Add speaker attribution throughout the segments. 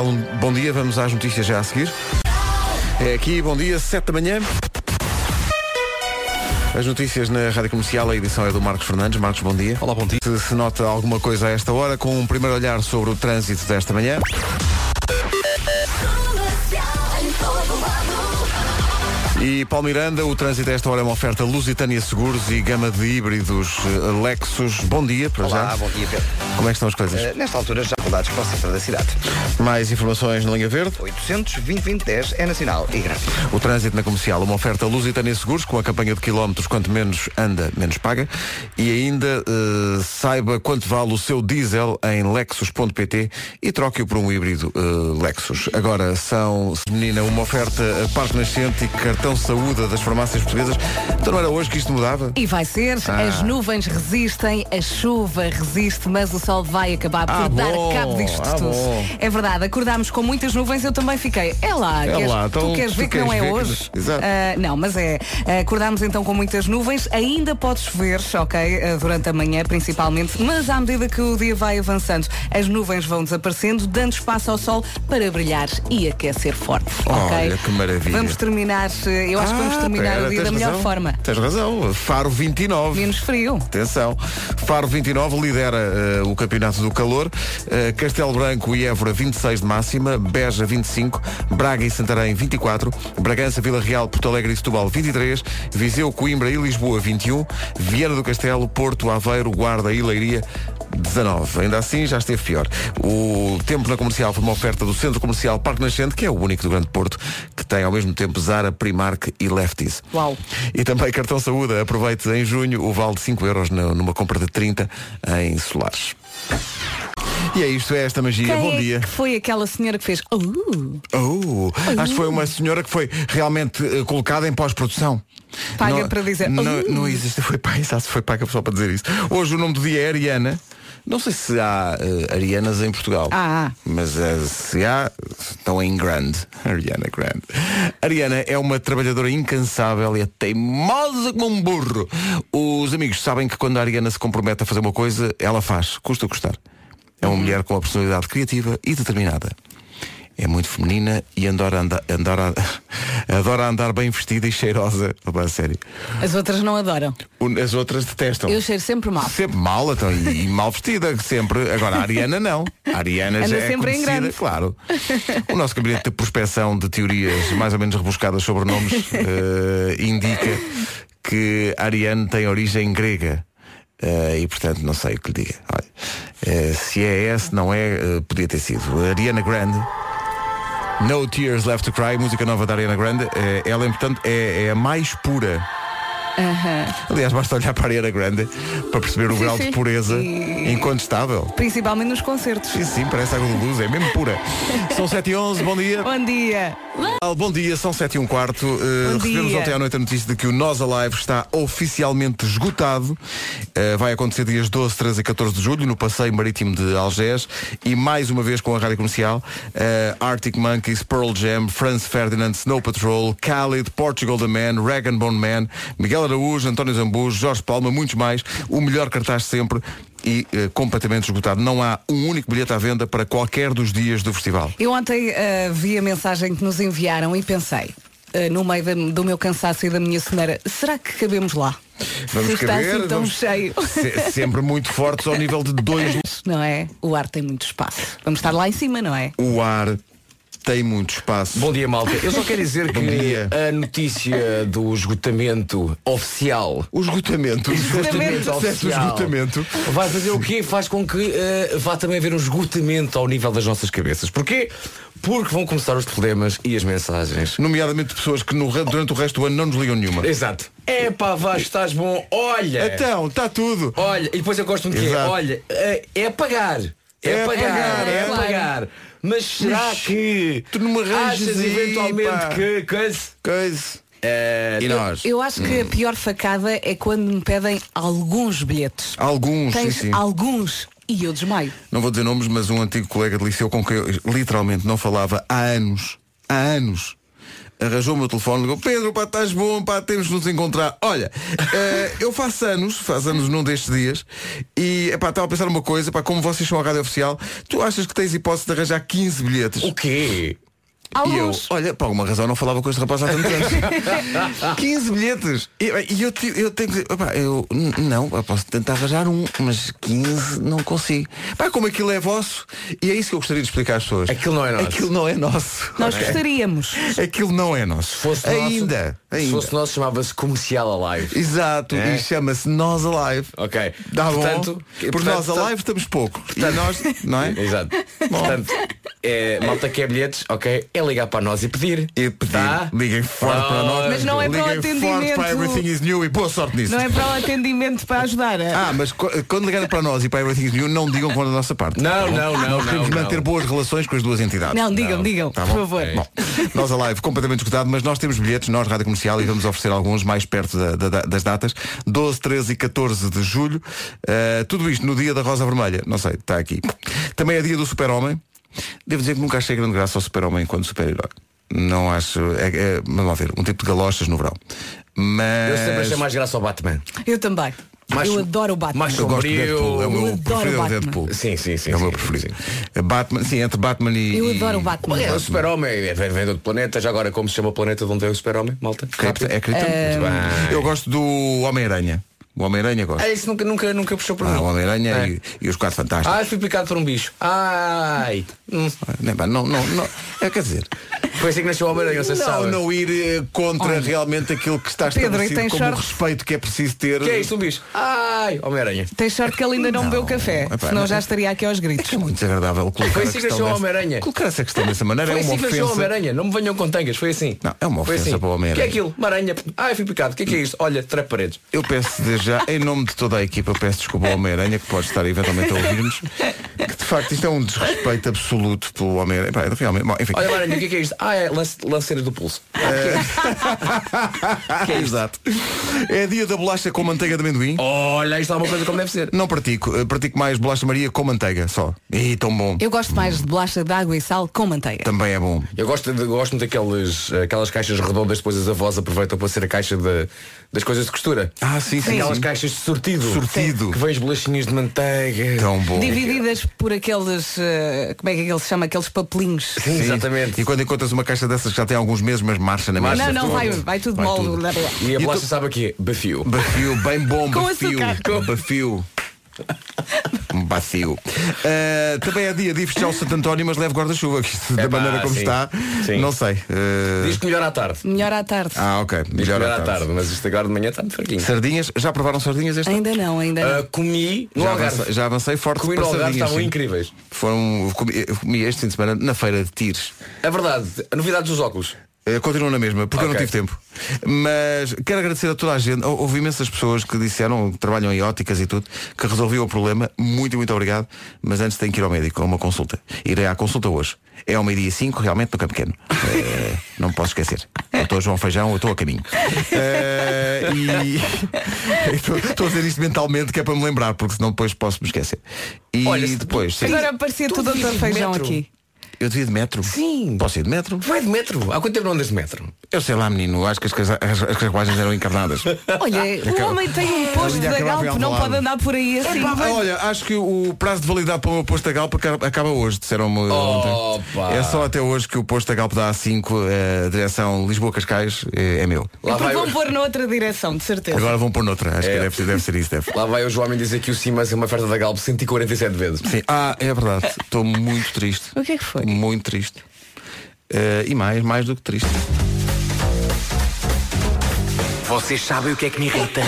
Speaker 1: Então, bom dia, vamos às notícias já a seguir. É aqui, bom dia, 7 da manhã. As notícias na Rádio Comercial, a edição é do Marcos Fernandes. Marcos, bom dia.
Speaker 2: Olá, bom dia.
Speaker 1: Se se nota alguma coisa a esta hora, com um primeiro olhar sobre o trânsito desta manhã. E Paulo Miranda, o trânsito a esta hora é uma oferta Lusitânia Seguros e gama de híbridos eh, Lexus. Bom dia para
Speaker 3: Olá,
Speaker 1: já.
Speaker 3: bom dia Pedro.
Speaker 1: Como é que estão as coisas?
Speaker 3: Eh, nesta altura já faculdades para o centro da cidade.
Speaker 1: Mais informações na linha verde.
Speaker 3: 820-2010 é nacional e grátis.
Speaker 1: O trânsito na comercial, uma oferta Lusitânia Seguros, com a campanha de quilómetros, quanto menos anda, menos paga. E ainda eh, saiba quanto vale o seu diesel em lexus.pt e troque-o por um híbrido eh, Lexus. Agora são, menina, uma oferta a Parque Nascente e cartão saúde das farmácias portuguesas. Então não era hoje que isto mudava?
Speaker 4: E vai ser,
Speaker 1: Ah.
Speaker 4: as nuvens resistem, a chuva resiste, mas o sol vai acabar por
Speaker 1: Ah,
Speaker 4: dar
Speaker 1: bom,
Speaker 4: cabo disto
Speaker 1: ah,
Speaker 4: tudo.
Speaker 1: bom.
Speaker 4: É verdade, acordámos com muitas nuvens, eu também fiquei. É lá,
Speaker 1: É
Speaker 4: queres-
Speaker 1: lá, então
Speaker 4: tu queres
Speaker 1: tu
Speaker 4: ver que
Speaker 1: queres
Speaker 4: não é
Speaker 1: ver que-
Speaker 4: hoje?
Speaker 1: Exato.
Speaker 4: Ah, não, mas é. Acordámos então com muitas nuvens, ainda pode chover, ok, ah, durante a manhã principalmente, mas à medida que o dia vai avançando, as nuvens vão desaparecendo, dando espaço ao sol para brilhar e aquecer forte.
Speaker 1: Olha,
Speaker 4: ok?
Speaker 1: que maravilha.
Speaker 4: Vamos terminar, eh, eu acho que vamos
Speaker 1: Ah,
Speaker 4: terminar
Speaker 1: pera,
Speaker 4: o dia
Speaker 1: tens
Speaker 4: da melhor
Speaker 1: razão.
Speaker 4: forma.
Speaker 1: Tens razão, Faro 29.
Speaker 4: Menos frio.
Speaker 1: Atenção, Faro 29 lidera eh, o Campeonato do Calor, Eh, Castelo Branco e Évora 26 de máxima, Beja 25, Braga e Santarém 24, Bragança, Vila Real, Porto Alegre e Setúbal 23, Viseu, Coimbra e Lisboa 21, Viana do Castelo, Porto, Aveiro, Guarda e Leiria 19. Ainda assim já esteve pior. O tempo na comercial foi uma oferta do Centro Comercial Parque Nascente, que é o único do Grande Porto, que tem ao mesmo tempo Zara, Primark e Lefties.
Speaker 4: Uau.
Speaker 1: E também cartão saúde. Aproveite em junho o vale de 5 euros na- numa compra de 30 em solares. E é isto, é esta magia.
Speaker 4: Quem
Speaker 1: Bom
Speaker 4: é
Speaker 1: dia.
Speaker 4: que foi aquela senhora que fez "Uh",
Speaker 1: Oh, acho que foi uma senhora que foi realmente eh, colocada em pós-produção.
Speaker 4: Paga
Speaker 1: não,
Speaker 4: para dizer,
Speaker 1: Não,
Speaker 4: "Oh".
Speaker 1: não existe, foi paga, só se foi paga só para dizer isso. Hoje o nome do dia é Ariana. Não sei se há eh, Arianas em Portugal.
Speaker 4: Ah, ah.
Speaker 1: Mas eh, se há, estão em grande. Ariana é Grande. Ariana é uma trabalhadora incansável e é teimosa como um burro. Os amigos sabem que quando a Ariana se compromete a fazer uma coisa, ela faz, custa custar. É
Speaker 4: Uhum.
Speaker 1: uma mulher com uma personalidade criativa e determinada. É muito feminina e adora andar, adora, adora andar bem vestida e cheirosa. Opa, a sério.
Speaker 4: As outras não adoram.
Speaker 1: Un- As outras detestam.
Speaker 4: Eu cheiro sempre mal.
Speaker 1: Então. Sempre mal, então, e, e mal vestida, sempre. Agora, a Ariana não. A Ariana já
Speaker 4: Anda
Speaker 1: é
Speaker 4: sempre em
Speaker 1: conhecida,
Speaker 4: grande.
Speaker 1: claro. O nosso gabinete de prospeção de teorias mais ou menos rebuscadas sobre nomes eh, indica que Ariane tem origem grega. Eh, e portanto não sei o que lhe diga. Olha, eh, se é esse, não é, eh, podia ter sido. Ariana Grande. No Tears Left to Cry, música nova da Ariana Grande. Eh, ela, portanto, é, é a mais pura. Aliás, basta olhar para a Ariana Grande para perceber o
Speaker 4: Sim,
Speaker 1: grau de
Speaker 4: sim.
Speaker 1: pureza
Speaker 4: E-
Speaker 1: incontestável.
Speaker 4: Principalmente nos concertos.
Speaker 1: Sim, sim, parece água de luz, é mesmo pura. São 7 e 11 bom dia.
Speaker 4: Bom dia.
Speaker 1: Al, Bom dia, são 7 e um quarto. Uh,
Speaker 4: Bom
Speaker 1: recebemos
Speaker 4: dia.
Speaker 1: ontem à noite a notícia de que o Nós Alive está oficialmente esgotado. Uh, vai acontecer dias 12, 13 e 14 de julho no Passeio Marítimo de Algés e mais uma vez com a Rádio Comercial uh, Arctic Monkeys, Pearl Jam, Franz Ferdinand, Snow Patrol, Khalid, Portugal The Man, Rag and Bone Man, Miguel Araújo, António Zambujo, Jorge Palma, muitos mais. O melhor cartaz de sempre e uh, completamente esgotado. Não há um único bilhete à venda para qualquer dos dias do festival.
Speaker 4: Eu ontem ah, vi a mensagem que nos enviaram e pensei, ah, no meio da- do meu cansaço e da minha ceneira, será que cabemos lá? Se
Speaker 1: Vamos
Speaker 4: está
Speaker 1: caber,
Speaker 4: assim tão
Speaker 1: vamos-
Speaker 4: cheio.
Speaker 1: Se- sempre muito fortes ao nível de dois.
Speaker 4: Não é? O ar tem muito espaço. Vamos estar lá em cima, não é?
Speaker 1: O ar tem muito espaço.
Speaker 2: Bom dia, malta. Eu só quero dizer que
Speaker 1: dia.
Speaker 2: a notícia do esgotamento oficial.
Speaker 1: o esgotamento. O
Speaker 4: Esgotamento
Speaker 1: Disseste o esgotamento.
Speaker 2: Vai fazer o quê? Faz com que eh, vá também haver um esgotamento ao nível das nossas cabeças. Porquê? Porque vão começar os problemas e as mensagens.
Speaker 1: Nomeadamente de pessoas que no re- durante o resto do ano não nos ligam nenhuma.
Speaker 2: Exato. É pá, Vasco, estás bom. Olha.
Speaker 1: Então, está tudo.
Speaker 2: Olha, e depois eu gosto muito que é,
Speaker 1: Exato.
Speaker 2: olha, eh, é pagar.
Speaker 1: É
Speaker 2: É pagar,
Speaker 1: pagar,
Speaker 2: é
Speaker 4: é claro.
Speaker 2: pagar. Mas será
Speaker 1: Mas
Speaker 2: que
Speaker 1: tu não me arranjas
Speaker 2: achas
Speaker 1: aí,
Speaker 2: eventualmente
Speaker 1: pá.
Speaker 2: que coisa? Hum.
Speaker 1: Coisa.
Speaker 2: Eh,
Speaker 1: E nós?
Speaker 4: Eu acho
Speaker 1: Hum.
Speaker 4: que a pior facada é quando me pedem alguns bilhetes.
Speaker 1: Alguns, sim,
Speaker 4: Tens
Speaker 1: sim.
Speaker 4: alguns e eu desmaio.
Speaker 1: Não vou dizer nomes, mas um antigo colega de liceu com quem eu literalmente não falava há anos, há anos, arranjou-me o telefone, ligou, Pedro, pá, estás bom, pá, temos de nos encontrar. Olha, eh, eu faço anos, faço anos num destes dias, e epá, estava a pensar uma coisa, pá, como vocês são a rádio oficial, tu achas que tens hipótese de arranjar 15 bilhetes?
Speaker 2: O quê?
Speaker 1: E eu,
Speaker 4: Alguns.
Speaker 1: olha, por alguma razão não falava com este rapaz há tanto anos. 15 bilhetes. E, e eu, te- eu tenho que dizer, opá, eu n- não, eu posso tentar arranjar um, mas 15 não consigo. Pá, como aquilo é vosso, e é isso que eu gostaria de explicar às pessoas.
Speaker 2: Aquilo não é nosso.
Speaker 1: Aquilo não é nosso.
Speaker 4: Nós
Speaker 1: Ok?
Speaker 4: gostaríamos.
Speaker 1: Aquilo não é nosso.
Speaker 2: Fosse nosso-
Speaker 1: ainda.
Speaker 2: Se
Speaker 1: ainda.
Speaker 2: fosse nosso, chamava-se Comercial Alive.
Speaker 1: Exato,
Speaker 2: É.
Speaker 1: e chama-se Nós Alive.
Speaker 2: Ok.
Speaker 1: Dá
Speaker 2: portanto,
Speaker 1: bom?
Speaker 2: que-
Speaker 1: Por
Speaker 2: portanto,
Speaker 1: Nós Alive estamos pouco. e nós, não é?
Speaker 2: Exato. Portanto, é, malta quer bilhetes, ok? É ligar para nós e pedir.
Speaker 1: E pedir,
Speaker 2: Tá?
Speaker 1: liguem forte para nós.
Speaker 4: Mas não é para o
Speaker 1: liguem forte para
Speaker 4: atendimento.
Speaker 1: Everything is New e boa sorte nisso.
Speaker 4: Não é para o atendimento para ajudar. eh?
Speaker 1: Ah, mas co- quando ligarem para nós e para Everything is New, não digam quando da nossa parte.
Speaker 2: Não,
Speaker 1: Tá bom?
Speaker 2: não, não,
Speaker 1: Nós Temos de
Speaker 2: não,
Speaker 1: manter
Speaker 2: não.
Speaker 1: boas relações com as duas entidades.
Speaker 4: não, digam,
Speaker 2: não.
Speaker 4: digam,
Speaker 1: Tá
Speaker 4: por
Speaker 1: bom?
Speaker 4: favor.
Speaker 1: Bom, nós a live completamente escutado, mas nós temos bilhetes, nós Rádio Comercial, e vamos oferecer alguns mais perto da- da- da- das datas. 12, 13 e 14 de julho. Uh, tudo isto no dia da Rosa Vermelha. Não sei, está aqui. Também é dia do Super-Homem. Devo dizer que nunca achei grande graça ao Super-Homem enquanto super-herói. Não acho. É, é, vamos lá ver, um tipo de galochas no verão. Mas.
Speaker 2: Eu sempre achei mais graça ao Batman.
Speaker 4: Eu também.
Speaker 2: Mais-
Speaker 4: eu adoro o Batman.
Speaker 2: mais
Speaker 1: Eu gosto do
Speaker 2: Sombrio.
Speaker 1: Deadpool, é o meu
Speaker 4: Eu adoro
Speaker 1: preferido é o
Speaker 4: Batman.
Speaker 1: Deadpool.
Speaker 2: Sim, sim, sim,
Speaker 1: É o meu
Speaker 2: sim,
Speaker 1: preferido. Batman, sim, entre Batman e.
Speaker 4: Eu
Speaker 1: e-
Speaker 4: adoro o Batman.
Speaker 2: É, o super-homem é- vem, vem do outro planeta, já agora como se chama o planeta de onde é o super-homem, malta?
Speaker 1: Krypton- É Krypton?
Speaker 2: Eh,
Speaker 1: Muito bem. Eu gosto do Homem-Aranha. O Homem-Aranha gosto.
Speaker 2: Ah, isso nunca, nunca, nunca puxou por
Speaker 1: Ah, o
Speaker 2: mim.
Speaker 1: Homem-Aranha
Speaker 2: É.
Speaker 1: e, e os quatro fantásticos.
Speaker 2: Ai, fui picado por um bicho. Ai. Hum.
Speaker 1: Não, pá, não, não, não. É, quer dizer,
Speaker 2: Foi assim que nasceu o Homem-Aranha, não sei se
Speaker 1: não,
Speaker 2: sabe.
Speaker 1: não ir eh, contra realmente aquilo que está
Speaker 4: Pedro, e
Speaker 1: estabelecido
Speaker 4: tem
Speaker 1: como o
Speaker 4: shorts?
Speaker 1: respeito que é preciso ter.
Speaker 2: Que é isto, um bicho? Ai, Homem-Aranha.
Speaker 4: Tens sorte que ele ainda não,
Speaker 1: Não,
Speaker 4: bebeu café,
Speaker 1: epá,
Speaker 4: senão
Speaker 1: não.
Speaker 4: já estaria aqui aos gritos.
Speaker 1: É muito desagradável colocar
Speaker 2: Foi
Speaker 1: a
Speaker 2: assim que
Speaker 1: questão
Speaker 2: nasceu o
Speaker 1: dessa-
Speaker 2: Homem-Aranha.
Speaker 1: Colocar essa questão dessa maneira
Speaker 2: Foi
Speaker 1: é uma
Speaker 2: assim que nasceu o
Speaker 1: ofensa.
Speaker 2: Homem-Aranha. Não me venham com tangas, foi assim.
Speaker 1: Não, é uma
Speaker 2: Foi
Speaker 1: ofensa
Speaker 2: assim.
Speaker 1: para o Homem-Aranha.
Speaker 2: O que é aquilo? Uma aranha. Ai, fui picado. O que é que é isto? Olha, três paredes.
Speaker 1: Eu peço desde já, em nome de toda a equipa, eu peço desculpa ao Homem-Aranha, que pode estar eventualmente a ouvir-nos, que de facto isto é um desrespeito absoluto pelo Homem-Aranha. Pá, Realmente, bom, enfim.
Speaker 2: Olha, uma aranha, o que é que é isto? Ah, é lance, lanceira do Ah, pulso.
Speaker 1: é Exato. É dia da bolacha com manteiga de amendoim.
Speaker 2: Olha, isto é uma coisa como deve ser.
Speaker 1: Não pratico, eh, pratico mais bolacha Maria com manteiga só. E tão bom.
Speaker 4: Eu gosto mais de bolacha de água e sal com manteiga.
Speaker 1: Também é bom.
Speaker 2: Eu gosto, de, gosto muito daquelas aquelas caixas redondas, depois as avós aproveitam para ser a caixa de- das coisas de costura.
Speaker 1: Ah, sim, sim.
Speaker 2: Aquelas
Speaker 1: sim.
Speaker 2: caixas de sortido.
Speaker 1: Sortido.
Speaker 2: Que vem as bolachinhas de manteiga.
Speaker 1: Tão bom.
Speaker 4: Divididas por aqueles, eh, como é que ele se chama, aqueles papelinhos.
Speaker 2: Sim, exatamente.
Speaker 1: E quando encontras uma caixa dessas que já tem alguns meses, mas marcha na
Speaker 2: Marcha
Speaker 1: mesa.
Speaker 4: Não, não,
Speaker 2: tudo.
Speaker 4: vai, vai tudo
Speaker 1: Vai
Speaker 4: mole.
Speaker 1: tudo.
Speaker 4: blá, blá.
Speaker 2: E a
Speaker 1: E
Speaker 2: bolacha
Speaker 1: tu-
Speaker 2: sabe o quê? Bafio.
Speaker 1: Bafio, bem bom,
Speaker 4: Com
Speaker 1: bafio.
Speaker 4: açúcar. Com-
Speaker 1: Bafio. Um Bafio. Uh, também é dia de ir festejar o Santo António, mas leve guarda-chuva, que isto, da
Speaker 2: Epá,
Speaker 1: maneira como
Speaker 2: sim.
Speaker 1: está,
Speaker 2: Sim.
Speaker 1: não sei. Uh,
Speaker 2: Diz que melhor à tarde.
Speaker 4: Melhor à tarde.
Speaker 1: Ah, ok.
Speaker 2: Diz
Speaker 1: Melhor à tarde.
Speaker 2: mas isto agora de manhã está muito fraquinho.
Speaker 1: Sardinhas, já provaram sardinhas este ano?
Speaker 4: Ainda não, ainda não.
Speaker 2: Ah, comi no
Speaker 1: Já
Speaker 2: Algarve.
Speaker 1: avancei, já avancei forte
Speaker 2: Comi no
Speaker 1: para
Speaker 2: Algarve,
Speaker 1: sardinhas.
Speaker 2: estavam
Speaker 1: sim.
Speaker 2: incríveis.
Speaker 1: Foram, comi, eu comi este fim de semana na feira de Tires.
Speaker 2: A É verdade, a novidade dos óculos.
Speaker 1: Eh, Continuo na mesma, porque eu não
Speaker 2: Ok.
Speaker 1: tive tempo. Mas quero agradecer a toda a gente. Hou- Houve imensas pessoas que disseram que trabalham em óticas e tudo, que resolviam o problema. Muito, muito obrigado. Mas antes tenho que ir ao médico, a uma consulta. Irei à consulta hoje. É ao meio-dia e cinco, realmente, no Campo Pequeno. Eh, não me posso esquecer. Eu estou João Feijão, eu estou a caminho. Eh, e estou- estou a dizer isto mentalmente, que é para me lembrar, porque senão depois posso me esquecer. E
Speaker 2: Olha, se-
Speaker 1: depois, sim,
Speaker 4: Agora aparecia
Speaker 2: tu
Speaker 4: tudo
Speaker 2: vives
Speaker 4: outro
Speaker 2: de
Speaker 4: feijão
Speaker 2: metro?
Speaker 4: aqui.
Speaker 1: eu devia de metro.
Speaker 2: Sim.
Speaker 1: Posso ir de metro?
Speaker 2: Vai de metro. Há quanto tempo não andas de metro?
Speaker 1: Eu sei lá, menino, acho que as, casa- as, as carruagens eram encarnadas. é
Speaker 4: Olha, o homem tem um posto
Speaker 1: Acabava
Speaker 4: da
Speaker 1: em
Speaker 4: Galp, não
Speaker 1: Alvalade.
Speaker 4: pode andar por aí assim.
Speaker 1: Pá, olha, acho que o prazo de validade para o posto da Galp acaba- acaba hoje, disseram-me eh, ontem.
Speaker 2: Opa.
Speaker 1: É só até hoje que o posto da Galp dá a 5, a direção Lisboa-Cascais eh, é, meu.
Speaker 2: Lá
Speaker 4: Porque
Speaker 2: vai,
Speaker 4: vão
Speaker 2: o...
Speaker 4: pôr noutra direção, de certeza.
Speaker 1: Agora vão pôr noutra,
Speaker 4: É.
Speaker 1: acho que deve, ser- deve ser isso, deve.
Speaker 2: lá vai o João a dizer que o Simas é uma oferta da Galp 147 vezes.
Speaker 1: Sim. Ah, é verdade, estou muito triste.
Speaker 4: O que é que foi?
Speaker 1: Muito triste. Eh, e mais, mais do que triste.
Speaker 5: Vocês sabem o que é que me irrita?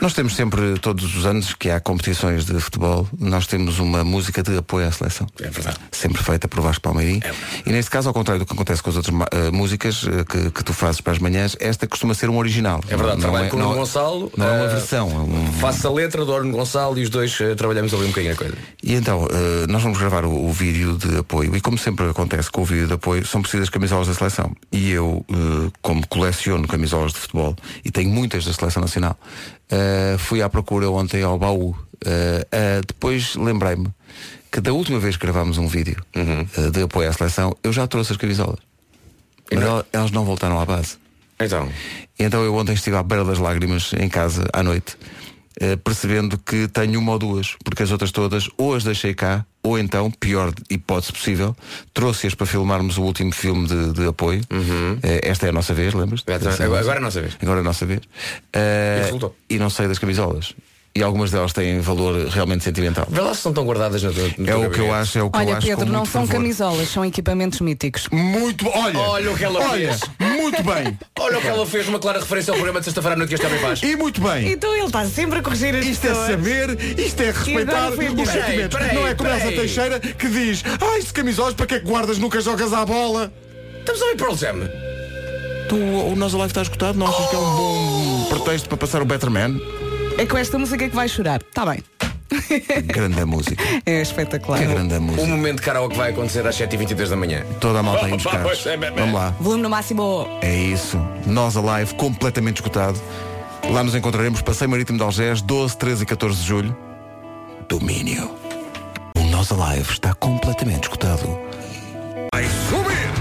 Speaker 1: Nós temos sempre, todos os anos que há competições de futebol, nós temos uma música de apoio à seleção.
Speaker 2: É verdade. É
Speaker 1: Sempre feita por Vasco Palmeirim. e neste caso, ao contrário do que acontece com as outras ma- eh, músicas eh, que, que tu fazes para as manhãs, esta costuma ser um original.
Speaker 2: É verdade,
Speaker 1: Não
Speaker 2: trabalho
Speaker 1: é-
Speaker 2: com o Nuno
Speaker 1: não-
Speaker 2: Gonçalo.
Speaker 1: Não é uma
Speaker 2: eh,
Speaker 1: versão. é um-
Speaker 2: Faço a letra do Orno Gonçalo e os dois eh, trabalhamos ali um bocadinho a coisa.
Speaker 1: E então, eh, nós vamos gravar o, o vídeo de apoio. E como sempre acontece com o vídeo de apoio, são precisas camisolas da seleção. E eu, eh, como coleciono camisolas de futebol e tenho muitas da seleção nacional, eh, fui à procura ontem ao baú. Eh, eh, depois
Speaker 2: Uhum.
Speaker 1: lembrei-me que da última vez que gravámos um vídeo eh, de apoio à seleção, eu já trouxe as camisolas. Mas el- elas não voltaram à base.
Speaker 2: Então.
Speaker 1: E Então eu ontem estive à beira das lágrimas em casa à noite, eh, percebendo que tenho uma ou duas, porque as outras todas ou as deixei cá, ou então, pior hipótese possível, trouxe-as para filmarmos o último filme de, de apoio. Eh, Esta é a nossa vez, lembras?
Speaker 2: Exatamente. Uhum. Agora- agora é a nossa vez.
Speaker 1: Agora é a nossa vez. Eh,
Speaker 2: E resultou.
Speaker 1: e não sei das camisolas. E algumas delas têm valor realmente sentimental.
Speaker 2: Vê lá se não estão guardadas na tua. no teu
Speaker 1: É o que eu
Speaker 2: gabinete.
Speaker 1: acho, é o que eu
Speaker 4: Olha,
Speaker 1: acho. com
Speaker 4: Pedro, não
Speaker 1: muito
Speaker 4: são
Speaker 1: fervor.
Speaker 4: camisolas, são equipamentos míticos.
Speaker 1: Muito, olha,
Speaker 2: Olha o que ela
Speaker 1: olha, muito bem
Speaker 2: Olha o que ela fez, uma clara referência ao programa de sexta-feira à noite que este homem faz.
Speaker 1: e muito bem.
Speaker 4: Então ele está sempre a corrigir as
Speaker 1: Isto é saber, isto é respeitar
Speaker 4: bem,
Speaker 1: os
Speaker 4: foi bom.
Speaker 1: sentimentos.
Speaker 2: Peraí, peraí,
Speaker 1: não é como essa
Speaker 2: peraí.
Speaker 1: Teixeira que diz, ai, se camisolas, para que é que guardas, nunca jogas à bola?
Speaker 2: Estamos a ver Pearl Jam.
Speaker 1: Tu, o Nós Alive está escutado, não achas que é um bom pretexto para passar o Better Man?
Speaker 4: É com esta música que vai chorar. Está bem.
Speaker 1: Tá. Grande a música,
Speaker 4: É espetacular.
Speaker 1: que grande a
Speaker 2: O
Speaker 1: música.
Speaker 2: Um momento de karaoke vai acontecer às 7h22 da manhã.
Speaker 1: Toda a malta aí nos carros.
Speaker 2: Vamos, é, é, é.
Speaker 1: Vamos lá.
Speaker 4: Volume no máximo.
Speaker 1: É isso. Nós Alive, completamente escutado. Lá nos encontraremos, Passeio Marítimo de Algés, 12, 13 e 14 de julho. Domínio. O Nós Alive está completamente escutado. Vai subir!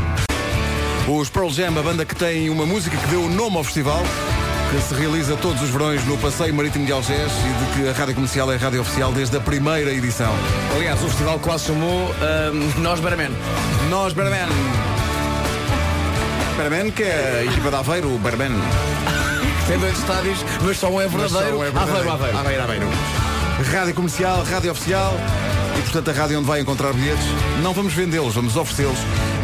Speaker 1: Os Pearl Jam, a banda que tem uma música que deu o nome ao festival, que se realiza todos os verões no Passeio Marítimo de Algés e de que a Rádio Comercial é a rádio oficial desde a primeira edição.
Speaker 2: Aliás, o festival quase chamou hum, Nós Baraman.
Speaker 1: Nós, Berman. Berman, que é a equipa de Aveiro, o Berman.
Speaker 2: Tem dois estádios, mas só um é verdadeiro.
Speaker 1: Mas só um é verdadeiro.
Speaker 2: Aveiro, Aveiro.
Speaker 1: Aveiro, Aveiro. Rádio comercial, rádio oficial e, portanto, a rádio onde vai encontrar bilhetes. Não vamos vendê-los, vamos oferecê-los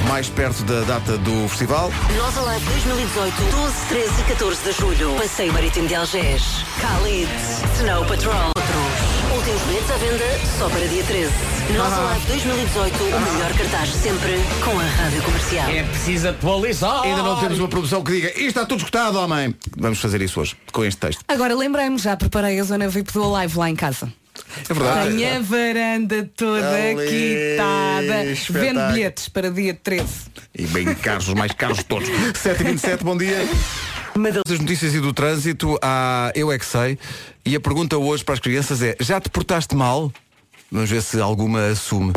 Speaker 1: mais perto da data do festival.
Speaker 6: Nós Alive 2018, 12, 13 e 14 de julho. Passeio Marítimo de Algés. Khalid, Snow Patrol. Outros. Últimos bilhetes à venda só para dia 13. Nós Alive 2018, o melhor cartaz sempre com a Rádio Comercial.
Speaker 2: É preciso atualizar.
Speaker 1: Ainda não temos uma produção que diga isto está tudo escutado, homem. Vamos fazer isso hoje, com este texto.
Speaker 4: Agora lembrei-me, já preparei a zona VIP do Alive lá em casa.
Speaker 1: É verdade.
Speaker 4: Tenho a varanda toda
Speaker 1: Ali,
Speaker 4: quitada.
Speaker 1: espetáculo.
Speaker 4: Vendo bilhetes para dia 13.
Speaker 1: E bem caros, os mais caros de todos. 7h27, bom dia. Das notícias e do trânsito, há Eu É Que Sei. E a pergunta hoje para as crianças é, já te portaste mal? Vamos ver se alguma assume.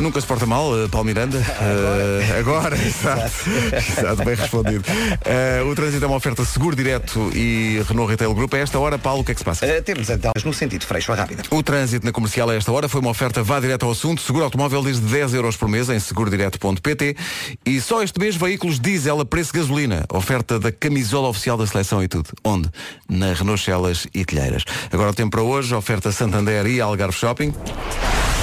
Speaker 1: Nunca se porta mal, eh, Paulo Miranda. Eh, agora, exato. exato, bem respondido. Eh, o trânsito é uma oferta seguro direto e Renault Retail Group. A esta hora, Paulo, o que é que se passa?
Speaker 3: Eh, temos então no sentido freixo à rápida.
Speaker 1: O trânsito na comercial a esta hora foi uma oferta vá direto ao assunto. Seguro automóvel desde 10 euros por mês em segurodireto.pt e só este mês veículos diesel a preço de gasolina. Oferta da camisola oficial da seleção e tudo. Onde? Na Renault Celas e Telheiras. Agora o tempo para hoje, oferta Santander e Algarve Shopping.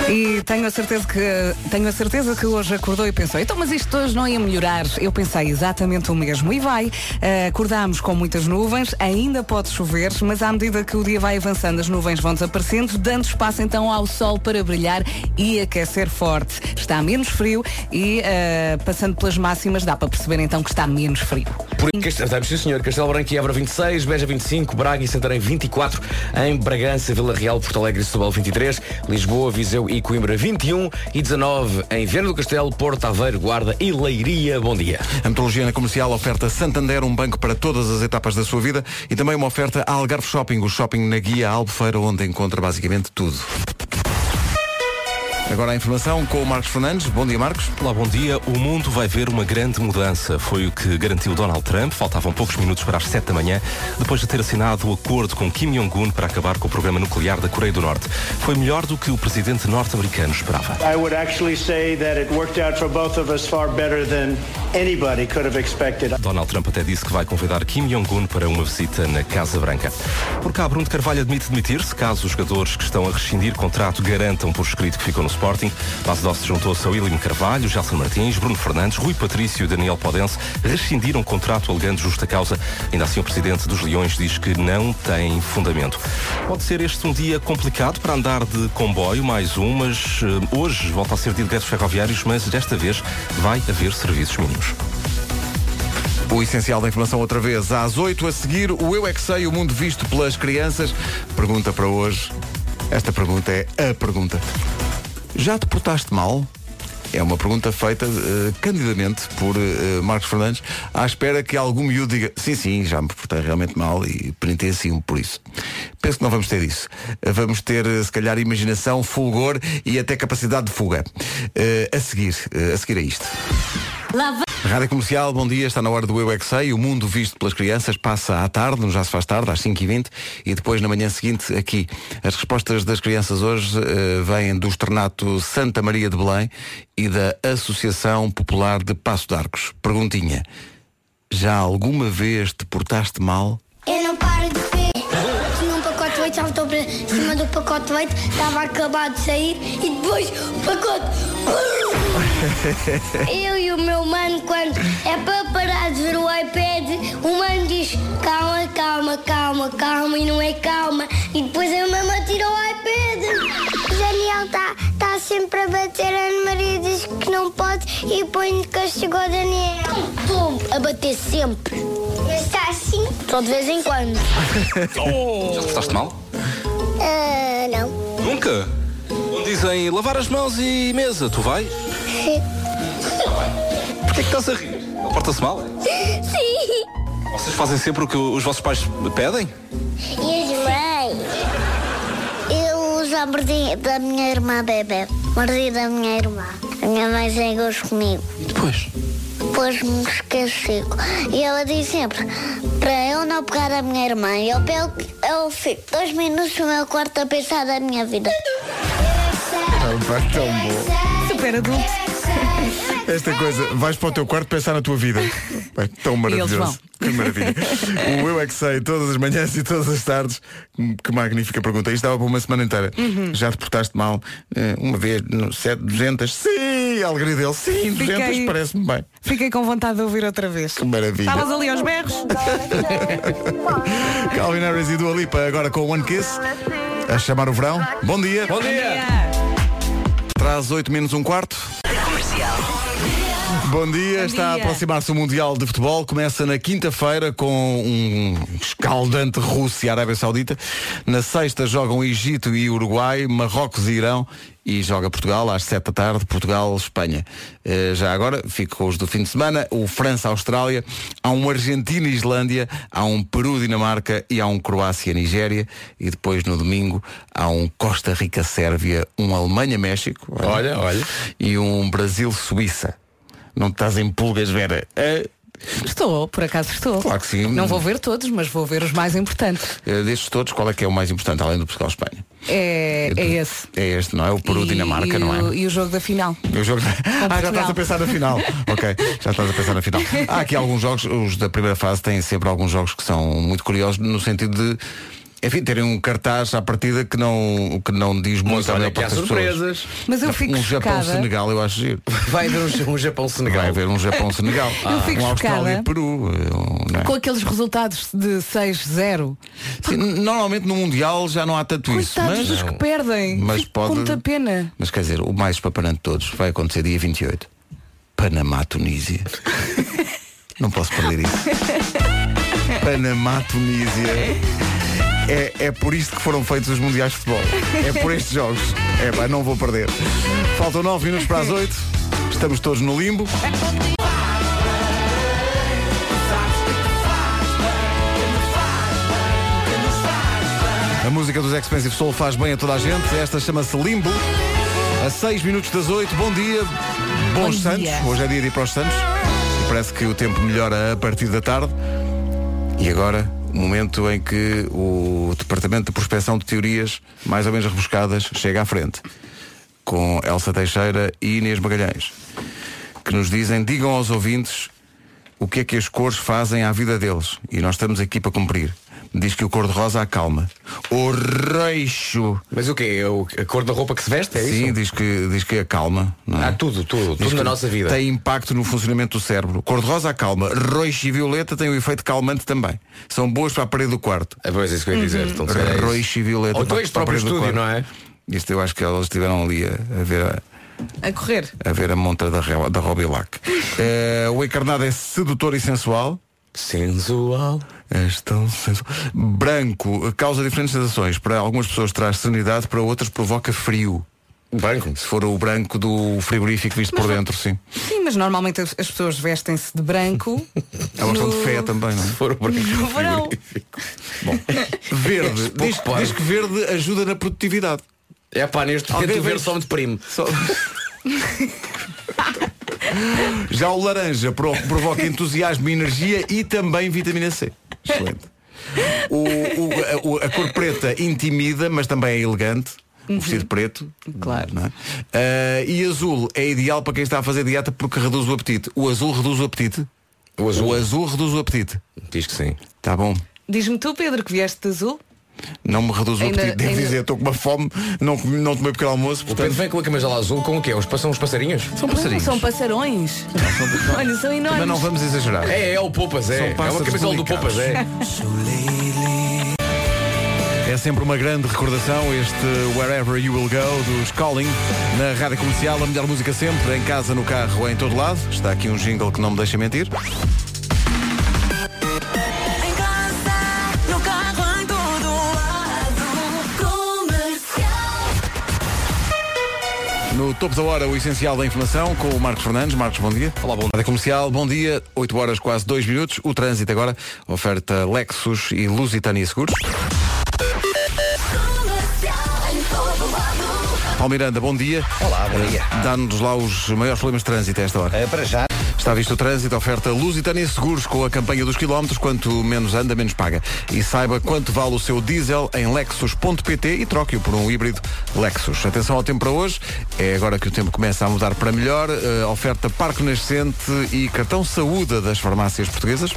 Speaker 4: E tenho a certeza que tenho a certeza que hoje acordou e pensou, então mas isto hoje não ia melhorar. Eu pensei exatamente o mesmo e vai. Eh, acordámos com muitas nuvens, ainda pode chover, mas à medida que o dia vai avançando, as nuvens vão desaparecendo, dando espaço então ao sol para brilhar e aquecer forte. Está menos frio e eh, passando pelas máximas dá para perceber então que está menos frio.
Speaker 2: Por estamos, sim senhor. Castelo Branco e Évora 26, Beja 25, Braga e Santarém 24, em Bragança, Vila Real, Porto Alegre e Setúbal 23, Lisboa, Viseu e Coimbra 21 e 19, em Viana do Castelo, Porto Aveiro, Guarda e Leiria. Bom dia.
Speaker 1: A metodologia na comercial oferta Santander, um banco para todas as etapas da sua vida e também uma oferta a Algarve Shopping, o shopping na guia Albufeira, onde encontra basicamente tudo. Agora a informação com o Marcos Fernandes. Bom dia, Marcos.
Speaker 7: Olá, bom dia. O mundo vai ver uma grande mudança. Foi o que garantiu Donald Trump. Faltavam poucos minutos para as 7 da manhã, depois de ter assinado o acordo com Kim Jong-un para acabar com o programa nuclear da Coreia do Norte. Foi melhor do que o presidente norte-americano esperava.
Speaker 8: I would actually say that it worked out for both of us far better than anybody could have expected.
Speaker 7: Donald Trump até disse que vai convidar Kim Jong-un para uma visita na Casa Branca. Por cá, Bruno de Carvalho admite demitir-se caso os jogadores que estão a rescindir contrato garantam por escrito que ficam no Sporting. Vasdós juntou-se a William Carvalho, Gelson Martins, Bruno Fernandes, Rui Patrício e Daniel Podense rescindiram contrato alegando justa causa. Ainda assim, o presidente dos Leões diz que não tem fundamento. Pode ser este um dia complicado para andar de comboio, mais um, mas eh, hoje volta a ser dia de ingressos ferroviários, mas desta vez vai haver serviços mínimos.
Speaker 1: O essencial da informação outra vez às 8 a seguir, o Eu é que sei, o mundo visto pelas crianças. Pergunta para hoje. Esta pergunta é a pergunta. Já te portaste mal? É uma pergunta feita eh, candidamente por eh, Marcos Fernandes à espera que algum miúdo diga sim, sim, já me portei realmente mal e penitencio-me por isso. Penso que não vamos ter isso. Eh, Vamos ter, eh, se calhar, imaginação, fulgor e até capacidade de fuga. Eh, a seguir, eh, a seguir a isto. Rádio Comercial, bom dia, está na hora do Eu é Que Sei, o mundo visto pelas crianças passa à tarde, no Já se faz tarde, às 5h20 e depois na manhã seguinte aqui. As respostas das crianças hoje eh, vêm do externato Santa Maria de Belém e da Associação Popular de Passo de Arcos. Perguntinha, já alguma vez te portaste mal?
Speaker 9: Eu não paro de ver. Tinha um pacote de leite, saltou para cima do pacote de leite, estava acabado de sair e depois o pacote. Eu e o meu mano, quando é para parar de ver o iPad, o mano diz calma, calma, calma, calma e não é calma. E depois a mamãe tira o iPad. Daniel está tá sempre a bater, a Ana Maria diz que não pode e põe-lhe castigou o Daniel. Estou a bater sempre. Mas está assim? Só de vez em quando.
Speaker 7: Já te portaste mal?
Speaker 9: Ah, não.
Speaker 7: Nunca. Onde dizem lavar as mãos e mesa, tu vai? Porquê que estás a rir? Ele Porta-se mal?
Speaker 9: Sim.
Speaker 7: Vocês fazem sempre o que os vossos pais pedem?
Speaker 9: E as mães? Eu já mordi da minha irmã bebê. Mordi da minha irmã. A minha mãe zangou-se comigo.
Speaker 7: E depois?
Speaker 9: Pôs-me esquecido. E ela diz sempre, para eu não pegar a minha irmã, eu, pego, eu fico dois minutos no meu quarto a pensar da minha vida.
Speaker 1: tão bom.
Speaker 4: Super adulto.
Speaker 1: Esta coisa, vais para o teu quarto pensar na tua vida. Bem, tão
Speaker 4: eles
Speaker 1: maravilhoso.
Speaker 4: vão.
Speaker 1: Que maravilha. O Eu é que sei, todas as manhãs e todas as tardes. Que magnífica pergunta. Isto dava para uma semana inteira.
Speaker 4: Uhum.
Speaker 1: Já te portaste mal eh, uma vez, no sete, 200? Sim! A alegria dele. Sim, 200
Speaker 4: Fiquei-
Speaker 1: parece-me bem.
Speaker 4: Fiquei com vontade de ouvir outra vez.
Speaker 1: Que maravilha.
Speaker 4: Estavas ali aos berros.
Speaker 1: Calvin Harris e Dua Lipa agora com One Kiss. A chamar o verão. Bom dia.
Speaker 2: Bom dia!
Speaker 1: Traz 8 menos um quarto. Bom dia, está a
Speaker 4: dia.
Speaker 1: aproximar-se o Mundial de Futebol. Começa na quinta-feira com um escaldante Rússia e Arábia Saudita. Na sexta jogam Egito e Uruguai, Marrocos e Irão. E joga Portugal às sete da tarde, Portugal-Espanha. Eh, Já agora, fico com os do fim de semana, o França-Austrália, há um Argentina-Islândia, há um Peru-Dinamarca e há um Croácia-Nigéria. E depois, no domingo, há um Costa Rica-Sérvia, um Alemanha-México.
Speaker 2: Olha, olha.
Speaker 1: E um Brasil-Suíça. Não estás em pulgas, Vera? É,
Speaker 4: Estou, por acaso estou.
Speaker 1: Claro que sim.
Speaker 4: Não vou ver todos, mas vou ver os mais importantes.
Speaker 1: é, destes todos, qual é que é o mais importante, além do Portugal-Espanha?
Speaker 4: É, é esse.
Speaker 1: É este, não é? O Peru-Dinamarca,
Speaker 4: E-
Speaker 1: não é?
Speaker 4: e o- E o jogo da final.
Speaker 1: O jogo- Ah, já
Speaker 4: Portugal.
Speaker 1: estás a pensar na final. ok, já estás a pensar na final. Há aqui alguns jogos, os da primeira fase têm sempre alguns jogos que são muito curiosos no sentido de, enfim, terem um cartaz à partida que não, que não diz muito
Speaker 2: Mas
Speaker 1: à
Speaker 2: olha
Speaker 1: maior
Speaker 2: que há
Speaker 1: parte das pessoas.
Speaker 2: surpresas.
Speaker 4: Mas eu fico
Speaker 1: um
Speaker 4: chocada.
Speaker 1: Japão-Senegal, eu acho giro.
Speaker 2: Vai haver um, um
Speaker 1: Vai
Speaker 2: Japão-Senegal.
Speaker 1: haver um Japão-Senegal.
Speaker 4: Eu fico
Speaker 1: um
Speaker 4: chocada.
Speaker 1: Austrália-Peru. um- não é?
Speaker 4: Com aqueles resultados de 6-0.
Speaker 1: Sim, normalmente no Mundial já não há tanto isso.
Speaker 4: Coitados
Speaker 1: Mas,
Speaker 4: dos que perdem.
Speaker 1: mas
Speaker 4: Fico Com
Speaker 1: pode.
Speaker 4: muita pena.
Speaker 1: Mas quer dizer, o mais paparante de todos vai acontecer dia 28. Panamá, Tunísia. não posso perder isso. Panamá, Tunísia. É, é por isto que foram feitos os Mundiais de Futebol. É por estes jogos. É, pá, não vou perder. Faltam 9 minutos para as 8. Estamos todos no limbo.
Speaker 4: É
Speaker 1: A música dos Expensive Soul faz bem a toda a gente. Esta chama-se Limbo. A 6 minutos das 8. Bom dia. Bons
Speaker 4: Bom
Speaker 1: Santos.
Speaker 4: dia.
Speaker 1: Hoje é dia de ir para os Santos. E parece que o tempo melhora a partir da tarde. E agora, o momento em que o Departamento de Prospecção de Teorias, mais ou menos rebuscadas, chega à frente. Com Elsa Teixeira e Inês Magalhães. Que nos dizem, digam aos ouvintes o que é que as cores fazem à vida deles. E nós estamos aqui para cumprir. Diz que o cor-de-rosa acalma. O reixo.
Speaker 2: Mas o quê? É o- a cor da roupa que se veste? É
Speaker 1: Sim,
Speaker 2: isso?
Speaker 1: diz que, diz que acalma. Não é?
Speaker 2: Há tudo, tudo,
Speaker 1: Diz
Speaker 2: tudo na
Speaker 1: que
Speaker 2: nossa vida.
Speaker 1: Tem impacto no funcionamento do cérebro. Cor-de-rosa acalma. Roxo e violeta têm o efeito calmante também. São boas para a parede do quarto.
Speaker 2: Ah, pois, é isso que eu ia dizer. Então, se calhar é isso.
Speaker 1: Roxo e violeta.
Speaker 2: Ou então
Speaker 1: para-
Speaker 2: este
Speaker 1: para a
Speaker 2: próprio
Speaker 1: parede do
Speaker 2: estúdio,
Speaker 1: quarto.
Speaker 2: não é?
Speaker 1: Isto eu acho que elas estiveram ali a, a ver a,
Speaker 4: A correr.
Speaker 1: a ver a montra da, Re- da Robilac. Eh, o encarnado é sedutor e sensual.
Speaker 2: Sensual.
Speaker 1: És tão sensual. Branco eh, causa diferentes sensações. Para algumas pessoas traz serenidade, para outras provoca frio.
Speaker 2: Branco.
Speaker 1: Se for o branco do frigorífico visto por dentro, sim.
Speaker 4: Sim, mas normalmente as, as pessoas vestem-se de branco.
Speaker 1: Elas estão de
Speaker 4: no-
Speaker 1: fé também, não é?
Speaker 2: For o branco.
Speaker 4: No verão.
Speaker 1: Verde.
Speaker 2: pouco
Speaker 1: Diz,
Speaker 2: parvo.
Speaker 1: diz que verde ajuda na produtividade.
Speaker 2: É pá, neste
Speaker 1: Alguém
Speaker 2: momento o
Speaker 1: vem-
Speaker 2: verde só me deprime.
Speaker 1: Só- Já o laranja pro- provoca entusiasmo, energia e também vitamina C. Excelente. O- o- a- o- a, cor preta intimida, mas também é elegante. O
Speaker 2: Uhum.
Speaker 1: vestido preto.
Speaker 4: Claro.
Speaker 1: não é? Ah, e azul é ideal para quem está a fazer dieta porque reduz o apetite. O azul reduz o apetite?
Speaker 2: O azul.
Speaker 1: O azul reduz o apetite.
Speaker 2: Diz que sim.
Speaker 1: Tá bom.
Speaker 4: Diz-me tu, Pedro, que vieste de azul?
Speaker 1: Não me reduz o
Speaker 4: Ainda-
Speaker 1: apetite. Devo
Speaker 4: ainda-
Speaker 1: dizer, estou com uma fome, não, comi- não tomei pequeno almoço.
Speaker 2: O
Speaker 1: Portanto,
Speaker 2: Pedro vem com a camisola azul com o quê? Os, pa- são os passarinhos?
Speaker 1: são passarinhos. é?
Speaker 4: São passarões. Olha, são
Speaker 1: Mas
Speaker 4: enormes.
Speaker 1: não vamos exagerar.
Speaker 2: É, é o Popas,
Speaker 1: São
Speaker 2: é. É uma
Speaker 1: pássaros
Speaker 2: camisola do
Speaker 1: delicados.
Speaker 2: Popas, é.
Speaker 1: É sempre uma grande recordação este Wherever You Will Go dos Calling na rádio comercial, a melhor música sempre, em casa, no carro, em todo lado. Está aqui um jingle que não me deixa mentir.
Speaker 6: Em casa, no carro, em todo lado. Comercial.
Speaker 1: No topo da hora, o essencial da informação com o Marcos Fernandes. Marcos, bom dia. Olá, bom dia. Rádio comercial, bom dia. 8 horas, quase 2 minutos. O trânsito agora, oferta Lexus e Lusitânia Seguros.
Speaker 6: Comercial, em todo lado.
Speaker 1: Paulo Miranda, bom dia. Eh,
Speaker 3: Olá, bom dia.
Speaker 1: Dá-nos lá os maiores problemas de trânsito a esta hora.
Speaker 3: Eh, para já,
Speaker 1: Está visto o trânsito, oferta Lusitânia Seguros com a campanha dos quilómetros, quanto menos anda, menos paga. E saiba quanto vale o seu diesel em lexus.pt e troque-o por um híbrido Lexus. Atenção ao tempo para hoje, é agora que o tempo começa a mudar para melhor. Eh, oferta Parque Nascente e cartão saúde das farmácias portuguesas.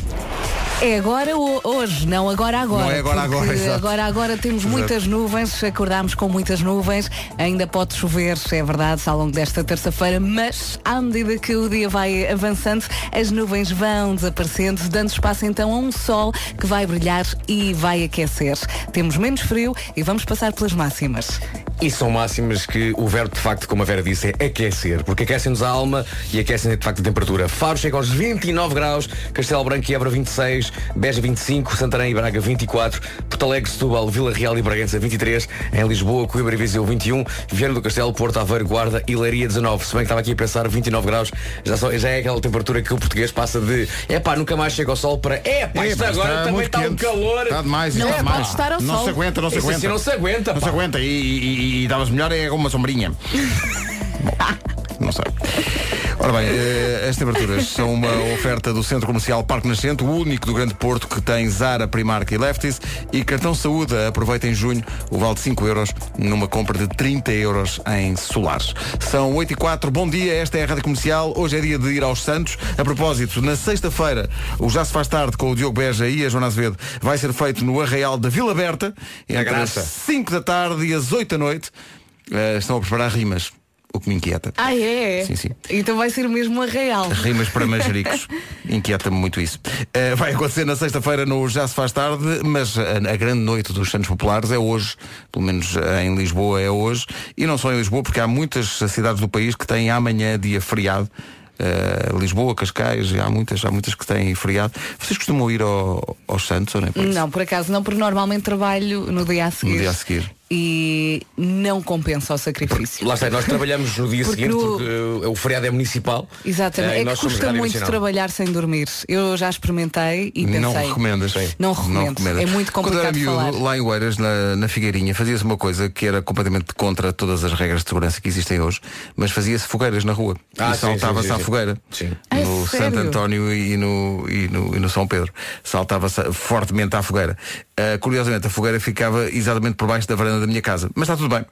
Speaker 4: É agora ou hoje, não agora agora.
Speaker 1: Não é agora,
Speaker 4: porque
Speaker 1: agora, exato.
Speaker 4: agora agora temos
Speaker 1: Exato.
Speaker 4: muitas nuvens, acordámos com muitas nuvens, ainda pode chover, é verdade, ao longo desta terça-feira, mas à medida que o dia vai avançando, as nuvens vão desaparecendo, dando espaço então a um sol que vai brilhar e vai aquecer. Temos menos frio e vamos passar pelas máximas.
Speaker 2: E são máximas que o verbo, de facto, como a Vera disse, é aquecer. Porque aquecem-nos a alma e aquecem, de facto, a temperatura. Faro chega aos 29 graus, Castelo Branco e Évora 26, Beja 25, Santarém e Braga 24, Porto Alegre, Setúbal, Vila Real e Bragança 23, em Lisboa, Coimbra e Viseu 21, Vieira do Castelo, Porto Aveiro, Guarda e Leiria 19. Se bem que estava aqui a pensar 29 graus, já, só- já é aquela temperatura que o português passa de é pá, nunca mais chega ao sol para é pá, isto
Speaker 1: Epá,
Speaker 2: agora também
Speaker 1: muito
Speaker 2: está um
Speaker 1: quente.
Speaker 2: calor.
Speaker 1: Está demais,
Speaker 4: Não
Speaker 1: está
Speaker 4: é,
Speaker 1: demais.
Speaker 4: pode estar ao
Speaker 1: Não
Speaker 4: sol.
Speaker 1: se aguenta, não se
Speaker 2: Isso assim
Speaker 1: aguenta.
Speaker 2: não se aguenta,
Speaker 1: Não se
Speaker 2: pá.
Speaker 1: aguenta. E, e, e dava-se melhor é com uma sombrinha. Bom, não sei. Ora bem, eh, as temperaturas são uma oferta do Centro Comercial Parque Nascente, o único do Grande Porto que tem Zara, Primark e Lefties. E cartão saúde, aproveita em junho o vale de 5 euros numa compra de 30 euros em solares. São 8 e 4, bom dia, esta é a Rádio Comercial. Hoje é dia de ir aos Santos. A propósito, na sexta-feira, o Já se faz tarde com o Diogo Beja e a Joana Azevedo vai ser feito no Arraial da Vila Berta, entre
Speaker 2: graça.
Speaker 1: as 5 da tarde e as 8 da noite. Eh, estão a preparar rimas, o que me inquieta.
Speaker 4: Ah, é?
Speaker 1: Sim, sim.
Speaker 4: Então vai ser mesmo a real.
Speaker 1: Rimas para manjericos. Inquieta-me muito isso. Eh, vai acontecer na sexta-feira no Já Se Faz Tarde, mas a, a grande noite dos Santos Populares é hoje. Pelo menos eh, em Lisboa é hoje. E não só em Lisboa, porque há muitas cidades do país que têm amanhã dia feriado. Eh, Lisboa, Cascais, há muitas, há muitas que têm feriado. Vocês costumam ir ao- aos Santos ou nem por isso?
Speaker 4: Não, por acaso não, porque normalmente trabalho no dia a seguir.
Speaker 1: No dia a seguir.
Speaker 4: E não compensa o sacrifício.
Speaker 2: Lá está, nós trabalhamos no dia
Speaker 4: Porque
Speaker 2: seguinte,
Speaker 4: no-
Speaker 2: porque uh, o feriado é municipal.
Speaker 4: Exatamente.
Speaker 2: eh, e
Speaker 4: é
Speaker 2: nós
Speaker 4: que
Speaker 2: somos
Speaker 4: custa
Speaker 2: Rádio
Speaker 4: muito
Speaker 2: Nacional.
Speaker 4: trabalhar sem dormir. Eu já experimentei e pensei.
Speaker 1: Não recomendas.
Speaker 4: Não recomendo. É muito
Speaker 1: Quando eu era
Speaker 4: complicado
Speaker 1: miúdo,
Speaker 4: falar.
Speaker 1: lá em Oeiras, na, na Figueirinha, fazia-se uma coisa que era completamente contra todas as regras de segurança que existem hoje, mas fazia-se fogueiras na rua.
Speaker 2: Ah,
Speaker 1: e
Speaker 2: sim,
Speaker 1: saltava-se
Speaker 2: sim, sim,
Speaker 1: à
Speaker 2: sim.
Speaker 1: fogueira.
Speaker 2: Sim.
Speaker 4: Ah, é
Speaker 1: No
Speaker 4: sério?
Speaker 1: Santo António e no, e no, e no São Pedro. Saltava-se fortemente à fogueira. Ah, curiosamente, a fogueira ficava exatamente por baixo da varanda da minha casa. Mas está tudo bem.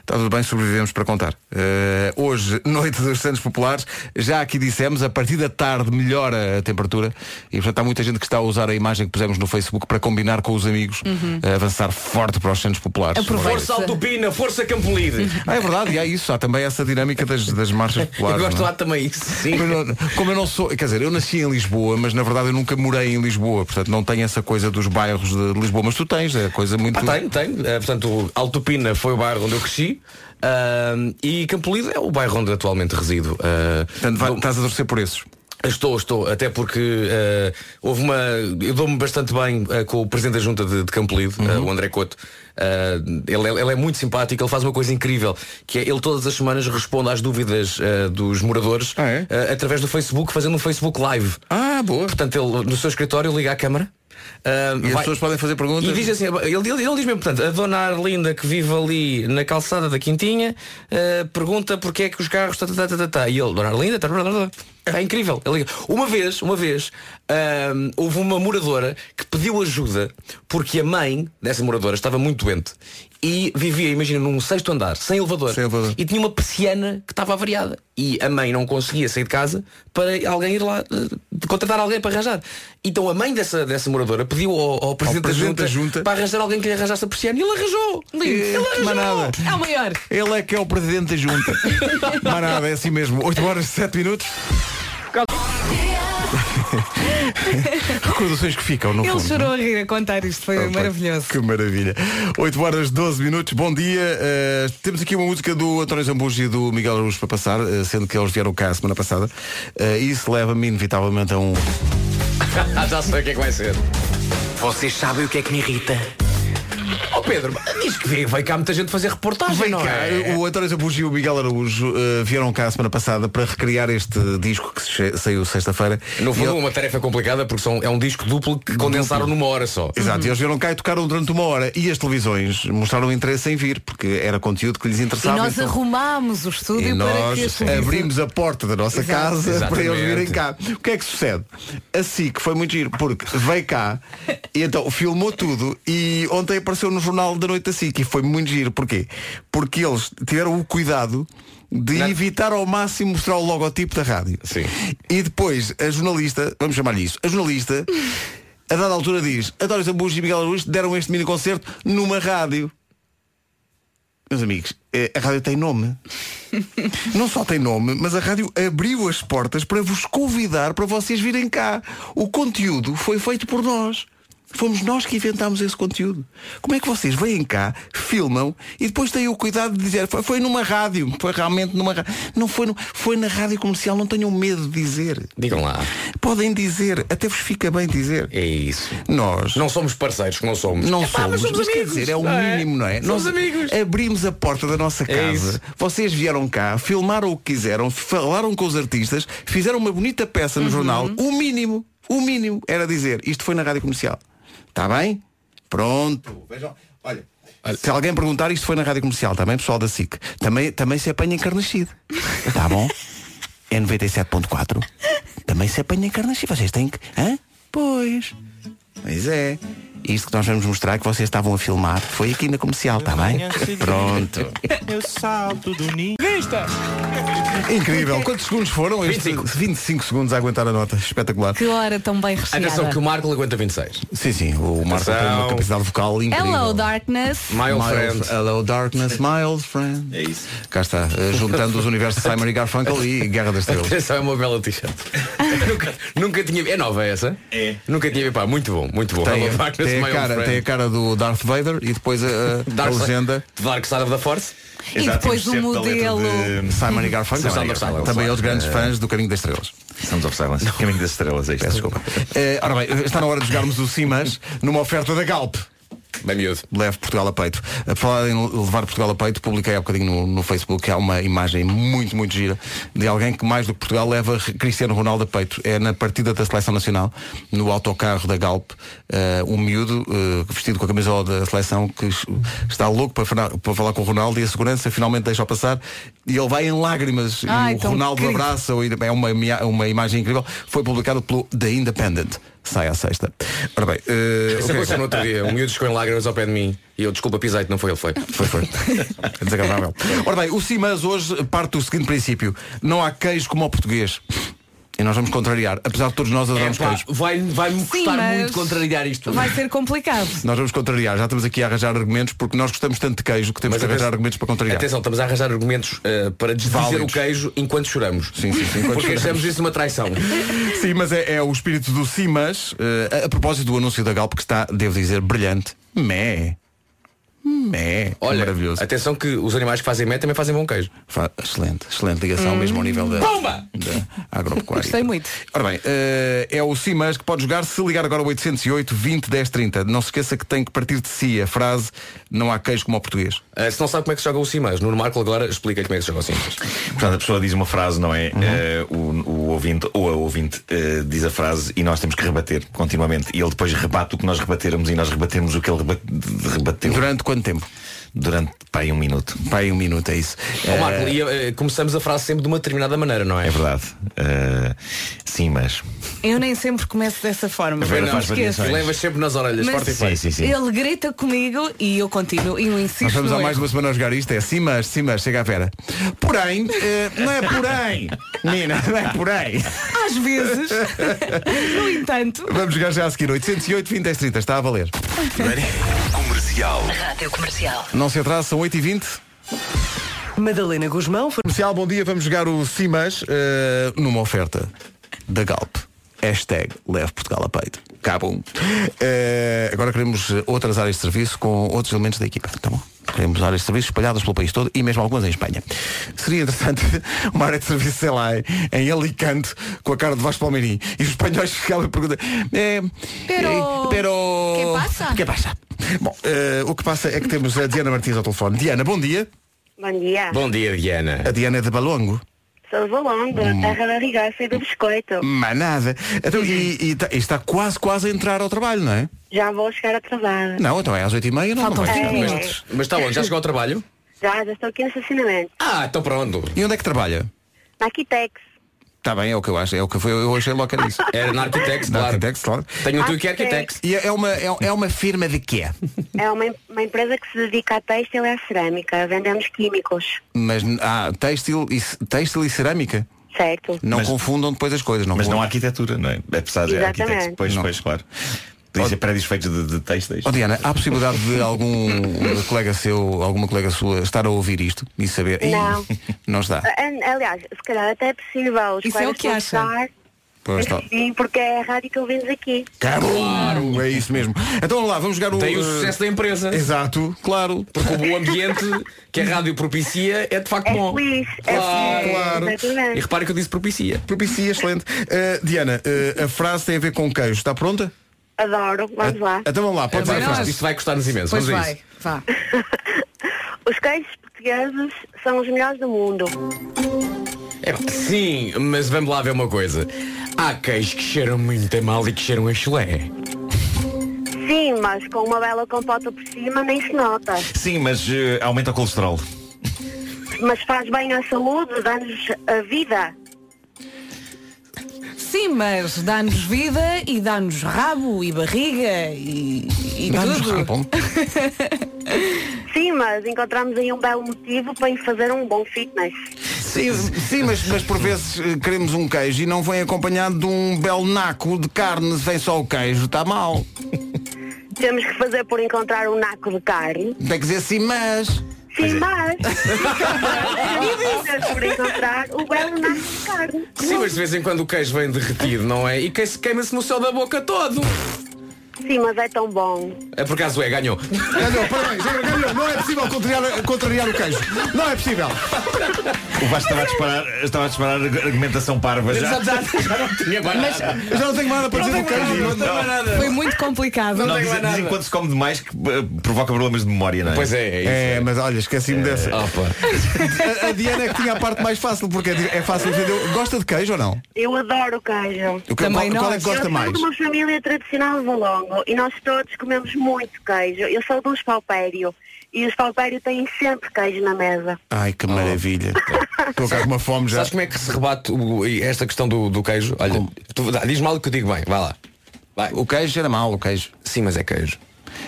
Speaker 1: Está tudo bem, sobrevivemos para contar. Ah, hoje, noite dos Santos Populares, já aqui dissemos, a partir da tarde melhora a temperatura e portanto há muita gente que está a usar a imagem que pusemos no Facebook para combinar com os amigos
Speaker 2: Uhum.
Speaker 1: a avançar forte para os Santos Populares.
Speaker 4: Aproveita.
Speaker 2: Força Altupina, Força Campolide.
Speaker 1: Ah, é verdade, e há isso, há também essa dinâmica das, das marchas
Speaker 2: Eu
Speaker 1: populares.
Speaker 2: gosto
Speaker 1: não é?
Speaker 2: lá também isso. Sim.
Speaker 1: Mas não- Como eu não sou, quer dizer, eu nasci em Lisboa, mas na verdade eu nunca morei em Lisboa, portanto não tenho essa coisa dos bairros de Lisboa, mas tu tens, é coisa muito.
Speaker 2: Ah, tenho, tenho. Eh, portanto, Altupina foi o bairro onde eu cresci. ah, e Campolide é o bairro onde atualmente resido. Ah,
Speaker 1: Portanto, vai- estás a torcer por esses.
Speaker 2: Estou, estou, até porque eh, houve uma. Eu dou-me bastante bem eh, com o presidente da junta de, de Campolide, eh,
Speaker 1: Uhum.
Speaker 2: o André Couto. Eh, ele, é- ele é muito simpático, ele faz uma coisa incrível, que é ele todas as semanas responde às dúvidas eh, dos moradores
Speaker 1: Ah, é?
Speaker 2: eh, através do Facebook, fazendo um Facebook Live.
Speaker 1: Ah, boa.
Speaker 2: Portanto, ele no seu escritório liga à câmara. eh,
Speaker 1: E as
Speaker 2: vai-
Speaker 1: pessoas podem fazer perguntas.
Speaker 2: e diz assim, ele, ele, ele diz mesmo, portanto, a dona Arlinda que vive ali na calçada da Quintinha eh, pergunta porque é que os carros. Tá, tá, tá, tá, tá, tá. E ele, dona Arlinda, tá, tá, tá, tá. é incrível. Ele liga. uma vez, uma vez, ahm, houve uma moradora que pediu ajuda porque a mãe dessa moradora estava muito doente e vivia, imagina, num sexto andar, sem elevador,
Speaker 1: Sem elevador.
Speaker 2: e tinha uma persiana que estava avariada. E a mãe não conseguia sair de casa para alguém ir lá, eh, contratar alguém para arranjar. Então a mãe dessa, dessa moradora pediu ao, ao presidente,
Speaker 1: presidente
Speaker 2: da
Speaker 1: da
Speaker 2: junta,
Speaker 1: junta.
Speaker 2: para arranjar alguém que lhe arranjasse a persiana. E ele arranjou! Lindo!
Speaker 1: Eh,
Speaker 2: Ele arranjou!
Speaker 1: manada.
Speaker 4: É o maior.
Speaker 1: Ele é que é o presidente da junta. Mas nada, é assim mesmo. 8 horas e 7 minutos. Recordações que ficam, É no
Speaker 4: Ele
Speaker 1: fundo. Ah,
Speaker 4: chorou a rir a contar isto, foi
Speaker 1: Opa,
Speaker 4: maravilhoso.
Speaker 1: Que maravilha. 8 horas 12 minutos, bom dia. Uh, temos aqui uma música do António Zambujo e do Miguel Araújo para passar, uh, sendo que eles vieram cá a semana passada. Uh, isso leva-me inevitavelmente a um.
Speaker 2: Ah, já sei o que é que vai ser.
Speaker 5: Vocês sabem o que é que me irrita?
Speaker 2: Oh Pedro, diz que veio, veio cá muita gente fazer reportagem,
Speaker 1: Vem
Speaker 2: não
Speaker 1: cá,
Speaker 2: é?
Speaker 1: O António Zambujo e o Miguel Araújo uh, vieram cá a semana passada para recriar este disco que se- saiu sexta-feira.
Speaker 2: No
Speaker 1: E
Speaker 2: fundo,
Speaker 1: ele-
Speaker 2: uma tarefa complicada porque são, é um disco duplo que condensaram numa hora só.
Speaker 1: Exato, e eles vieram cá e tocaram durante uma hora e as televisões mostraram interesse em vir, porque era conteúdo que lhes
Speaker 4: E
Speaker 1: interessava.
Speaker 4: nós
Speaker 1: então-
Speaker 4: arrumámos o estúdio
Speaker 1: E
Speaker 4: para que as
Speaker 1: nós
Speaker 4: pessoas-
Speaker 1: abrimos a porta da nossa casa para eles
Speaker 2: Exatamente.
Speaker 1: virem cá. O que é que sucede? A SIC foi muito giro, porque veio cá e então filmou tudo e ontem apareceu no jornal da noite da SIC e foi muito giro. Porquê? Porque eles tiveram o cuidado de evitar ao máximo mostrar o logotipo da rádio.
Speaker 2: Sim.
Speaker 1: E depois a jornalista, vamos chamar-lhe isso, a jornalista, a dada altura diz, António Zambujo e Miguel Araújo deram este mini concerto numa rádio. Meus amigos, eh, a rádio tem nome. Não só tem nome, mas a rádio abriu as portas para vos convidar para vocês virem cá. O conteúdo foi feito por nós. Fomos nós que inventámos esse conteúdo. Como é que vocês vêm cá, filmam e depois têm o cuidado de dizer foi, foi numa rádio, foi realmente numa rádio. Não foi, no- foi na rádio comercial, não tenham medo de dizer.
Speaker 2: Digam lá.
Speaker 1: Podem dizer, até vos fica bem dizer.
Speaker 2: É isso.
Speaker 1: Nós
Speaker 2: Não somos parceiros, que não somos.
Speaker 1: não
Speaker 2: Epá, mas
Speaker 1: somos, mas quer
Speaker 2: amigos,
Speaker 1: dizer, é o
Speaker 2: não
Speaker 1: mínimo, não é?
Speaker 2: Somos
Speaker 1: Nós
Speaker 2: amigos. É
Speaker 1: abrimos a porta da nossa casa,
Speaker 2: isso.
Speaker 1: vocês vieram cá, filmaram o que quiseram, falaram com os artistas, fizeram uma bonita peça no jornal, o mínimo, o mínimo era dizer, isto foi na rádio comercial. Está bem? Pronto. Vejam, olha. Se alguém perguntar, isto foi na rádio comercial, também pessoal da SIC. Também, também se apanha encarnascido. Está bom? É 97.4. Também se apanha encarnascido. Vocês têm que. Hã? Pois. Pois é. Isto que nós vamos mostrar que vocês estavam a filmar foi aqui na comercial, está bem? Pronto. Incrível. Quantos segundos foram? Este-
Speaker 2: 25.
Speaker 1: 25 segundos a aguentar a nota. Espetacular.
Speaker 4: Que hora tão
Speaker 1: é
Speaker 4: bem
Speaker 2: Atenção que o
Speaker 4: recheada.
Speaker 2: Marco aguenta 26.
Speaker 1: Sim, sim. O Marco tem uma
Speaker 2: Atenção.
Speaker 1: capacidade vocal incrível.
Speaker 4: Hello, Darkness.
Speaker 2: My old
Speaker 1: Miles-
Speaker 2: friend.
Speaker 1: Hello Darkness, my old friend. É isso. Cá está, eh, juntando os universos de Simon e Garfunkel e Guerra das Estrelas.
Speaker 2: Atenção, é uma bela t-shirt. nunca, nunca tinha. É nova essa? É. Nunca tinha. Pá, muito bom, muito bom. É
Speaker 1: Tem,
Speaker 2: Hello, Darkness,
Speaker 1: tem
Speaker 2: my
Speaker 1: a
Speaker 2: old
Speaker 1: cara,
Speaker 2: friend.
Speaker 1: tem a cara do Darth Vader e depois a, a, a
Speaker 2: Dark,
Speaker 1: legenda
Speaker 2: Dark Side of the Force.
Speaker 4: E depois o modelo.
Speaker 1: Simon e Garfunkel.
Speaker 2: Sound of Silence.
Speaker 1: Também eles grandes fãs do Caminho das Estrelas.
Speaker 3: Sounds of Eh, Silence. Caminho das Estrelas, é isto. desculpa.
Speaker 1: Eh, ora bem, está na hora de jogarmos o Simas numa oferta da Galp.
Speaker 2: Bem miúdo.
Speaker 1: Leve Portugal a peito. A falar em levar Portugal a peito, publiquei há bocadinho no, no Facebook que há uma imagem muito, muito gira de alguém que mais do que Portugal leva Cristiano Ronaldo a peito. É na partida da Seleção Nacional, no autocarro da Galp, eh, um miúdo eh, vestido com a camisola da Seleção que es- está louco para, fana- para falar com o Ronaldo e a segurança finalmente deixa-o passar e ele vai em lágrimas
Speaker 4: Ai,
Speaker 1: e o
Speaker 4: tão
Speaker 1: Ronaldo
Speaker 4: querido.
Speaker 1: abraça é uma, mia- uma imagem incrível. Foi publicado pelo The Independent. Sai à sexta. Ora bem, eh,
Speaker 2: Isso
Speaker 1: o que é que-
Speaker 2: aconteceu no outro dia. Um miúdo chegou em lágrimas ao pé de mim. E eu, desculpa, pisei não foi ele, foi.
Speaker 1: Foi, foi. É desagradável. Ora bem, o Simas hoje parte do seguinte princípio. Não há queijo como o português. E nós vamos contrariar. Apesar de todos nós adorarmos queijo.
Speaker 2: Vai-me
Speaker 4: Sim,
Speaker 2: custar
Speaker 4: mas
Speaker 2: muito contrariar isto.
Speaker 4: Vai ser complicado.
Speaker 1: Nós vamos contrariar. Já estamos aqui a arranjar argumentos porque nós gostamos tanto de queijo que temos
Speaker 2: Mas
Speaker 1: que arranjar
Speaker 2: atenção-
Speaker 1: argumentos para contrariar.
Speaker 2: Atenção, estamos a arranjar argumentos eh, para desdizer
Speaker 1: Válidos.
Speaker 2: o queijo enquanto choramos.
Speaker 1: Sim, sim, sim, enquanto
Speaker 2: Porque
Speaker 1: choramos.
Speaker 2: achamos isso uma traição.
Speaker 1: Sim, mas é, é o espírito do Simas. eh, a, a propósito do anúncio da Galp que está, devo dizer, brilhante. Mé. Hum, é,
Speaker 2: Olha,
Speaker 1: Olha, maravilhoso.
Speaker 2: atenção que os animais que fazem mel também fazem bom queijo.
Speaker 1: Fa- Excelente, excelente ligação mesmo ao nível da,
Speaker 2: Pumba!
Speaker 1: da agropecuária.
Speaker 4: Gostei muito.
Speaker 1: Ora bem, eh, é o Simas que pode jogar se ligar agora o 808 20 10 30. Não se esqueça que tem que partir de si a frase não há queijo como ao português.
Speaker 2: Ah, se não sabe como é que se joga o Simas, Nuno Marco agora explica-lhe como é que se joga o Simas.
Speaker 3: Portanto, a pessoa diz uma frase, não
Speaker 1: Uhum.
Speaker 3: é? Eh, o, o ouvinte ou a ouvinte eh, diz a frase e nós temos que rebater continuamente. E ele depois rebate o que nós rebatermos e nós rebatemos o que ele reba- rebateu durante,
Speaker 1: Durante quanto tempo?
Speaker 3: pá, aí um minuto.
Speaker 1: Para aí um minuto, é isso.
Speaker 2: Ó Marco, e, ah, começamos a frase sempre de uma determinada maneira, não é?
Speaker 3: É verdade. Eh, sim, mas.
Speaker 4: Eu nem sempre começo dessa forma.
Speaker 3: A Vera
Speaker 4: não
Speaker 3: faz
Speaker 4: me esqueço.
Speaker 3: variações.
Speaker 2: Levas sempre nas orelhas.
Speaker 4: Mas
Speaker 2: Forte e feio.
Speaker 3: Sim, sim, sim.
Speaker 4: Ele grita comigo e eu continuo. E eu insisto.
Speaker 1: Nós vamos
Speaker 4: no
Speaker 1: há mais de
Speaker 4: erro.
Speaker 1: uma semana a jogar isto, é Simas, Simas, chega à Vera. Porém, eh, não é porém, menina, não é porém.
Speaker 4: Às vezes. no entanto.
Speaker 1: Vamos jogar já a seguir, 808 20 10 30, está a valer.
Speaker 7: Comercial.
Speaker 6: Rádio Comercial.
Speaker 1: Não se atrasa, são 8 e 20
Speaker 10: Madalena Guzmão,
Speaker 1: Comercial, bom dia, vamos jogar o Simas eh, numa oferta da Galp. Hashtag leve Portugal a peito. Cabum. Eh, agora queremos eh, outras áreas de serviço com outros elementos da equipa, tá bom? Queremos áreas de serviço espalhadas pelo país todo e mesmo algumas em Espanha. Seria interessante uma área de serviço, sei lá, em Alicante, com a cara de Vasco Palmeirim. E os espanhóis ficavam a perguntar. eh,
Speaker 11: Pero-
Speaker 1: eh, pero...
Speaker 11: Que passa?
Speaker 1: Que passa? Bom, eh, o que passa é que temos a Diana Martins ao telefone. Diana, bom dia.
Speaker 11: Bom dia.
Speaker 2: Bom dia, Diana.
Speaker 1: A Diana é de Balongo.
Speaker 11: Sou Valongo,
Speaker 2: Hum.
Speaker 11: terra da rigaça e do biscoito.
Speaker 1: Mas nada. Então, e, e tá- e está quase, quase a entrar ao trabalho, não é?
Speaker 11: Já vou chegar atrasada.
Speaker 1: Não, então é às 8h30, não, não
Speaker 4: Faltam
Speaker 1: vai
Speaker 4: cinco
Speaker 1: ficar.
Speaker 11: minutos.
Speaker 2: Mas, mas está onde? Já chegou ao trabalho?
Speaker 11: Já, já estou aqui no estacionamento.
Speaker 2: Ah, então pronto.
Speaker 1: E onde é que trabalha?
Speaker 11: Na Quitex.
Speaker 1: Está bem, é o que eu acho, é o que foi, eu achei logo que era isso.
Speaker 2: Era na Arquitex,
Speaker 1: Da
Speaker 2: claro.
Speaker 1: Arquitex, claro.
Speaker 2: Tenho um tu que é
Speaker 11: Arquitex.
Speaker 2: Arquitex.
Speaker 1: E é é uma, é, é uma firma de quê?
Speaker 11: É uma, em- uma empresa que se dedica a têxtil e à cerâmica. Vendemos químicos,
Speaker 1: Mas, ah, têxtil e, c- têxtil e cerâmica.
Speaker 11: certo?
Speaker 1: Não
Speaker 3: Mas-
Speaker 1: confundam depois as coisas, não
Speaker 3: Mas não há
Speaker 1: confundam.
Speaker 3: arquitetura, não é? Apesar de
Speaker 11: Exatamente.
Speaker 3: arquitetos, pois,
Speaker 1: Não.
Speaker 3: pois, claro. Podia ser prédios feitos de, de têxteis.
Speaker 1: Oh, Diana, há possibilidade de algum colega seu, alguma colega sua estar a ouvir isto e saber? Ih,
Speaker 11: Não.
Speaker 1: Não está.
Speaker 11: A- Ah, an- Aliás, se calhar até é possível. Os
Speaker 4: Isso é o
Speaker 11: colegas
Speaker 4: que
Speaker 11: vão
Speaker 4: acha?
Speaker 11: gostar.
Speaker 1: Pois
Speaker 2: tá.
Speaker 1: está.
Speaker 11: Sim, porque é a rádio que ouvimos aqui.
Speaker 1: Claro, é isso mesmo. Então vamos lá, vamos jogar o.
Speaker 2: Tem o
Speaker 1: eh,
Speaker 2: sucesso da empresa.
Speaker 1: Exato, claro.
Speaker 2: Porque o ambiente que a rádio propicia é de facto
Speaker 11: É
Speaker 2: bom.
Speaker 11: feliz.
Speaker 2: Claro,
Speaker 11: é feliz.
Speaker 1: claro.
Speaker 11: Exatamente.
Speaker 2: E repare que eu disse propicia.
Speaker 1: Propicia, excelente. Uh, Diana, uh, a frase tem a ver com queijo. Está pronta?
Speaker 11: Adoro. Vamos lá.
Speaker 1: Então vamos lá, pode ser a
Speaker 2: Vai,
Speaker 1: frase.
Speaker 4: nós.
Speaker 2: Fausto, É isto vai custar-nos imenso.
Speaker 4: Pois
Speaker 2: Vamos a
Speaker 4: vai.
Speaker 2: isso.
Speaker 4: Vá.
Speaker 11: Os queijos portugueses são os melhores do mundo.
Speaker 2: É, sim, mas vamos lá ver uma coisa. Há queijos que cheiram muito a mal e que cheiram a chulé.
Speaker 11: Sim, mas com uma bela compota por cima nem se nota.
Speaker 3: Sim, mas eh, aumenta o colesterol.
Speaker 11: Mas faz bem à saúde, dá-nos a vida.
Speaker 4: Sim, mas dá-nos vida e dá-nos rabo e barriga e, e
Speaker 1: Dá-nos
Speaker 4: tudo.
Speaker 1: rabo.
Speaker 11: Sim, mas encontramos aí um belo motivo para ir fazer um bom fitness.
Speaker 1: Sim, sim mas, mas por vezes uh, queremos um queijo e não vem acompanhado de um belo naco de carne sem só o queijo. Está mal.
Speaker 11: Temos que fazer por encontrar um naco de carne.
Speaker 1: Tem que dizer sim, mas.
Speaker 11: Sim, mas. Temos por encontrar o belo naco de carne.
Speaker 2: Sim, mas de vez em quando o queijo vem derretido, não é? E queijo queima-se no céu da boca todo.
Speaker 11: Sim, mas é tão bom.
Speaker 2: É por acaso é, ganhou.
Speaker 1: Ganhou, parabéns, ganhou. Não é possível contrariar, contrariar o queijo. Não é possível.
Speaker 3: O Vasco estava a disparar, estava a disparar argumentação parva já.
Speaker 2: Já, já, já não tinha mais nada.
Speaker 1: Eu já não tenho mais nada para dizer do queijo.
Speaker 2: não, não, nada.
Speaker 4: Foi muito complicado.
Speaker 3: Não,
Speaker 2: tem
Speaker 3: dizem,
Speaker 2: mais
Speaker 3: dizem
Speaker 2: nada.
Speaker 3: que quando se come demais que eh, provoca problemas de memória, não é?
Speaker 2: Pois é, é isso.
Speaker 1: É, mas olha, esqueci-me dessa.
Speaker 2: Opa.
Speaker 1: A, a Diana é que tinha a parte mais fácil, porque é fácil entender. Gosta de queijo ou não?
Speaker 11: Eu adoro queijo.
Speaker 1: O que-
Speaker 4: Também
Speaker 1: qual, qual é
Speaker 4: nós.
Speaker 1: que gosta
Speaker 11: eu sou
Speaker 1: mais?
Speaker 11: de uma família tradicional de Valongo e nós todos comemos muito queijo. Eu sou de um espalpério e o espalpério tem sempre queijo na mesa.
Speaker 1: Ai, que maravilha. Estou cá com uma fome já.
Speaker 2: Sabes como é que se rebate o- esta questão do, do queijo? Olha, tu- dá, diz mal o que eu digo bem, vai lá. Vai.
Speaker 1: O queijo era mau, o queijo.
Speaker 2: Sim, mas é queijo.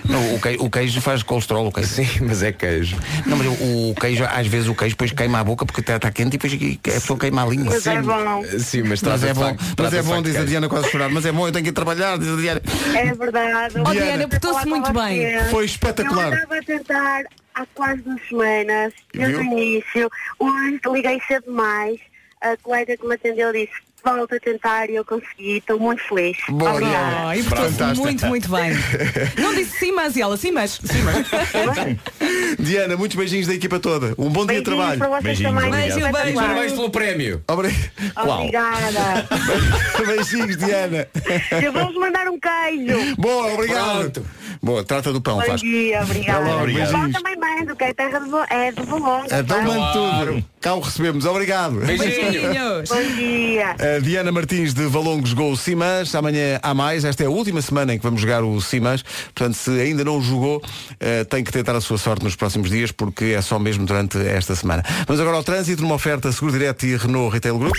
Speaker 1: Não, o queijo, o queijo faz colesterol, o queijo.
Speaker 2: Sim, mas é queijo.
Speaker 1: Não, mas o, o queijo, às vezes o queijo depois queima a boca porque está tá quente e depois a pessoa queima a língua.
Speaker 11: Mas é bom.
Speaker 2: Sim, mas,
Speaker 1: Mas
Speaker 2: trata de
Speaker 1: é bom,
Speaker 2: facto-
Speaker 1: mas
Speaker 2: trata
Speaker 1: é
Speaker 2: de
Speaker 1: bom,
Speaker 2: facto
Speaker 1: diz a
Speaker 2: queijo.
Speaker 1: Diana quase a chorar, mas é bom, eu tenho que ir trabalhar, diz a Diana.
Speaker 11: É verdade.
Speaker 1: Oh, Diana,
Speaker 4: portou-se muito bem.
Speaker 1: Foi espetacular.
Speaker 11: Eu andava a tentar há quase duas semanas, desde
Speaker 1: Viu?
Speaker 11: o início. Hoje liguei cedo demais. A colega que me atendeu disse, volto a tentar e eu consegui, estou muito feliz.
Speaker 4: Boa, Ah, e portanto, muito, muito bem. Não disse sim, mas e ela, sim, mas. Sim, mas.
Speaker 1: Diana, muitos beijinhos da equipa toda. Um bom dia de
Speaker 11: Beijinhos
Speaker 1: trabalho.
Speaker 11: para vocês Beijinhos, também.
Speaker 2: obrigado. Beijo, beijo. Parabéns
Speaker 1: pelo prémio. Qual?
Speaker 11: Obrigada.
Speaker 1: Beijinhos, Diana.
Speaker 11: Eu vou-vos mandar um queijo.
Speaker 1: Boa, obrigado. Boa, trata do pão,
Speaker 11: Bom
Speaker 1: faz.
Speaker 11: dia,
Speaker 1: Até
Speaker 11: obrigada.
Speaker 1: logo,
Speaker 11: Bom,
Speaker 1: beijinhos.
Speaker 11: também mando, que é terra de, Vo- é de Valongo.
Speaker 1: Então
Speaker 11: tá?
Speaker 1: mande tudo. Cá o recebemos. Obrigado.
Speaker 11: Bom dia.
Speaker 1: A Diana Martins de Valongo jogou o Simas, amanhã há mais, esta é a última semana em que vamos jogar o Simas, portanto se ainda não o jogou, eh, tem que tentar a sua sorte nos próximos dias, porque é só mesmo durante esta semana. Vamos agora ao trânsito, numa oferta Seguro Direto e Renault Retail Group.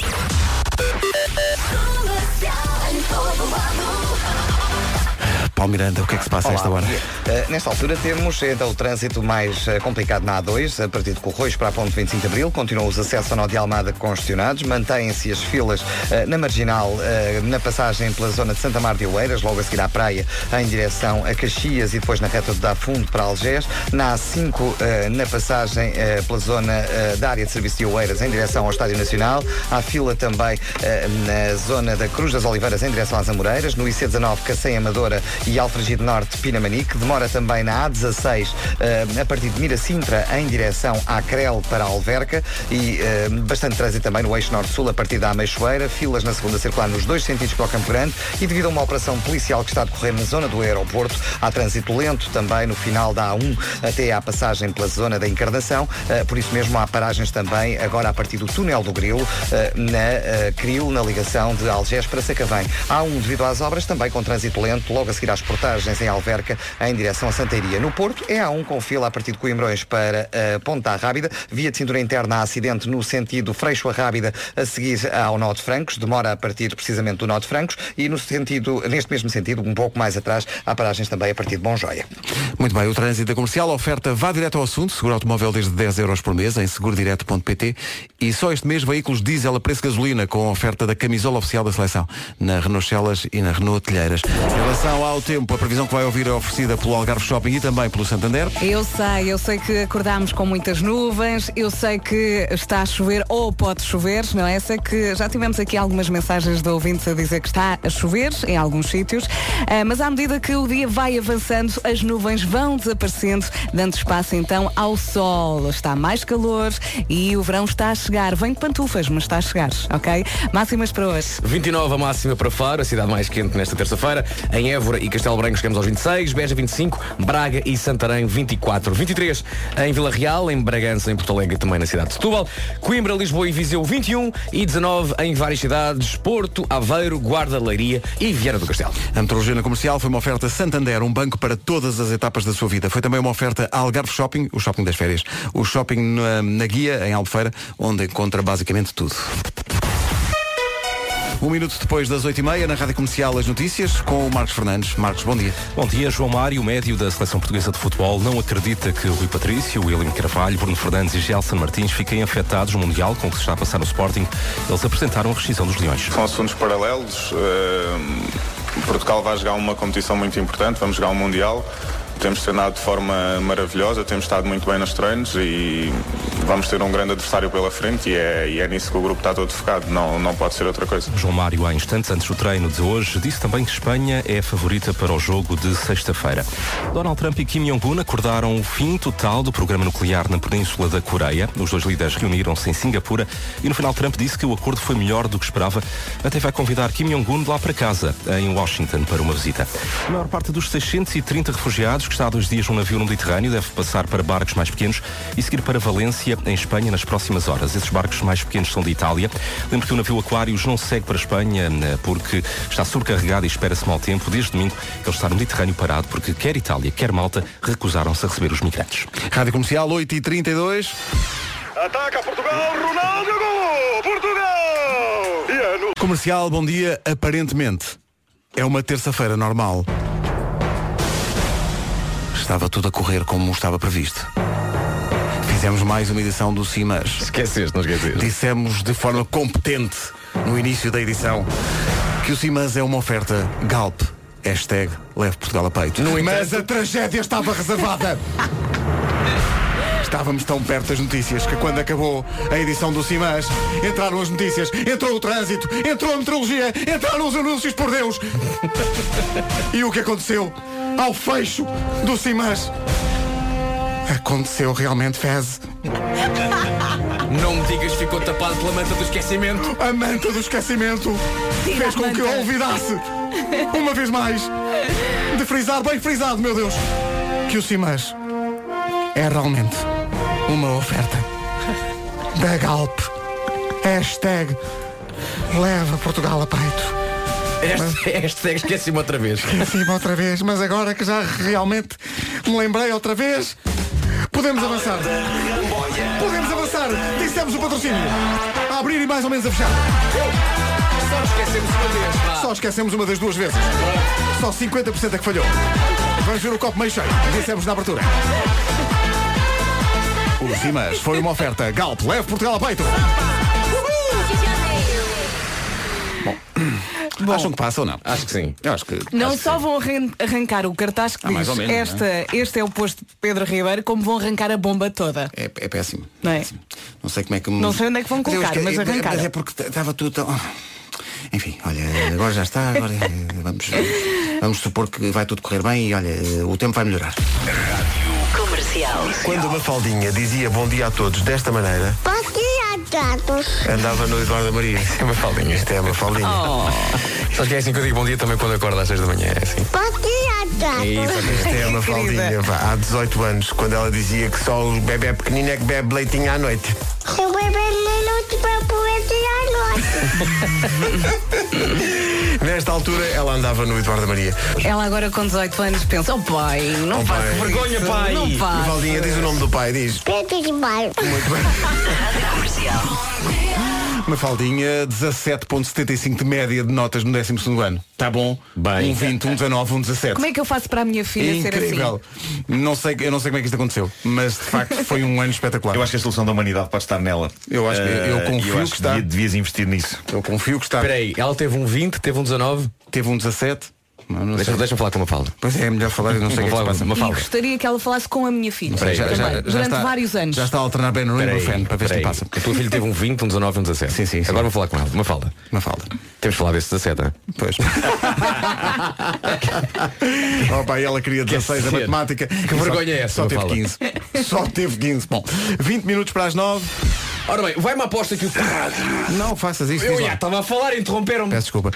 Speaker 1: Paulo Miranda, o que é que se passa a
Speaker 12: Olá,
Speaker 1: esta hora?
Speaker 12: bom dia. Eh, nesta altura temos eh, então o trânsito mais eh, complicado na A2, a partir de Corroios para a ponte 25 de Abril. Continuam os acessos ao Nó de Almada congestionados. Mantêm-se as filas eh, na marginal, eh, na passagem pela zona de Santa Mar de Oeiras, logo a seguir à praia, em direção a Caxias e depois na reta do Dafundo para Algés. Na A5, eh, na passagem eh, pela zona eh, da área de serviço de Oeiras, em direção ao Estádio Nacional. Há fila também eh, na zona da Cruz das Oliveiras, em direção às Amoreiras. No IC19, Cacém Amadora e Alfragido Norte, Pinamanique. Demora também na A16, eh, a partir de Mira Sintra, em direção à Crel para a Alverca. E eh, bastante trânsito também no eixo Norte-Sul, a partir da Ameixoeira. Filas na segunda circular nos dois sentidos para o Campo Grande. E devido a uma operação policial que está a decorrer na zona do aeroporto, há trânsito lento também no final da A1 até à passagem pela zona da Encarnação. Eh, por isso mesmo há paragens também agora a partir do túnel do Grilo, eh, na eh, Cril, na ligação de Algés para Sacavém. Há um devido às obras, também com trânsito lento, logo a seguir às portagens em Alverca, em direção a Santeiria. No Porto, é A1 com fila a partir de Coimbrões para eh, Ponta Rábida, via de cintura interna há acidente no sentido Freixo a Rábida, a seguir ao Nó de Francos, demora a partir precisamente do Nó de Francos, e no sentido, neste mesmo sentido, um pouco mais atrás, há paragens também a partir de Bonjoia.
Speaker 1: Muito bem, o trânsito da comercial, a oferta vá direto ao assunto, seguro automóvel desde 10 euros por mês em segurodireto.pt e só este mês veículos diesel a preço de gasolina com a oferta da camisola oficial da seleção na Renault Celas e na Renault Telheiras. Em relação ao tempo, a previsão que vai ouvir é oferecida pelo Algarve Shopping e também pelo Santander.
Speaker 4: Eu sei, eu sei que acordámos com muitas nuvens, eu sei que está a chover ou pode chover, não é? Sei que já tivemos aqui algumas mensagens de ouvintes a dizer que está a chover em alguns sítios, eh, mas à medida que o dia vai avançando, as nuvens vão desaparecendo, dando espaço então ao sol. Está mais calor e o verão está a chegar. Vem de pantufas, mas está a chegar, ok? Máximas para hoje.
Speaker 2: 29 a máxima para Faro, a cidade mais quente nesta terça-feira. Em Évora e Castelo Branco chegamos aos 26, Beja 25, Braga e Santarém 24. 23 em Vila Real, em Bragança, em Porto Alegre e também na cidade de Setúbal. Coimbra, Lisboa e Viseu 21 e 19 em várias cidades, Porto, Aveiro, Guarda, Leiria e Vieira do Castelo.
Speaker 1: A metrologia na comercial foi uma oferta Santander, um banco para todas as etapas da sua vida. Foi também uma oferta Algarve Shopping, o shopping das férias. O shopping na, na Guia, em Albufeira, onde encontra basicamente tudo. Um minuto depois das 8h30, na Rádio Comercial, as notícias com o Marcos Fernandes. Marcos, bom dia.
Speaker 7: Bom dia, João Mário, médio da Seleção Portuguesa de Futebol, não acredita que Rui Patrício, William Carvalho, Bruno Fernandes e Gelson Martins fiquem afetados no Mundial com o que se está a passar no Sporting. Eles apresentaram a rescisão dos Leões.
Speaker 13: São assuntos paralelos. eh, Portugal vai jogar uma competição muito importante, vamos jogar um Mundial. Temos treinado de forma maravilhosa, temos estado muito bem nos treinos e vamos ter um grande adversário pela frente e é, e é nisso que o grupo está todo focado, não, não pode ser outra coisa.
Speaker 7: João Mário, há instantes antes do treino de hoje, disse também que Espanha é a favorita para o jogo de sexta-feira. Donald Trump e Kim Jong-un acordaram o fim total do programa nuclear na Península da Coreia. Os dois líderes reuniram-se em Singapura e no final Trump disse que o acordo foi melhor do que esperava. Até vai convidar Kim Jong-un lá para casa, em Washington, para uma visita. A maior parte dos 630 refugiados que está há dois dias num navio no Mediterrâneo deve passar para barcos mais pequenos e seguir para Valência, em Espanha, nas próximas horas. Esses barcos mais pequenos são de Itália. Lembro que o navio Aquários não segue para a Espanha né, porque está sobrecarregado e espera-se mau tempo. Desde domingo, ele está no Mediterrâneo parado porque quer Itália, quer Malta, recusaram-se a receber os migrantes.
Speaker 1: Rádio Comercial, 8h32.
Speaker 14: Ataca Portugal, Ronaldo, gol! Portugal! E é no
Speaker 1: Comercial, bom dia. Aparentemente, é uma terça-feira normal. Estava tudo a correr como estava previsto. Fizemos mais uma edição do Simas.
Speaker 2: Esqueceste, não esqueceste.
Speaker 1: Dissemos de forma competente no início da edição que o Simas é uma oferta Galp. Hashtag leve Portugal a peito.
Speaker 15: No
Speaker 1: Mas
Speaker 15: entanto-
Speaker 1: a tragédia estava reservada. Estávamos tão perto das notícias que quando acabou a edição do Simãs, entraram as notícias, entrou o trânsito, entrou a meteorologia, entraram os anúncios, por Deus! e o que aconteceu ao fecho do Simãs? Aconteceu realmente, Fez.
Speaker 2: Não me digas que ficou tapado pela manta do esquecimento.
Speaker 1: A manta do esquecimento fez com que eu olvidasse, uma vez mais, de frisar, bem frisado, meu Deus, que o Simãs é realmente uma oferta da Galp. Hashtag leva Portugal a preto.
Speaker 2: Este, este é que esqueci-me outra vez.
Speaker 1: Esqueci-me outra vez, mas agora que já realmente me lembrei outra vez, podemos avançar. Podemos avançar. Dissemos o patrocínio. A abrir e mais ou menos a fechar.
Speaker 2: Só esquecemos uma vez. pá.
Speaker 1: Só esquecemos uma das duas vezes. Só 50% é que falhou. Vamos ver o copo meio cheio. Dissemos na abertura. O Simas foi uma oferta. Galp, leve Portugal a peito. Acham que passa ou não?
Speaker 2: Acho que sim.
Speaker 1: Acho que
Speaker 4: Não só vão arran- arrancar o cartaz que
Speaker 1: Ah, mais
Speaker 4: diz
Speaker 1: ou menos,
Speaker 4: esta, este é o posto de Pedro Ribeiro, como vão arrancar a bomba toda.
Speaker 1: é, é péssimo.
Speaker 4: Não é?
Speaker 1: Não sei como é que...
Speaker 4: Não sei onde é que vão
Speaker 1: eu
Speaker 4: colocar,
Speaker 1: esque-
Speaker 4: mas arrancaram.
Speaker 1: Mas é porque estava tudo tão... Enfim, olha, agora já está, agora eh, vamos, vamos supor que vai tudo correr bem e olha, eh, o tempo vai melhorar.
Speaker 6: Comercial.
Speaker 15: Quando a Mafaldinha dizia bom dia a todos desta maneira,
Speaker 9: Posso ir a tratos?
Speaker 15: andava no Eduardo Maria. Isto é a Mafaldinha. Isto é a Mafaldinha.
Speaker 4: Oh.
Speaker 16: Sabes que é assim que eu digo bom dia também quando acordo às 6 da manhã, é assim.
Speaker 9: Posso ir a
Speaker 15: Isto é a Mafaldinha. vá, há 18 anos, quando ela dizia que só o bebê pequenino é que bebe leitinho à noite.
Speaker 9: Eu bebo na noite para poder tirar
Speaker 15: Nesta altura, ela andava no Eduardo Maria.
Speaker 4: Ela agora com 18 anos pensa, oh pai, não
Speaker 1: É
Speaker 15: Oh,
Speaker 4: faço
Speaker 15: pai.
Speaker 4: vergonha, pai. Não faço.
Speaker 15: Mafaldinha, diz o nome do pai, diz.
Speaker 9: Pedro Ribeiro.
Speaker 15: Muito bem.
Speaker 1: Mafaldinha, 17.75 de média de notas no 12 ano. Está bom? Bem. Um 20, um 19, um 17.
Speaker 4: Como é que assim? eu faço para a minha filha
Speaker 1: Incrível. Não sei, eu não sei como é que isto aconteceu, mas de facto foi um ano espetacular.
Speaker 3: Eu acho que a solução da humanidade pode estar nela.
Speaker 1: Eu acho que- eu
Speaker 3: Eh,
Speaker 1: confio
Speaker 3: e eu acho
Speaker 1: que está.
Speaker 3: devia- Devias investir nisso.
Speaker 1: Eu confio que está.
Speaker 2: Espera aí, ela teve um 20, teve um 19.
Speaker 1: Tá. Teve um 17.
Speaker 2: Deixa-me falar com uma falda.
Speaker 1: Pois é, é melhor falar, eu não sei o que é que se
Speaker 2: Uma
Speaker 1: passa.
Speaker 2: falda, uma
Speaker 4: assim? E gostaria que ela falasse com a minha filha.
Speaker 1: Peraí, já-
Speaker 4: também,
Speaker 1: já- já
Speaker 4: durante
Speaker 1: está-
Speaker 4: vários anos.
Speaker 1: Já está a alternar bem no
Speaker 2: Peraí,
Speaker 1: Ibuprofen para ver se
Speaker 2: peraí.
Speaker 1: passa.
Speaker 2: O teu filho teve um 20, um 19, um 17. Sim, sim. Agora vou falar com ela. Uma falda.
Speaker 1: Uma falda.
Speaker 2: Temos de falar desse 17, não é?
Speaker 1: Pois. Opa, e ela queria 16 a
Speaker 2: ser.
Speaker 1: matemática.
Speaker 2: Que
Speaker 1: E só-
Speaker 2: vergonha é essa,
Speaker 1: Só teve
Speaker 2: Mafalda?
Speaker 1: 15. Só teve 15. Bom, 20 minutos para as 9.
Speaker 2: Ora bem, vai uma aposta que o.
Speaker 1: Não faças isto.
Speaker 2: Eu
Speaker 1: diz lá.
Speaker 2: já estava a falar, interromperam-me.
Speaker 1: Peço desculpa.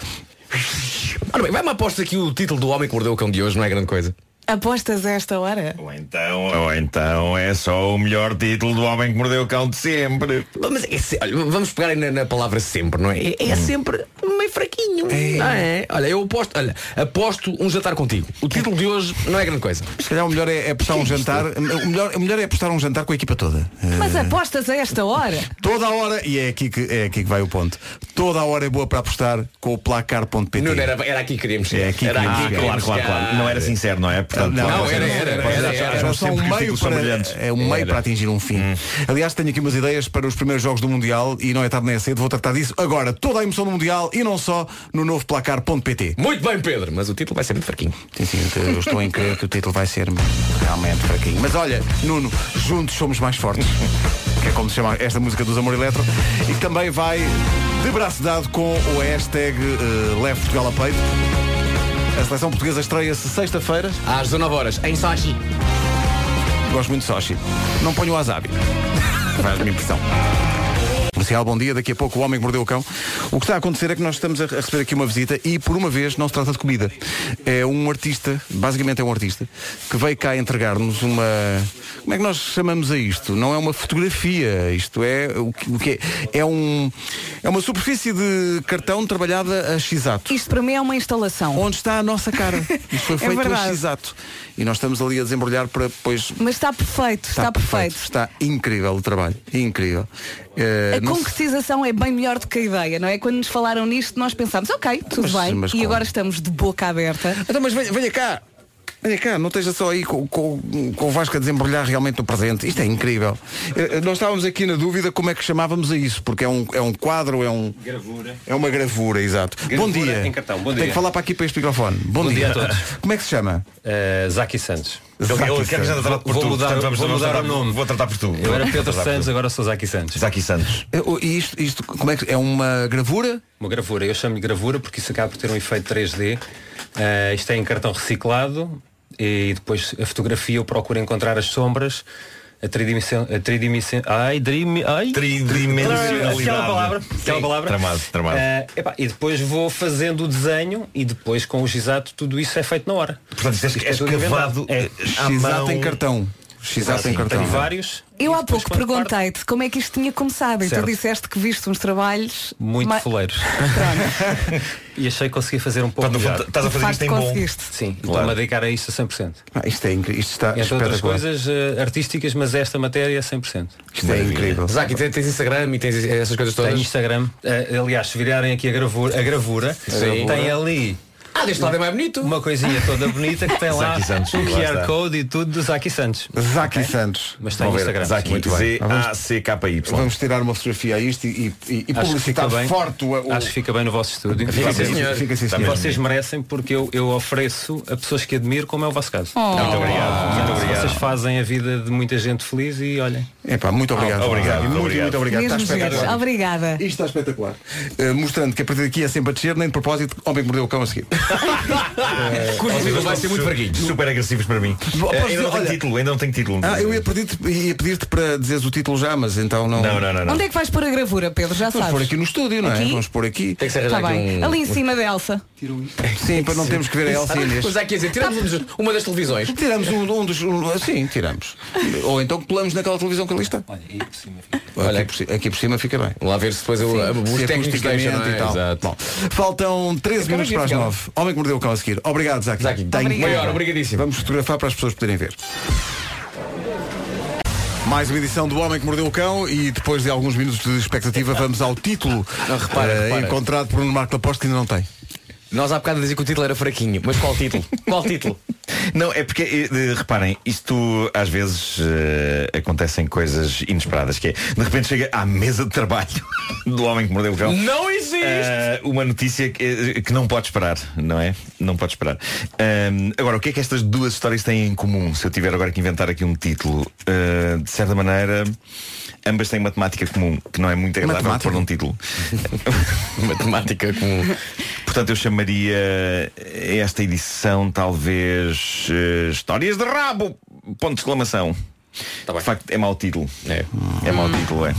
Speaker 2: Ora bem, vai uma aposta que o título do Homem que Mordeu o Cão de hoje não é grande coisa.
Speaker 4: Apostas a esta hora?
Speaker 3: Então, ou então é só o melhor título do homem que mordeu o cão de sempre.
Speaker 2: Mas é se- olha, vamos pegar aí na, na palavra sempre, não é? É, é
Speaker 1: Hum.
Speaker 2: sempre meio fraquinho. Ah, é? Olha, eu aposto, olha, aposto um jantar contigo. O título de hoje não é grande coisa.
Speaker 1: Se calhar o melhor é, é apostar um jantar. O melhor, o melhor é apostar um jantar com a equipa toda.
Speaker 4: Mas apostas a esta hora?
Speaker 1: Toda a hora, e é aqui, que, é aqui que vai o ponto. Toda a hora é boa para apostar com o placar.pt.
Speaker 2: Nuno, era, era aqui que queríamos chegar.
Speaker 1: É aqui que
Speaker 2: era
Speaker 1: queríamos
Speaker 2: que
Speaker 1: chegar.
Speaker 2: queríamos
Speaker 3: Claro, claro,
Speaker 2: chegar.
Speaker 3: claro. Não era sincero, não é? Portanto,
Speaker 1: Não,
Speaker 3: vocês-
Speaker 2: era, era, era,
Speaker 3: vocês
Speaker 2: era,
Speaker 3: acham-
Speaker 2: era. Hum.
Speaker 3: acham
Speaker 1: Era só
Speaker 3: sempre que
Speaker 1: um
Speaker 3: os
Speaker 1: meio,
Speaker 3: títulos são brilhantes.
Speaker 1: para, é um meio para atingir um fim. Aliás, tenho aqui umas ideias para os primeiros jogos do Mundial e não é tarde nem é cedo, vou tratar disso agora. Toda a emoção do Mundial e não só no novo placar.pt.
Speaker 2: Muito bem, Pedro, mas o título vai ser muito fraquinho.
Speaker 1: Sim, sim, eu estou em crer que o título vai ser realmente fraquinho. Mas olha, Nuno, juntos somos mais fortes. Que é como se chama esta música dos Amor Eletro. E que também vai de braço dado com o hashtag eh, Leve Portugal a Peito. A seleção portuguesa estreia-se sexta-feira.
Speaker 2: Às 19 horas, em Sochi.
Speaker 1: Gosto muito de Sochi. Não ponho wasabi. Faz-me impressão. Comercial, bom dia. Daqui a pouco o homem que mordeu o cão. O que está a acontecer é que nós estamos a a receber aqui uma visita e por uma vez não se trata de comida. É um artista, basicamente é um artista, que veio cá entregar-nos uma. Como é que nós chamamos a isto? Não é uma fotografia, isto é o que, o que é? É um. É uma superfície de cartão trabalhada a x-ato.
Speaker 4: Isto para mim é uma instalação.
Speaker 1: Onde está a nossa cara? Isto foi
Speaker 4: É
Speaker 1: feito a
Speaker 4: verdade.
Speaker 1: x-ato. E nós estamos ali a desembrulhar para depois
Speaker 4: Mas está perfeito, está, perfeito.
Speaker 1: Está incrível o trabalho. Incrível. Eh,
Speaker 4: A
Speaker 1: não
Speaker 4: concretização é bem melhor do que a ideia, não é? Quando nos falaram nisto, nós pensámos, ok, tudo
Speaker 1: Mas-
Speaker 4: bem,
Speaker 1: mas
Speaker 4: e
Speaker 1: como?
Speaker 4: agora estamos de boca aberta.
Speaker 1: Então, mas venha, venha cá. Mas é cá, não esteja só aí com, com, com o Vasco a desembrulhar realmente no presente. Isto é incrível. Eh, Nós estávamos aqui na dúvida como é que chamávamos a isso, porque é um, é um quadro, é um.
Speaker 17: Gravura.
Speaker 1: É uma gravura, exato.
Speaker 17: Gravura
Speaker 1: bom dia.
Speaker 17: em cartão, bom
Speaker 1: Tem
Speaker 17: dia.
Speaker 1: que falar para aqui para este microfone. Bom,
Speaker 17: Bom dia a todos. Eh,
Speaker 1: Como é que se chama?
Speaker 17: Zaki Santos.
Speaker 1: Zaki Santos.
Speaker 17: vou, vou mudar, vou mudar o nome.
Speaker 3: Vou tratar por tu.
Speaker 17: Eu era
Speaker 3: Vou
Speaker 17: Pedro
Speaker 3: tratar por
Speaker 17: Santos,
Speaker 3: tu.
Speaker 17: agora sou Zaki Santos.
Speaker 3: Zaki Santos.
Speaker 1: Eh, oh, E isto, isto como é que. É uma gravura?
Speaker 17: Uma gravura. Eu chamo-lhe gravura porque isso acaba por ter um efeito 3D. Eh, isto é em cartão reciclado e depois a fotografia eu procuro encontrar as sombras. A tridimension... A tridimension... Ai, dream... Ai.
Speaker 3: Tridimensionalidade.
Speaker 17: Aquela palavra. Aquela
Speaker 3: Sim.
Speaker 17: palavra.
Speaker 3: Tramado, tramado.
Speaker 17: Eh, epá, e depois vou fazendo o desenho e depois com o gizato tudo isso é feito na hora.
Speaker 3: Portanto, isto é-
Speaker 17: Isto
Speaker 3: é
Speaker 17: tudo
Speaker 3: escavado,
Speaker 17: inventado. É.
Speaker 1: à Gizato mão. em cartão. Gizato em
Speaker 17: Sim,
Speaker 1: cartão.
Speaker 17: Tenho vários.
Speaker 4: Eu há pouco perguntei-te como é que isto tinha começado e
Speaker 17: Certo.
Speaker 4: tu disseste que viste uns trabalhos
Speaker 17: Muito
Speaker 4: ma-
Speaker 17: fuleiros. e achei que consegui fazer um pouco
Speaker 3: Portanto, no fundo,
Speaker 17: melhor.
Speaker 3: estás a fazer
Speaker 4: De isto em facto, bom. conseguiste.
Speaker 17: Sim,
Speaker 3: Claro.
Speaker 17: estou-me a dedicar a isto a 100%.
Speaker 1: Ah, isto, é incrível. isto está
Speaker 17: Entre outras
Speaker 1: espetacular.
Speaker 17: coisas eh, artísticas, mas esta matéria é 100%.
Speaker 1: Isto é incrível.
Speaker 17: Zaki, tens, Instagram e tens essas coisas todas? Tenho Instagram. Eh, aliás, se virarem aqui a gravura, a gravura
Speaker 16: Sim.
Speaker 17: tem ali... Ah, deste lado é mais bonito. Uma coisinha toda bonita que tem lá
Speaker 3: Zaki Santos,
Speaker 17: o
Speaker 3: lá
Speaker 17: QR
Speaker 3: está.
Speaker 17: Code e tudo do Zaki Santos.
Speaker 1: Zaki Santos.
Speaker 17: Mas tem Instagram.
Speaker 3: Zaki,
Speaker 17: sim.
Speaker 3: Z-A-C-K-Y.
Speaker 1: Vamos tirar uma fotografia a isto e, e, e
Speaker 17: Acho que
Speaker 1: publicitar
Speaker 17: fica bem.
Speaker 1: forte o, o-
Speaker 17: Acho que fica bem no vosso estúdio.
Speaker 1: Fica sim,
Speaker 17: Vocês-
Speaker 1: senhor. Fica sim, senhor.
Speaker 17: Vocês merecem porque eu, eu ofereço a pessoas que admiro, como é o vosso caso.
Speaker 3: Oh. Muito obrigado,
Speaker 1: Ah.
Speaker 3: muito obrigado.
Speaker 17: Vocês fazem a vida de muita gente feliz e olhem.
Speaker 1: Epá, muito obrigado.
Speaker 3: Obrigado,
Speaker 1: Muito,
Speaker 3: obrigado.
Speaker 1: muito obrigado. Está
Speaker 4: Mesmo
Speaker 1: espetacular.
Speaker 4: giros. Obrigada. Isto
Speaker 1: está espetacular. Eh, mostrando que a partir daqui é sempre a descer, nem de propósito, homem que mordeu o cão a seguir. Eh,
Speaker 3: Cujo
Speaker 1: nível vai ser muito
Speaker 3: fraguinho. Super agressivos para mim.
Speaker 1: Bom,
Speaker 3: Eh,
Speaker 1: posso-
Speaker 3: Ainda não tenho
Speaker 1: olha-
Speaker 3: título, ainda não tenho título.
Speaker 1: Ah, eu ia pedir-te ia pedir-te para dizeres o título já, mas então não.
Speaker 3: Não, não, não,
Speaker 4: Onde é que vais pôr a gravura, Pedro? Já
Speaker 1: Vamos
Speaker 4: sabes.
Speaker 1: pôr aqui no estúdio, não é?
Speaker 4: Aqui?
Speaker 1: Vamos pôr aqui. Tem que ser
Speaker 4: Está
Speaker 16: um-
Speaker 4: bem. Ali em cima da Elsa.
Speaker 1: um-
Speaker 4: é
Speaker 1: Sim, para não termos que ver a Elsa e a Inês.
Speaker 16: Mas há que é, dizer,
Speaker 4: Tá.
Speaker 16: tiramos um- uma das televisões.
Speaker 1: Tiramos um, um dos. um- sim, tiramos. Ou então colamos naquela televisão que ali está. Olha, Olha, aqui, por, ci- aqui por cima fica bem.
Speaker 16: Lá ver se depois eu-
Speaker 2: eh,
Speaker 16: os
Speaker 1: se
Speaker 16: técnicos deixam, não
Speaker 1: acusticamente
Speaker 16: é?
Speaker 1: e tal.
Speaker 16: Exato.
Speaker 1: Bom, faltam 13
Speaker 16: Acaba
Speaker 1: minutos
Speaker 16: de
Speaker 1: para as
Speaker 16: ficar.
Speaker 1: 9. Homem que mordeu o cão a seguir. Obrigado, Zaki. Zaki,
Speaker 16: Maior, obrigadíssimo.
Speaker 1: Vamos fotografar para as pessoas poderem ver. Mais uma edição do Homem que Mordeu o Cão e depois de alguns minutos de expectativa vamos ao título
Speaker 16: repara,
Speaker 1: eh,
Speaker 16: repara.
Speaker 1: encontrado por um Marco Laposte que ainda não tem.
Speaker 16: Nós há bocado dizia que o título era fraquinho, mas qual título? qual título?
Speaker 3: Não, é porque, eh, eh, reparem, isto às vezes eh, acontecem coisas inesperadas, que é, de repente chega à mesa de trabalho do homem que mordeu o cão.
Speaker 16: Não existe!
Speaker 3: Eh, uma notícia que, eh, que não pode esperar, não é? Não pode esperar. Ahm, agora, o que é que estas duas histórias têm em comum? Se eu tiver agora que inventar aqui um título, Eh, de certa maneira, ambas têm matemática comum, que não é muito agradável de
Speaker 16: Matemática?
Speaker 3: pôr num título.
Speaker 16: Matemática comum.
Speaker 3: Portanto, eu chamaria esta edição talvez eh, Histórias de Rabo! Ponto de exclamação. De facto, é mau título. É. É mau título, é.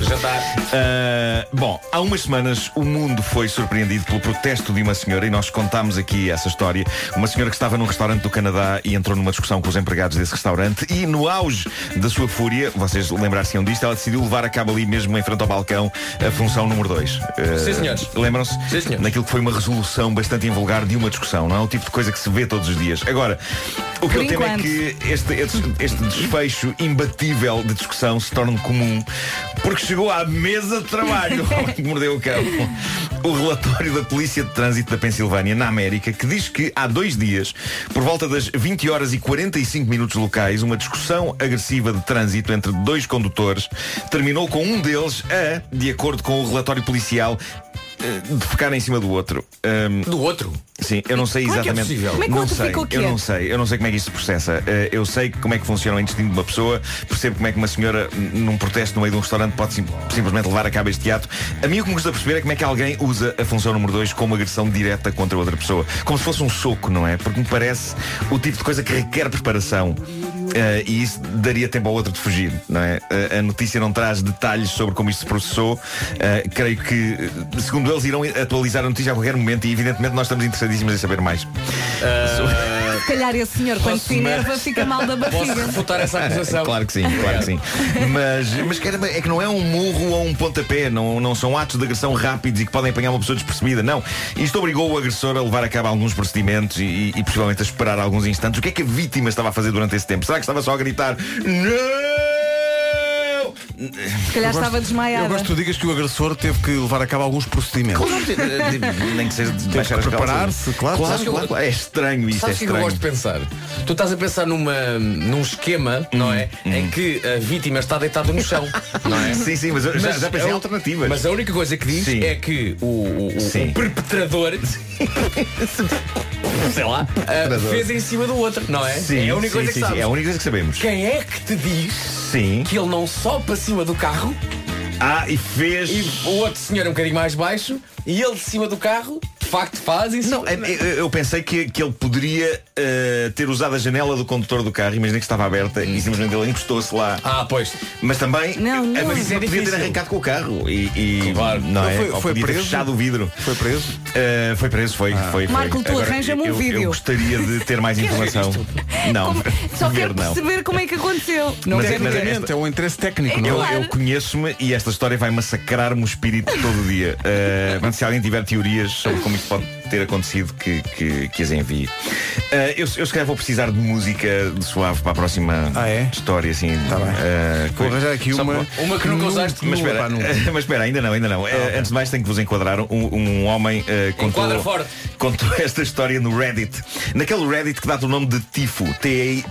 Speaker 3: Ah, bom, há umas semanas o mundo foi surpreendido pelo protesto de uma senhora e nós contámos aqui essa história. Uma senhora que estava num restaurante do Canadá e entrou numa discussão com os empregados desse restaurante e no auge da sua fúria, vocês lembrar-se disto, ela decidiu levar a cabo ali mesmo em frente ao balcão a função número 2.
Speaker 16: Sim, senhores.
Speaker 3: Lembram-se? Naquilo que foi uma resolução bastante invulgar de uma discussão. Não é o tipo de coisa que se vê todos os dias. Agora, o que
Speaker 16: Por
Speaker 3: eu temo é
Speaker 16: enquanto.
Speaker 3: que este, este, este desfecho imbatível de discussão se torne comum porque chegou à mesa de trabalho que mordeu o cão. O relatório da Polícia de Trânsito da Pensilvânia, na América, que diz que há dois dias, por volta das 20 horas e 45 minutos locais, uma discussão agressiva de trânsito entre dois condutores terminou com um deles a, de acordo com o relatório policial, eh, defecar em cima do outro.
Speaker 16: do outro?
Speaker 3: Sim, eu não sei
Speaker 16: Como é que é
Speaker 3: exatamente.
Speaker 16: possível? Como é que o
Speaker 3: não
Speaker 16: outro
Speaker 3: sei,
Speaker 16: fica o quê?
Speaker 3: eu não sei, eu não sei como é que isto se processa. Eh, Eu sei como é que funciona o intestino de uma pessoa, percebo como é que uma senhora n- num protesto no meio de um restaurante pode sim- simplesmente levar a cabo este ato. A mim o que me custa perceber é como é que alguém usa a função número 2 como agressão direta contra outra pessoa. Como se fosse um soco, não é? Porque me parece o tipo de coisa que requer preparação. Eh, e isso daria tempo ao outro de fugir, não é? Eh, a notícia não traz detalhes sobre como isto se processou. Eh, creio que, eh, segundo eles, irão atualizar a notícia a qualquer momento e, evidentemente, nós estamos interessadíssimos em saber mais.
Speaker 4: Se calhar esse senhor, quando se enerva, fica mal da barriga.
Speaker 3: É,
Speaker 4: É,
Speaker 3: Claro que sim, claro que sim. Mas, mas caramba, é que não é um murro ou um pontapé, não, não são atos de agressão rápidos e que podem apanhar uma pessoa despercebida, não. Isto obrigou o agressor a levar a cabo alguns procedimentos e, e possivelmente a esperar alguns instantes. O que é que a vítima estava a fazer durante esse tempo? Será que estava só a gritar não?
Speaker 4: Se calhar estava desmaiada.
Speaker 1: Eu gosto que tu digas que o agressor teve que levar a cabo alguns procedimentos.
Speaker 3: Nem que seja de baixar
Speaker 1: Teve que
Speaker 3: as calças.
Speaker 1: preparar-se, claro,
Speaker 3: Claro,
Speaker 1: claro,
Speaker 3: claro, claro. É estranho isso, é
Speaker 2: Sabes o que eu
Speaker 3: estranho. Hum,
Speaker 2: gosto de pensar? Tu estás a pensar numa, num esquema, não é? Em que a vítima está deitada no chão, não é?
Speaker 3: Sim, sim, mas eu já- já pensei em
Speaker 2: a-
Speaker 3: alternativas.
Speaker 2: Mas a única coisa que diz
Speaker 3: Sim.
Speaker 2: é que o, o- o-
Speaker 3: Sim.
Speaker 2: o perpetrador, sei lá, ah,
Speaker 3: Perpetrador.
Speaker 2: fez em cima do outro, não é?
Speaker 3: Sim,
Speaker 2: é a
Speaker 3: sim,
Speaker 2: única
Speaker 3: sim,
Speaker 2: coisa que
Speaker 3: sim,
Speaker 2: sabes.
Speaker 3: É a única coisa que sabemos.
Speaker 2: Quem é que te diz
Speaker 3: Sim.
Speaker 2: que ele não sobe para cima do carro?
Speaker 3: Ah, e fez.
Speaker 2: o outro senhor é um bocadinho mais baixo e ele de cima do carro, de facto, faz isso.
Speaker 3: Não, eu, eu- eu pensei que, que ele poderia eh, ter usado a janela do condutor do carro, imagina que estava aberta e simplesmente ele encostou-se lá.
Speaker 2: Ah, pois.
Speaker 3: Mas também
Speaker 4: Não, não.
Speaker 3: a
Speaker 4: Isso é
Speaker 3: polícia podia ter
Speaker 4: difícil.
Speaker 3: arrancado com o carro e, e- não,
Speaker 1: Não,
Speaker 3: é?
Speaker 1: foi-
Speaker 3: Ou
Speaker 1: foi
Speaker 3: podia
Speaker 1: preso?
Speaker 3: ter fechado o vidro. Eh,
Speaker 1: Foi preso? Ah.
Speaker 3: foi preso, foi. foi, foi.
Speaker 4: Marco, tu
Speaker 3: Agora,
Speaker 4: arranja-me um
Speaker 3: eu- eu-
Speaker 4: vídeo.
Speaker 3: Eu gostaria de ter mais informação. Não,
Speaker 4: Só
Speaker 3: ver
Speaker 4: quero
Speaker 3: não.
Speaker 4: perceber como é que aconteceu. Não
Speaker 3: Mas é-
Speaker 4: quero
Speaker 3: mas é-
Speaker 4: ver.
Speaker 3: esta-
Speaker 1: É um interesse técnico, não
Speaker 3: Eu,
Speaker 1: é?
Speaker 3: eu conheço-me e esta história vai massacrar-me o espírito todo o dia. Eh, portanto, se alguém tiver teorias sobre como isto pode ter acontecido, que, que, que as envie. Eh, eu, eu se calhar vou precisar de música de suave para a próxima
Speaker 2: Ah, é?
Speaker 3: história, assim.
Speaker 2: Tá
Speaker 3: eh,
Speaker 1: Vou arranjar aqui
Speaker 3: Só
Speaker 1: uma-
Speaker 3: para-
Speaker 2: Uma que nunca usaste
Speaker 3: mas
Speaker 2: nua,
Speaker 3: espera,
Speaker 2: pá, nunca.
Speaker 3: mas espera, ainda não, ainda não. Eh, Antes de mais tenho que vos enquadrar. Um, um homem eh, contou,
Speaker 2: Enquadra forte.
Speaker 3: contou esta história no Reddit. Naquele Reddit que dá-te o nome de Tifo,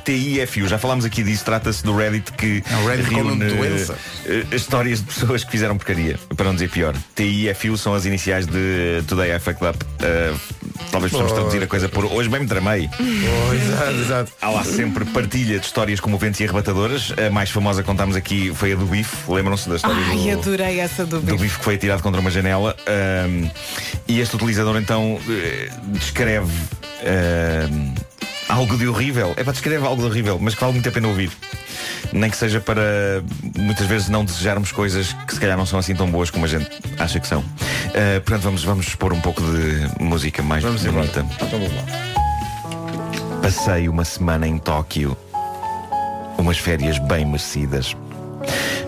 Speaker 3: T-I-F-U. Já falámos aqui disso, trata-se do Reddit que
Speaker 1: É o Reddit com
Speaker 3: reúne,
Speaker 1: nome de doença.
Speaker 3: eh, eh, histórias de pessoas que fizeram porcaria, para não dizer pior. TIFU são as iniciais de Today I Fucked Up. Eh, talvez possamos
Speaker 1: Oh.
Speaker 3: traduzir a coisa por hoje bem me tramei.
Speaker 1: Oh, exato, exato.
Speaker 3: Há lá sempre partilha de histórias comoventes e arrebatadoras. A mais famosa que contámos aqui foi a do bife. Lembram-se da história
Speaker 4: Ai,
Speaker 3: do,
Speaker 4: adorei essa
Speaker 3: tá do
Speaker 4: dúvida.
Speaker 3: bife que foi atirado contra uma janela. ahm, e este utilizador então eh, descreve ahm, algo de horrível. É para descreve algo de horrível, mas que vale muito a pena ouvir. Nem que seja para muitas vezes não desejarmos coisas que se calhar não são assim tão boas como a gente acha que são. Ah, portanto, vamos, vamos expor um pouco de música mais bonita.
Speaker 1: Então
Speaker 3: Passei uma semana em Tóquio. Umas férias bem merecidas.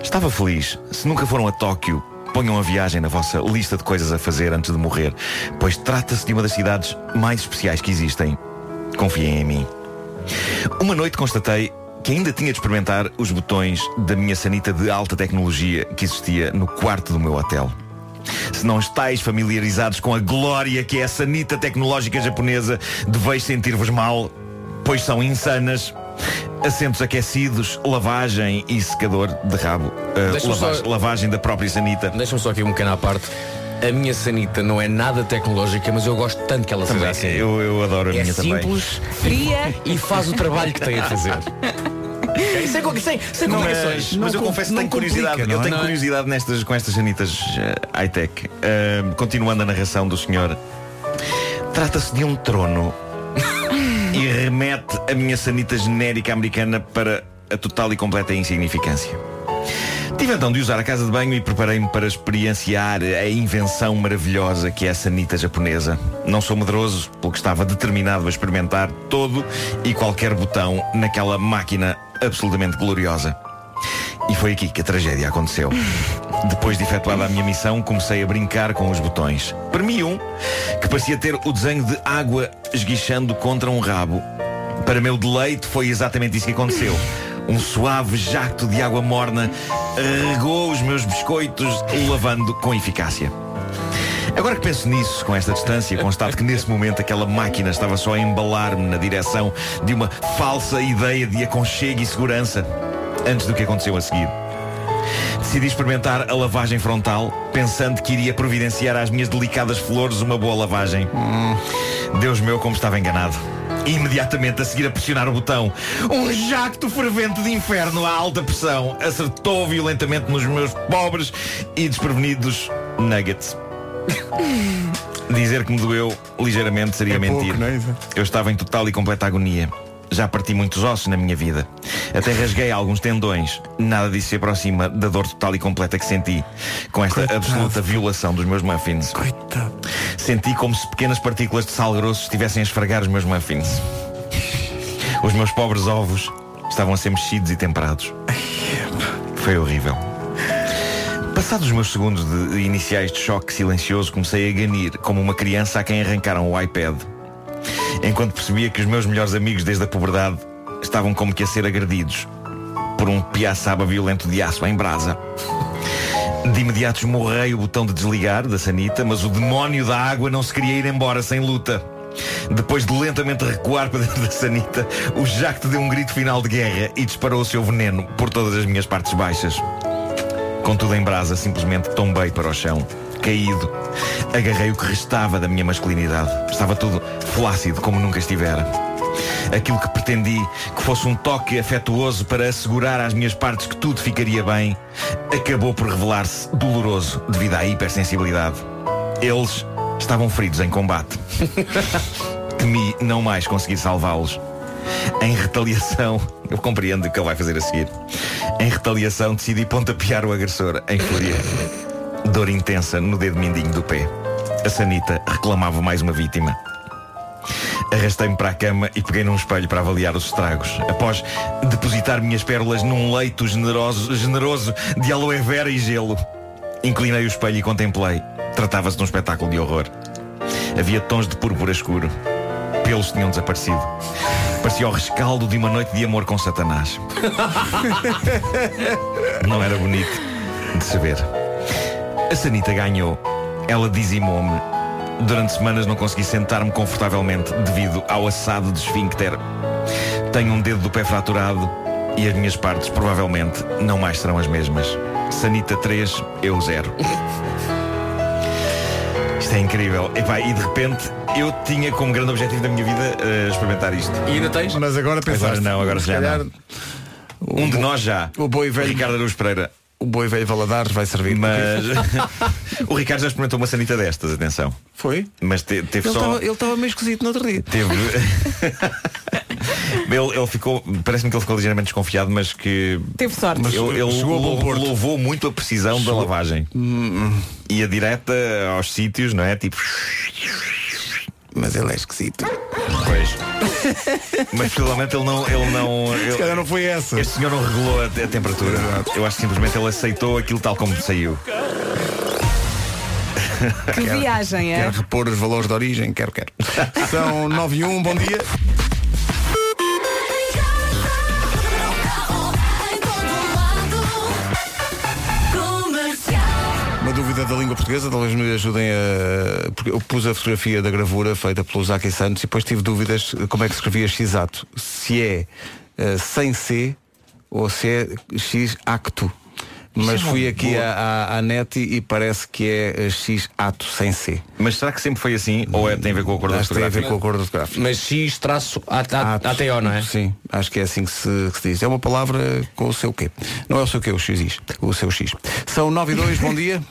Speaker 3: Estava feliz. Se nunca foram a Tóquio, ponham a viagem na vossa lista de coisas a fazer antes de morrer, pois trata-se de uma das cidades mais especiais que existem. Confiem em mim. Uma noite constatei que ainda tinha de experimentar os botões da minha sanita de alta tecnologia que existia no quarto do meu hotel. Se não estáis familiarizados com a glória que é a sanita tecnológica japonesa, deveis sentir-vos mal, pois são insanas. Assentos aquecidos, lavagem e secador de rabo. Ah,
Speaker 2: Deixa-me só-
Speaker 3: lavagem, lavagem da própria sanita.
Speaker 2: Deixa-me só aqui um pequeno à parte. A minha sanita não é nada tecnológica, mas eu gosto tanto que ela seja
Speaker 3: Também,
Speaker 2: assim.
Speaker 3: eu, eu adoro a
Speaker 2: é
Speaker 3: minha também.
Speaker 2: simples
Speaker 4: Fria.
Speaker 2: e faz o trabalho que tem a fazer. sem co- sem, sem complicações.
Speaker 3: Mas, é- mas eu confesso que tenho curiosidade. eu tenho curiosidade nestas, com estas sanitas eh, high-tech. Ahm, continuando a narração do senhor. Trata-se de um trono e remete a minha sanita genérica americana para a total e completa insignificância. Tive então de usar a casa de banho e preparei-me para experienciar a invenção maravilhosa que é a sanita japonesa. Não sou medroso, pelo que estava determinado a experimentar todo e qualquer botão naquela máquina absolutamente gloriosa. E foi aqui que a tragédia aconteceu. Depois de efetuada a minha missão, comecei a brincar com os botões. Para mim, um que parecia ter o desenho de água esguichando contra um rabo. Para meu deleite, foi exatamente isso que aconteceu. Um suave jacto de água morna regou os meus biscoitos, lavando com eficácia. Agora que penso nisso, com esta distância, constato que nesse momento aquela máquina estava só a embalar-me na direção de uma falsa ideia de aconchego e segurança, antes do que aconteceu a seguir. Decidi experimentar a lavagem frontal, pensando que iria providenciar às minhas delicadas flores uma boa lavagem. Deus meu, como estava enganado. Imediatamente a seguir a pressionar o botão, um jacto fervente de inferno à alta pressão acertou violentamente nos meus pobres e desprevenidos nuggets. Dizer que me doeu ligeiramente seria mentir. Eu estava em total e completa agonia. Já parti muitos ossos na minha vida. Até rasguei alguns tendões. Nada disso se aproxima da dor total e completa que senti com esta absoluta violação dos meus muffins. Senti como se pequenas partículas de sal grosso estivessem a esfregar os meus muffins. Os meus pobres ovos estavam a ser mexidos e temperados. Foi horrível. Passados os meus segundos de iniciais de choque silencioso, comecei a ganir como uma criança a quem arrancaram o iPad. Enquanto percebia que os meus melhores amigos desde a puberdade estavam como que a ser agredidos. por um piaçaba violento de aço em brasa. De imediato esmorrei o botão de desligar da sanita, mas o demónio da água não se queria ir embora sem luta. Depois de lentamente recuar para dentro da sanita, o jacto deu um grito final de guerra e disparou o seu veneno por todas as minhas partes baixas. Contudo, em brasa, simplesmente tombei para o chão. Caído, agarrei o que restava da minha masculinidade. Estava tudo flácido, como nunca estivera. Aquilo que pretendi que fosse um toque afetuoso para assegurar às minhas partes que tudo ficaria bem, acabou por revelar-se doloroso devido à hipersensibilidade. Eles estavam feridos em combate. Temi não mais conseguir salvá-los. Em retaliação, eu compreendo o que ele vai fazer a seguir. Em retaliação, decidi pontapear o agressor em fúria. Dor intensa no dedo mindinho do pé. A Sanita reclamava mais uma vítima. Arrastei-me para a cama e peguei num espelho para avaliar os estragos. Após depositar minhas pérolas num leito generoso, generoso de aloe vera e gelo, inclinei o espelho e contemplei. Tratava-se de um espetáculo de horror. Havia tons de púrpura escuro. Pelos tinham desaparecido. Parecia o rescaldo de uma noite de amor com Satanás. Não era bonito de se ver. A Sanita ganhou. Ela dizimou-me. Durante semanas não consegui sentar-me confortavelmente devido ao assado de esfíncter. Tenho um dedo do pé fraturado e as minhas partes provavelmente não mais serão as mesmas. Sanita 3, eu 0. Isto é incrível. Epá, e de repente eu tinha como grande objetivo da minha vida eh, experimentar isto.
Speaker 2: E ainda tens?
Speaker 1: Mas agora pensaste.
Speaker 3: Agora não, agora
Speaker 1: se
Speaker 3: se calhar
Speaker 1: calhar
Speaker 3: não. Um de nós já.
Speaker 1: O boi velho.
Speaker 3: Ricardo Araújo Pereira.
Speaker 1: O boi velho Valadares vai servir.
Speaker 3: Mas o Ricardo já experimentou uma sanita destas, atenção.
Speaker 1: Foi?
Speaker 3: Mas te- teve
Speaker 1: Ele
Speaker 3: só.
Speaker 1: estava meio esquisito no outro dia.
Speaker 3: Teve. ele, ele ficou. Parece-me que ele ficou ligeiramente desconfiado, mas que.
Speaker 4: Teve sorte.
Speaker 3: Mas ele ele
Speaker 1: Chegou a bom
Speaker 3: lou-
Speaker 1: porto.
Speaker 3: louvou muito a precisão da lavagem.
Speaker 1: Hum,
Speaker 3: Ia direta aos sítios, não é? Tipo.
Speaker 1: Mas ele é esquisito.
Speaker 3: Pois. Mas finalmente ele não. Ele não ele-
Speaker 1: Se calhar não foi essa.
Speaker 3: Este senhor não regulou a, a temperatura. Eu acho que simplesmente ele aceitou aquilo tal como saiu.
Speaker 4: Que viagem, é?
Speaker 1: Quer repor os valores de origem? Quero, quero. São 9 e 1, bom dia. Uma dúvida da língua portuguesa, talvez me ajudem a. Porque eu pus a fotografia da gravura feita pelo Zaki Santos e depois tive dúvidas de como é que se escrevia X-ato. Se é eh, sem C ou se é X-acto. Mas
Speaker 3: Isso é uma
Speaker 1: fui aqui
Speaker 3: boa.
Speaker 1: à, à, à net e parece que é eh, X-ato sem C.
Speaker 3: Mas será que sempre foi assim? Ou é, tem a ver com o acordo
Speaker 1: Acho que tem a ver
Speaker 3: ortográfico?
Speaker 1: com o acordo ortográfico.
Speaker 2: Mas X traço A- A-
Speaker 1: Ato.
Speaker 2: ATO, não é?
Speaker 1: Sim, acho que é assim que se, que se diz. É uma palavra com o seu quê? Não é o seu quê, o X diz. O seu X. São 9 e 2, bom dia.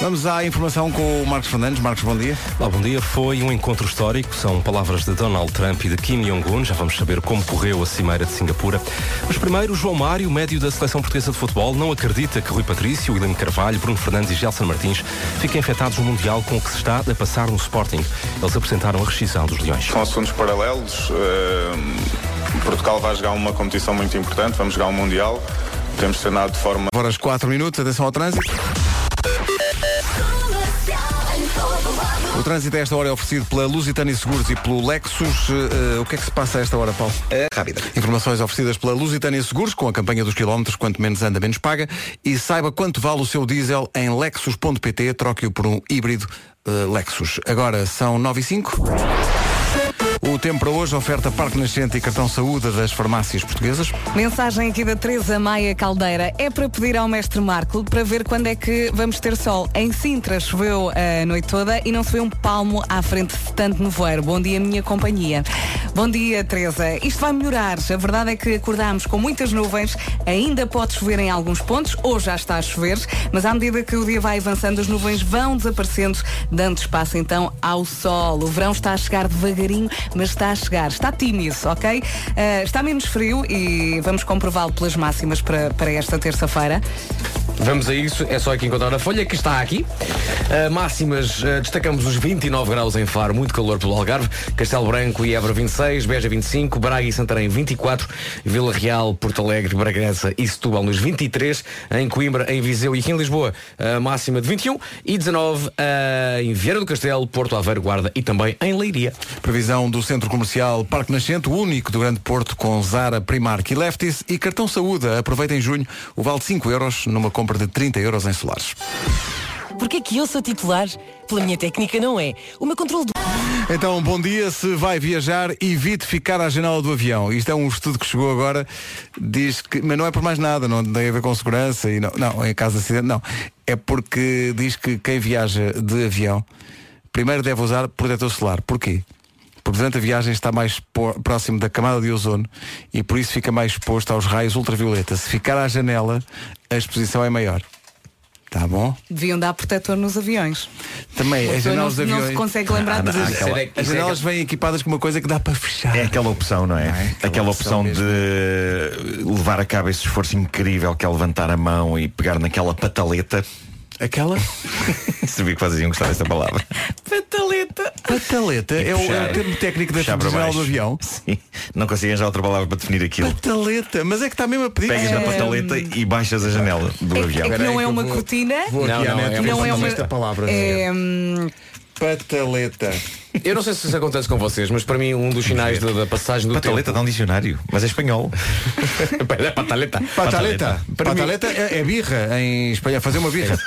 Speaker 1: Vamos à informação com o Marcos Fernandes. Marcos, bom dia.
Speaker 7: Olá, bom dia. Foi um encontro histórico. São palavras de Donald Trump e de Kim Jong-un. Já vamos saber como correu a cimeira de Singapura. Mas primeiro, João Mário, médio da Seleção Portuguesa de Futebol, não acredita que Rui Patrício, William Carvalho, Bruno Fernandes e Gelson Martins fiquem afetados no Mundial com o que se está a passar no Sporting. Eles apresentaram a rescisão dos Leões.
Speaker 13: São assuntos paralelos. eh, Portugal vai jogar uma competição muito importante, vamos jogar um Mundial. Temos treinado de forma.
Speaker 1: Agora às 4 minutos, atenção ao trânsito. O trânsito a esta hora é oferecido pela Lusitânia Seguros e pelo Lexus. Eh, eh, o que é que se passa a esta hora, Paulo?
Speaker 12: É rápida.
Speaker 1: Informações oferecidas pela Lusitânia Seguros com a campanha dos quilómetros, quanto menos anda, menos paga. E saiba quanto vale o seu diesel em lexus.pt, troque-o por um híbrido eh, Lexus. Agora são 9 e 5. O tempo para hoje oferta Parque Nascente e cartão saúde das farmácias portuguesas.
Speaker 4: Mensagem aqui da Teresa Maia Caldeira. É para pedir ao mestre Marco para ver quando é que vamos ter sol. Em Sintra choveu a noite toda e não se vê um palmo à frente de tanto nevoeiro. Bom dia, minha companhia. Bom dia, Teresa. Isto vai melhorar. A verdade é que acordámos com muitas nuvens. Ainda pode chover em alguns pontos ou já está a chover, mas à medida que o dia vai avançando, as nuvens vão desaparecendo, dando espaço então ao sol. O verão está a chegar devagarinho, mas está a chegar. Está tímido, ok? Ah, está menos frio e vamos comprová-lo pelas máximas para, para esta terça-feira.
Speaker 2: Vamos a isso, é só aqui encontrar a folha que está aqui. Uh, máximas, uh, destacamos os 29 graus em Faro, muito calor pelo Algarve, Castelo Branco e Évora 26, Beja 25, Braga e Santarém 24, Vila Real, Porto Alegre, Bragança e Setúbal nos 23, em Coimbra, em Viseu e aqui em Lisboa, uh, máxima de 21 e 19 em Vieira do Castelo, Porto Aveiro, Guarda e também em Leiria.
Speaker 1: Previsão do Centro Comercial Parque Nascente, o único do Grande Porto com Zara, Primark e Leftis e cartão saúde. Aproveita em junho o vale de 5 euros numa compra de 30 euros em solares.
Speaker 18: Porquê é que eu sou titular? Pela minha técnica não é. O meu controle do...
Speaker 1: Então, bom dia. Se vai viajar, evite ficar à janela do avião. Isto é um estudo que chegou agora. Diz que, mas não é por mais nada, não tem a ver com segurança e não, não em caso de acidente, não. É porque diz que quem viaja de avião primeiro deve usar protetor solar. Porquê? Porque durante a viagem está mais po- próximo da camada de ozono e por isso fica mais exposto aos raios ultravioleta. Se ficar à janela, a exposição é maior. Tá bom?
Speaker 4: Deviam dar protetor nos aviões.
Speaker 1: Também,
Speaker 4: Porque
Speaker 1: as janelas
Speaker 4: não,
Speaker 1: dos
Speaker 4: Não se
Speaker 1: aviões. Ah,
Speaker 4: consegue
Speaker 3: Ah,
Speaker 4: lembrar de
Speaker 1: As- As janelas vêm equipadas com uma coisa que dá para fechar.
Speaker 3: É aquela opção, não é? aquela, opção, de levar a cabo esse esforço incrível que é levantar a mão e pegar naquela pataleta.
Speaker 1: Aquela?
Speaker 3: Sabia que vocês iam gostar dessa palavra.
Speaker 4: Pataleta.
Speaker 1: Pataleta é, o, é o termo técnico da
Speaker 3: puxar para
Speaker 1: janela do
Speaker 3: baixo.
Speaker 1: avião.
Speaker 3: Sim. Não consigo já outra palavra para definir aquilo.
Speaker 1: Pataleta, mas é que está mesmo a pedir.
Speaker 3: Pegas na
Speaker 1: É,
Speaker 3: pataleta e baixas a janela do avião.
Speaker 4: É que não é uma cortina.
Speaker 1: vou aqui à net
Speaker 4: não
Speaker 1: para
Speaker 4: é uma.
Speaker 1: fazer esta palavra.
Speaker 4: É, hum,
Speaker 1: Pataleta.
Speaker 2: Eu não sei se isso acontece com vocês, mas para mim um dos sinais da, da passagem do
Speaker 3: Pataleta
Speaker 2: tempo...
Speaker 3: dá um dicionário, mas é espanhol.
Speaker 2: é pataleta.
Speaker 1: Pataleta.
Speaker 2: Para mim-
Speaker 1: Pataleta é, é birra em espanhol. Fazer uma birra.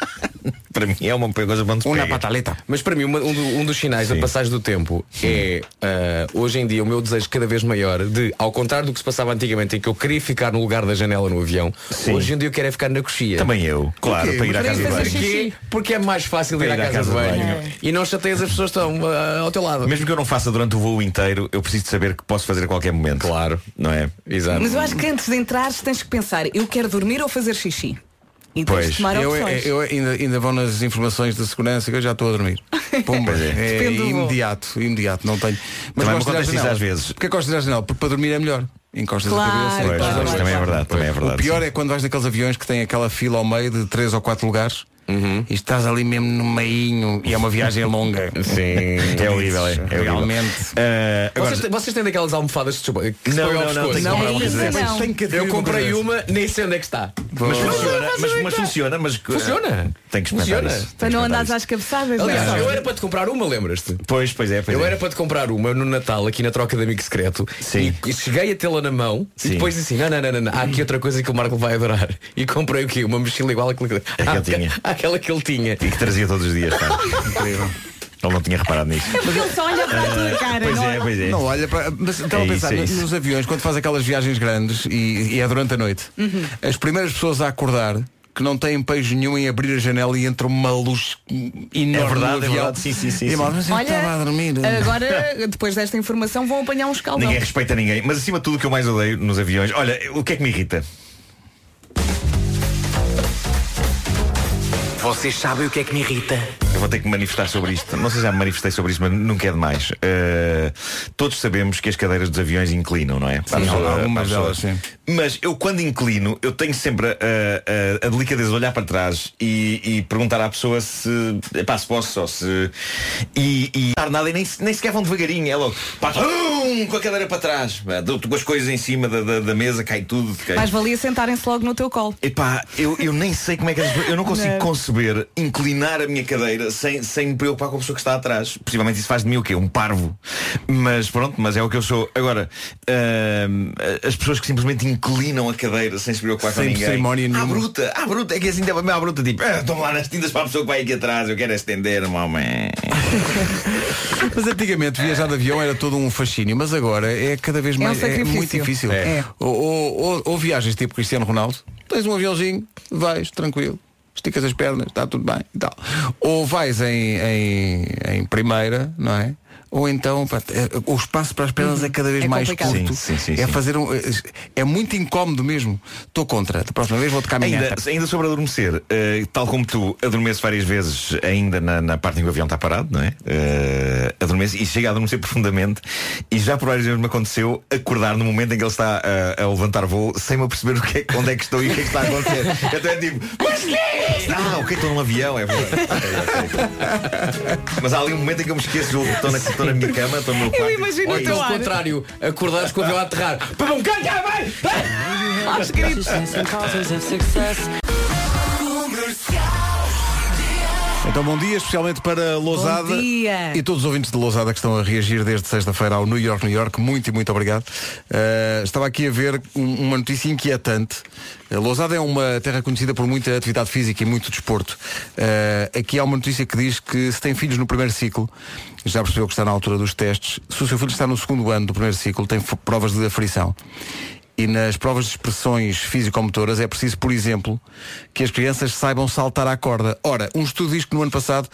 Speaker 3: Para mim é uma coisa bom
Speaker 1: Uma pataleta.
Speaker 2: Mas para mim, uma- um, do- um dos sinais da passagem do tempo é ah, hoje em dia o meu desejo cada vez maior de, ao contrário do que se passava antigamente, em que eu queria ficar no lugar da janela no avião, hoje em dia eu quero é ficar na coxia.
Speaker 3: Também eu, claro,
Speaker 2: Porquê?
Speaker 3: para ir à
Speaker 2: Mas
Speaker 3: casa de
Speaker 2: fazer
Speaker 3: banho.
Speaker 2: xixi. Porque é mais fácil ir à casa, de banho. E não chateias as pessoas que estão ah, ao teu lado.
Speaker 3: Mesmo que eu não faça durante o voo inteiro, eu preciso de saber que posso fazer a qualquer momento.
Speaker 2: Claro.
Speaker 3: Não é?
Speaker 1: ah,
Speaker 3: Exato.
Speaker 4: Mas eu acho que antes de entrares tens que pensar, eu quero dormir ou fazer xixi. E tens de tomar
Speaker 1: eu, é-
Speaker 4: opções.
Speaker 1: eu ainda, ainda vão nas informações de segurança que eu já estou a dormir. Pumba, é,
Speaker 4: Depende do voo.
Speaker 1: imediato, imediato, não tenho. Mas
Speaker 3: Também me
Speaker 1: gosto de ir à
Speaker 3: acontece isso
Speaker 1: janela.
Speaker 3: às vezes.
Speaker 1: Porque gosto de ir à janela? Porque para dormir é melhor. Encostas
Speaker 3: Claro,
Speaker 1: a cabeça.
Speaker 3: Pois, pois,
Speaker 1: encostas a cabeça.
Speaker 3: também é verdade, também é
Speaker 1: O
Speaker 3: verdade,
Speaker 1: pior é quando vais naqueles aviões que têm aquela fila ao meio de três ou quatro lugares
Speaker 3: Uhum.
Speaker 1: e estás ali mesmo no meinho e é uma viagem longa.
Speaker 3: Sim. É horrível, é. é horrível.
Speaker 1: Realmente.
Speaker 3: Ah, agora,
Speaker 2: Vocês, têm- vocês têm daquelas almofadas de chupa que se
Speaker 3: Não,
Speaker 2: põe ao
Speaker 3: não, não,
Speaker 2: pescoço?
Speaker 3: tenho que comprar uma coisa dessas. Mas tenho que ter
Speaker 2: Eu
Speaker 3: uma
Speaker 2: comprei
Speaker 3: coisa
Speaker 2: uma, nem sei onde é que está.
Speaker 3: mas,
Speaker 2: Mas-
Speaker 3: funciona, mas, mas funciona, mas
Speaker 2: Funciona.
Speaker 3: Tem que experimentar
Speaker 2: Funciona.
Speaker 3: isso.
Speaker 4: Para não andares às cabeçadas.
Speaker 2: Aliás,
Speaker 4: não é?
Speaker 2: eu era para te comprar uma, lembras-te?
Speaker 3: Pois, pois é, pois
Speaker 2: eu
Speaker 3: é.
Speaker 2: era para te comprar uma no Natal, aqui na troca de amigo secreto. Sim. E, e cheguei a tê-la na mão e depois disse assim, não, não, não, não, não, há aqui outra coisa que o Marco vai adorar. E comprei o quê? Uma mochila igual àquela que, Ah,
Speaker 3: ele tinha.
Speaker 2: àquela que ele
Speaker 1: é
Speaker 2: tinha.
Speaker 3: E que trazia todos os dias, pá. Incrível. Ele não tinha reparado nisso.
Speaker 4: É porque ele só olha para a tua cara.
Speaker 3: pois
Speaker 4: não
Speaker 3: é, pois é.
Speaker 1: Não olha para. Mas estava
Speaker 3: É isso,
Speaker 1: a pensar
Speaker 3: é
Speaker 1: no-
Speaker 3: isso.
Speaker 1: nos aviões, quando faz aquelas viagens grandes e, e é durante a noite, as primeiras pessoas a acordar que não têm peixe nenhum em abrir a janela e entra uma luz enorme.
Speaker 3: É verdade,
Speaker 1: no
Speaker 3: é
Speaker 1: avião.
Speaker 3: verdade, sim, sim, sim,
Speaker 1: E,
Speaker 3: sim.
Speaker 1: mal, mas eu estava a dormir.
Speaker 4: agora, depois desta informação, vão apanhar um escaldão.
Speaker 3: Ninguém respeita ninguém. Mas acima de tudo o que eu mais odeio nos aviões. Olha, o que é que me irrita?
Speaker 5: Vocês sabem o que é que me irrita?
Speaker 3: Eu vou ter que me manifestar sobre isto. Não sei se já me manifestei sobre isto, mas nunca é demais. Eh, todos sabemos que as cadeiras dos aviões inclinam, não é? Para a
Speaker 1: Sim,
Speaker 3: pessoa-
Speaker 1: algumas
Speaker 3: para a pessoa.
Speaker 1: delas, sim.
Speaker 3: Mas eu quando inclino, eu tenho sempre a, Eh, a- a delicadeza de olhar para trás e, e perguntar à pessoa se, pá, se posso ou se. E, e dar nada e nem, se- nem sequer vão devagarinho. É logo, pá, pum, com a cadeira para trás. Pá, dou- Com as coisas em cima da, da- da mesa, cai tudo. Cai.
Speaker 4: Mais valia sentarem-se logo no teu colo.
Speaker 3: Epá, eu, eu nem sei como é que as pessoas- Eu não consigo
Speaker 4: Não.
Speaker 3: conceber inclinar a minha cadeira sem, sem me preocupar com a pessoa que está atrás. Possivelmente isso faz de mim o quê? Um parvo. Mas pronto, mas é o que eu sou. Agora, hum, as pessoas que simplesmente inclinam a cadeira sem se preocupar
Speaker 1: Sem
Speaker 3: com ninguém.
Speaker 1: cerimónia
Speaker 3: à
Speaker 1: nenhuma.
Speaker 3: bruta, à bruta, é que assim deve à bruta, tipo, "Ah, estão lá nas tintas para a pessoa que vai aqui atrás, eu quero é estender, mamãe.
Speaker 1: Mas antigamente viajar de avião era todo um fascínio, mas agora é cada vez
Speaker 3: É um
Speaker 1: mais é
Speaker 3: sacrifício.
Speaker 1: muito difícil.
Speaker 3: É.
Speaker 1: Ou, ou- ou- ou viagens tipo Cristiano Ronaldo, tens um aviãozinho, vais tranquilo, esticas as pernas, está tudo bem e tal. Ou vais em, em, em primeira, não é? ou então pá, é, o espaço para as pernas é cada vez
Speaker 4: É
Speaker 1: mais
Speaker 4: complicado.
Speaker 1: curto.
Speaker 4: Sim, sim, sim,
Speaker 1: é
Speaker 4: sim.
Speaker 1: fazer um, é- é muito incómodo mesmo. Estou contra. Da próxima vez vou de caminhar.
Speaker 3: Ainda, ainda sobre adormecer, eh, tal como tu adormeço várias vezes ainda na, na parte em que o avião está parado, não é? Eh, adormeço e chega a adormecer profundamente e já por várias vezes me aconteceu acordar no momento em que ele está eh, a levantar voo sem me perceber o que é, onde é que estou e o que é que está a acontecer. Então é tipo, mas que é isto? Ah, o que é que estou num avião? É verdade. Ok, ok. Mas há ali um momento em que eu me esqueço, Júlio, estou na, estou na minha cama, estou no meu quarto.
Speaker 2: Ou
Speaker 3: Olha,
Speaker 2: pelo contrário, acordares com o avião a aterrar. Pum, ganha, vai! Aos gritos.
Speaker 1: Então bom dia, especialmente para Lousada
Speaker 4: dia.
Speaker 1: e todos os ouvintes de Lousada que estão a reagir desde sexta-feira ao New York, New York, muito e muito obrigado. Uh, estava aqui a ver um- uma notícia inquietante. Uh, Lousada é uma terra conhecida por muita atividade física e muito desporto. Uh, aqui há uma notícia que diz que se tem filhos no primeiro ciclo, já percebeu que está na altura dos testes, se o seu filho está no segundo ano do primeiro ciclo, tem f- provas de aflição. E nas provas de expressões físico-motoras é preciso, por exemplo, que as crianças saibam saltar à corda. Ora, um estudo diz que no ano passado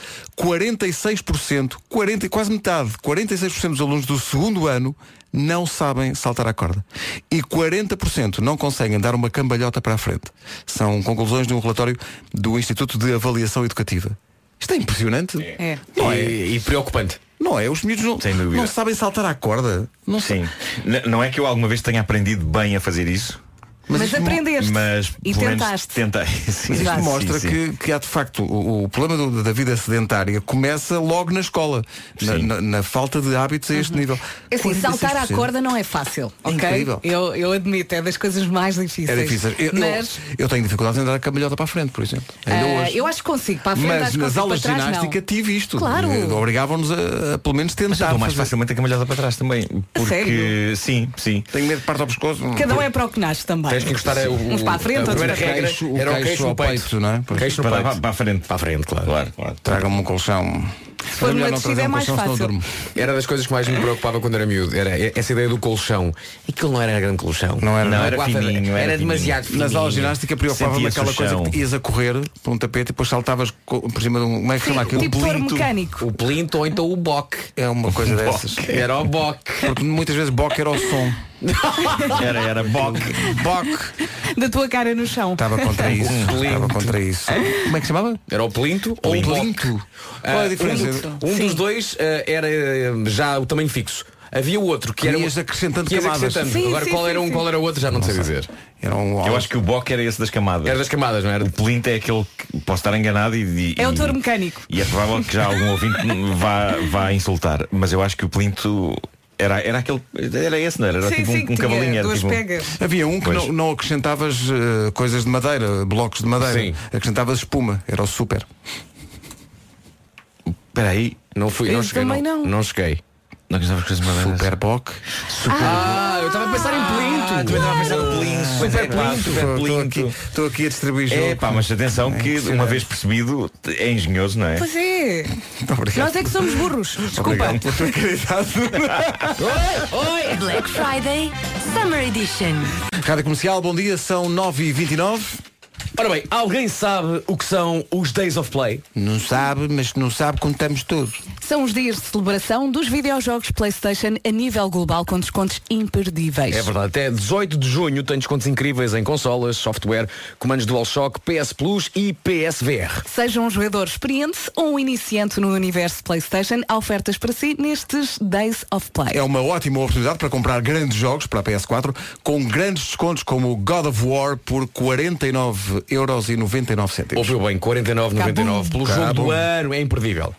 Speaker 1: 46%, 40, quase metade, 46% dos alunos do segundo ano não sabem saltar à corda. E 40% não conseguem dar uma cambalhota para a frente. São conclusões de um relatório do Instituto de Avaliação Educativa. Isto é impressionante.
Speaker 4: É.
Speaker 1: Não é?
Speaker 2: E, e preocupante.
Speaker 1: Não é? Os miúdos não, não sabem saltar à corda. Não
Speaker 3: Sim. N- não é que eu alguma vez tenha aprendido bem a fazer isso.
Speaker 4: Mas Mas isso- aprendeste.
Speaker 3: Mas
Speaker 4: E
Speaker 3: pelo menos,
Speaker 4: tentaste.
Speaker 3: Tentei. Sim,
Speaker 1: Mas isto
Speaker 3: sim,
Speaker 1: mostra
Speaker 3: sim.
Speaker 1: Que, que há de facto o, o problema do- da vida sedentária começa logo na escola, na, na- na falta de hábitos a este nível.
Speaker 4: É assim, saltar à
Speaker 1: 46%.
Speaker 4: corda não é fácil,
Speaker 1: É
Speaker 4: ok?
Speaker 1: incrível.
Speaker 4: Eu, eu admito, é das coisas mais difíceis.
Speaker 1: É difícil. Eu, eu-
Speaker 4: Mas
Speaker 1: eu tenho dificuldade em andar a camelhota para a frente, por exemplo. Ainda
Speaker 4: ah,
Speaker 1: hoje.
Speaker 4: eu acho que consigo, para a frente acho
Speaker 1: Mas
Speaker 4: que
Speaker 1: nas
Speaker 4: consigo,
Speaker 1: aulas de
Speaker 4: para trás,
Speaker 1: ginástica
Speaker 4: não.
Speaker 1: tive isto.
Speaker 4: Claro.
Speaker 1: Eh, Obrigavam-nos a, a pelo menos tentar.
Speaker 3: Dou mais
Speaker 1: fazer.
Speaker 3: facilmente a camalhada para trás também. Porque
Speaker 4: sério?
Speaker 3: sim, sim.
Speaker 1: Tenho medo de parte ao pescoço.
Speaker 4: Cada um é para o que nasce também.
Speaker 3: Tens que encostar
Speaker 1: é,
Speaker 3: a- o-
Speaker 4: Uns para a frente, outros para
Speaker 2: primeira
Speaker 4: trás.
Speaker 2: regra
Speaker 1: queixo- o
Speaker 2: era o
Speaker 1: queixo
Speaker 2: queixo
Speaker 1: ao
Speaker 2: no peito.
Speaker 1: peito, não é? Pois.
Speaker 2: Queixo no
Speaker 3: para,
Speaker 2: peito.
Speaker 3: para- para a frente.
Speaker 2: Para a frente, claro.
Speaker 1: Traga-me um colchão.
Speaker 4: Se for
Speaker 1: Era
Speaker 4: numa
Speaker 1: melhor não
Speaker 4: descida
Speaker 1: trazer
Speaker 4: é
Speaker 1: um
Speaker 4: mais
Speaker 1: colchão, senão
Speaker 4: fácil.
Speaker 1: durmo.
Speaker 2: Era das coisas que mais me preocupava quando era miúdo. Era essa ideia do colchão. Aquilo não era grande colchão. Não
Speaker 1: era,
Speaker 3: não. Era fininho, era
Speaker 2: Era demasiado fininho.
Speaker 1: Nas aulas de ginástica preocupava-me
Speaker 3: Sentia-se
Speaker 1: aquela
Speaker 3: o
Speaker 1: coisa
Speaker 3: chão.
Speaker 1: que ias a correr por um tapete e depois saltavas co- por cima de um. Como é que chama aquilo?
Speaker 4: tipo touro mecânico.
Speaker 2: O plinto ou então o boque.
Speaker 1: É uma coisa dessas.
Speaker 2: Era o boque.
Speaker 1: Porque muitas vezes boque era o som.
Speaker 3: Era, era boc.
Speaker 1: Boque!
Speaker 4: Da tua cara no chão.
Speaker 1: Estava contra isso.
Speaker 2: plinto.
Speaker 1: Estava contra isso. Como é que se chamava?
Speaker 2: Era o plinto ou o
Speaker 1: Plinto.
Speaker 2: boque.
Speaker 1: Plinto.
Speaker 2: Ah,
Speaker 1: Qual é a diferença?
Speaker 2: Um, um dos dois ah, era ah, já o tamanho fixo. Havia o outro que era
Speaker 1: Ias acrescentando
Speaker 2: que ias
Speaker 1: camadas.
Speaker 2: acrescentando.
Speaker 4: Sim,
Speaker 2: Agora
Speaker 4: sim,
Speaker 2: qual
Speaker 4: sim,
Speaker 2: era um,
Speaker 4: sim. É
Speaker 2: qual era o outro já não, sei dizer.
Speaker 1: Era um
Speaker 3: Eu acho que o boc era esse das camadas.
Speaker 2: Era das camadas, não era?
Speaker 3: O plinto é aquele que posso estar enganado e. e-
Speaker 4: É o
Speaker 3: e-
Speaker 4: touro mecânico.
Speaker 3: E é provável que já algum ouvinte vá, vá insultar. Mas eu acho que o plinto era, era aquele. Era esse, não era? Era
Speaker 4: sim,
Speaker 3: tipo um-
Speaker 4: sim,
Speaker 3: um,
Speaker 4: que tinha
Speaker 3: cavalinho. Era
Speaker 4: duas
Speaker 3: tipo,
Speaker 4: pegas.
Speaker 1: Havia um que
Speaker 3: Pois.
Speaker 1: não, não acrescentavas eh, coisas de madeira, blocos de madeira.
Speaker 2: Sim.
Speaker 1: Acrescentavas espuma. Era o super.
Speaker 3: Espera aí.
Speaker 2: Não fui, não
Speaker 4: Esse
Speaker 2: cheguei.
Speaker 4: também não.
Speaker 2: não cheguei.
Speaker 3: Não gostava coisas de madeira.
Speaker 1: Super boc.
Speaker 2: Ah, eu estava a pensar em plinto.
Speaker 3: Ah, também estava a pensar no plinto.
Speaker 2: Super
Speaker 3: É pá,
Speaker 2: plinto.
Speaker 3: super
Speaker 1: Estou aqui,
Speaker 3: plinto.
Speaker 1: estou aqui a distribuir jogo.
Speaker 3: É pá, mas atenção que uma vez percebido é engenhoso, não é?
Speaker 4: Pois é.
Speaker 1: Muito obrigado.
Speaker 4: Nós é que somos burros. Desculpa.
Speaker 1: Obrigado pela tua caridade.
Speaker 6: Oi! Black Friday Summer Edition.
Speaker 1: Rádio Comercial, bom dia, são 9h29.
Speaker 2: Ora bem, alguém sabe o que são os Days of Play?
Speaker 1: Não sabe, mas não sabe contamos tudo.
Speaker 4: São os dias de celebração dos videojogos PlayStation a nível global com descontos imperdíveis.
Speaker 2: É verdade, até 18 de junho tem descontos incríveis em consolas, software, comandos DualShock, PS Plus e PSVR.
Speaker 4: Seja um jogador experiente ou um iniciante no universo PlayStation, há ofertas para si nestes Days of Play.
Speaker 1: É uma ótima oportunidade para comprar grandes jogos para a PS4 com grandes descontos como o God of War por 49,99€.
Speaker 2: Ouviu bem, 49,99 pelo
Speaker 1: Cabum.
Speaker 2: jogo do ano, é imperdível.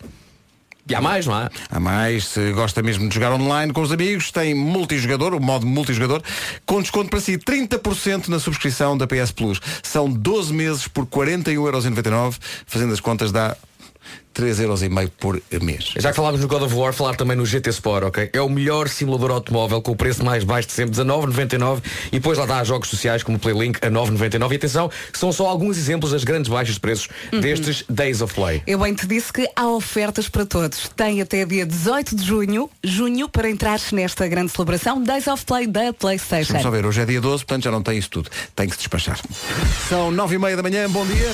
Speaker 2: E há mais, não há?
Speaker 1: A mais, se gosta mesmo de jogar online com os amigos, tem multijogador, o modo multijogador, com desconto para si 30% na subscrição da PS Plus. São 12 meses por 41,99€, fazendo as contas dá 3,5€ por mês.
Speaker 2: Já que falámos no God of War, falar também no GT Sport, ok? É o melhor simulador automóvel com o preço mais baixo de sempre, 19,99 e depois lá dá jogos sociais como o Playlink a 9,99 e atenção, que são só alguns exemplos das grandes baixas de preços destes Days of Play.
Speaker 4: Eu bem te disse que há ofertas para todos. Tem até dia 18 de junho, junho, para entrar nesta grande celebração Days of Play da PlayStation.
Speaker 1: Vamos só ver, hoje é dia 12, portanto já não tem isso tudo. Tem que se despachar. São 9 e meia da manhã, bom dia.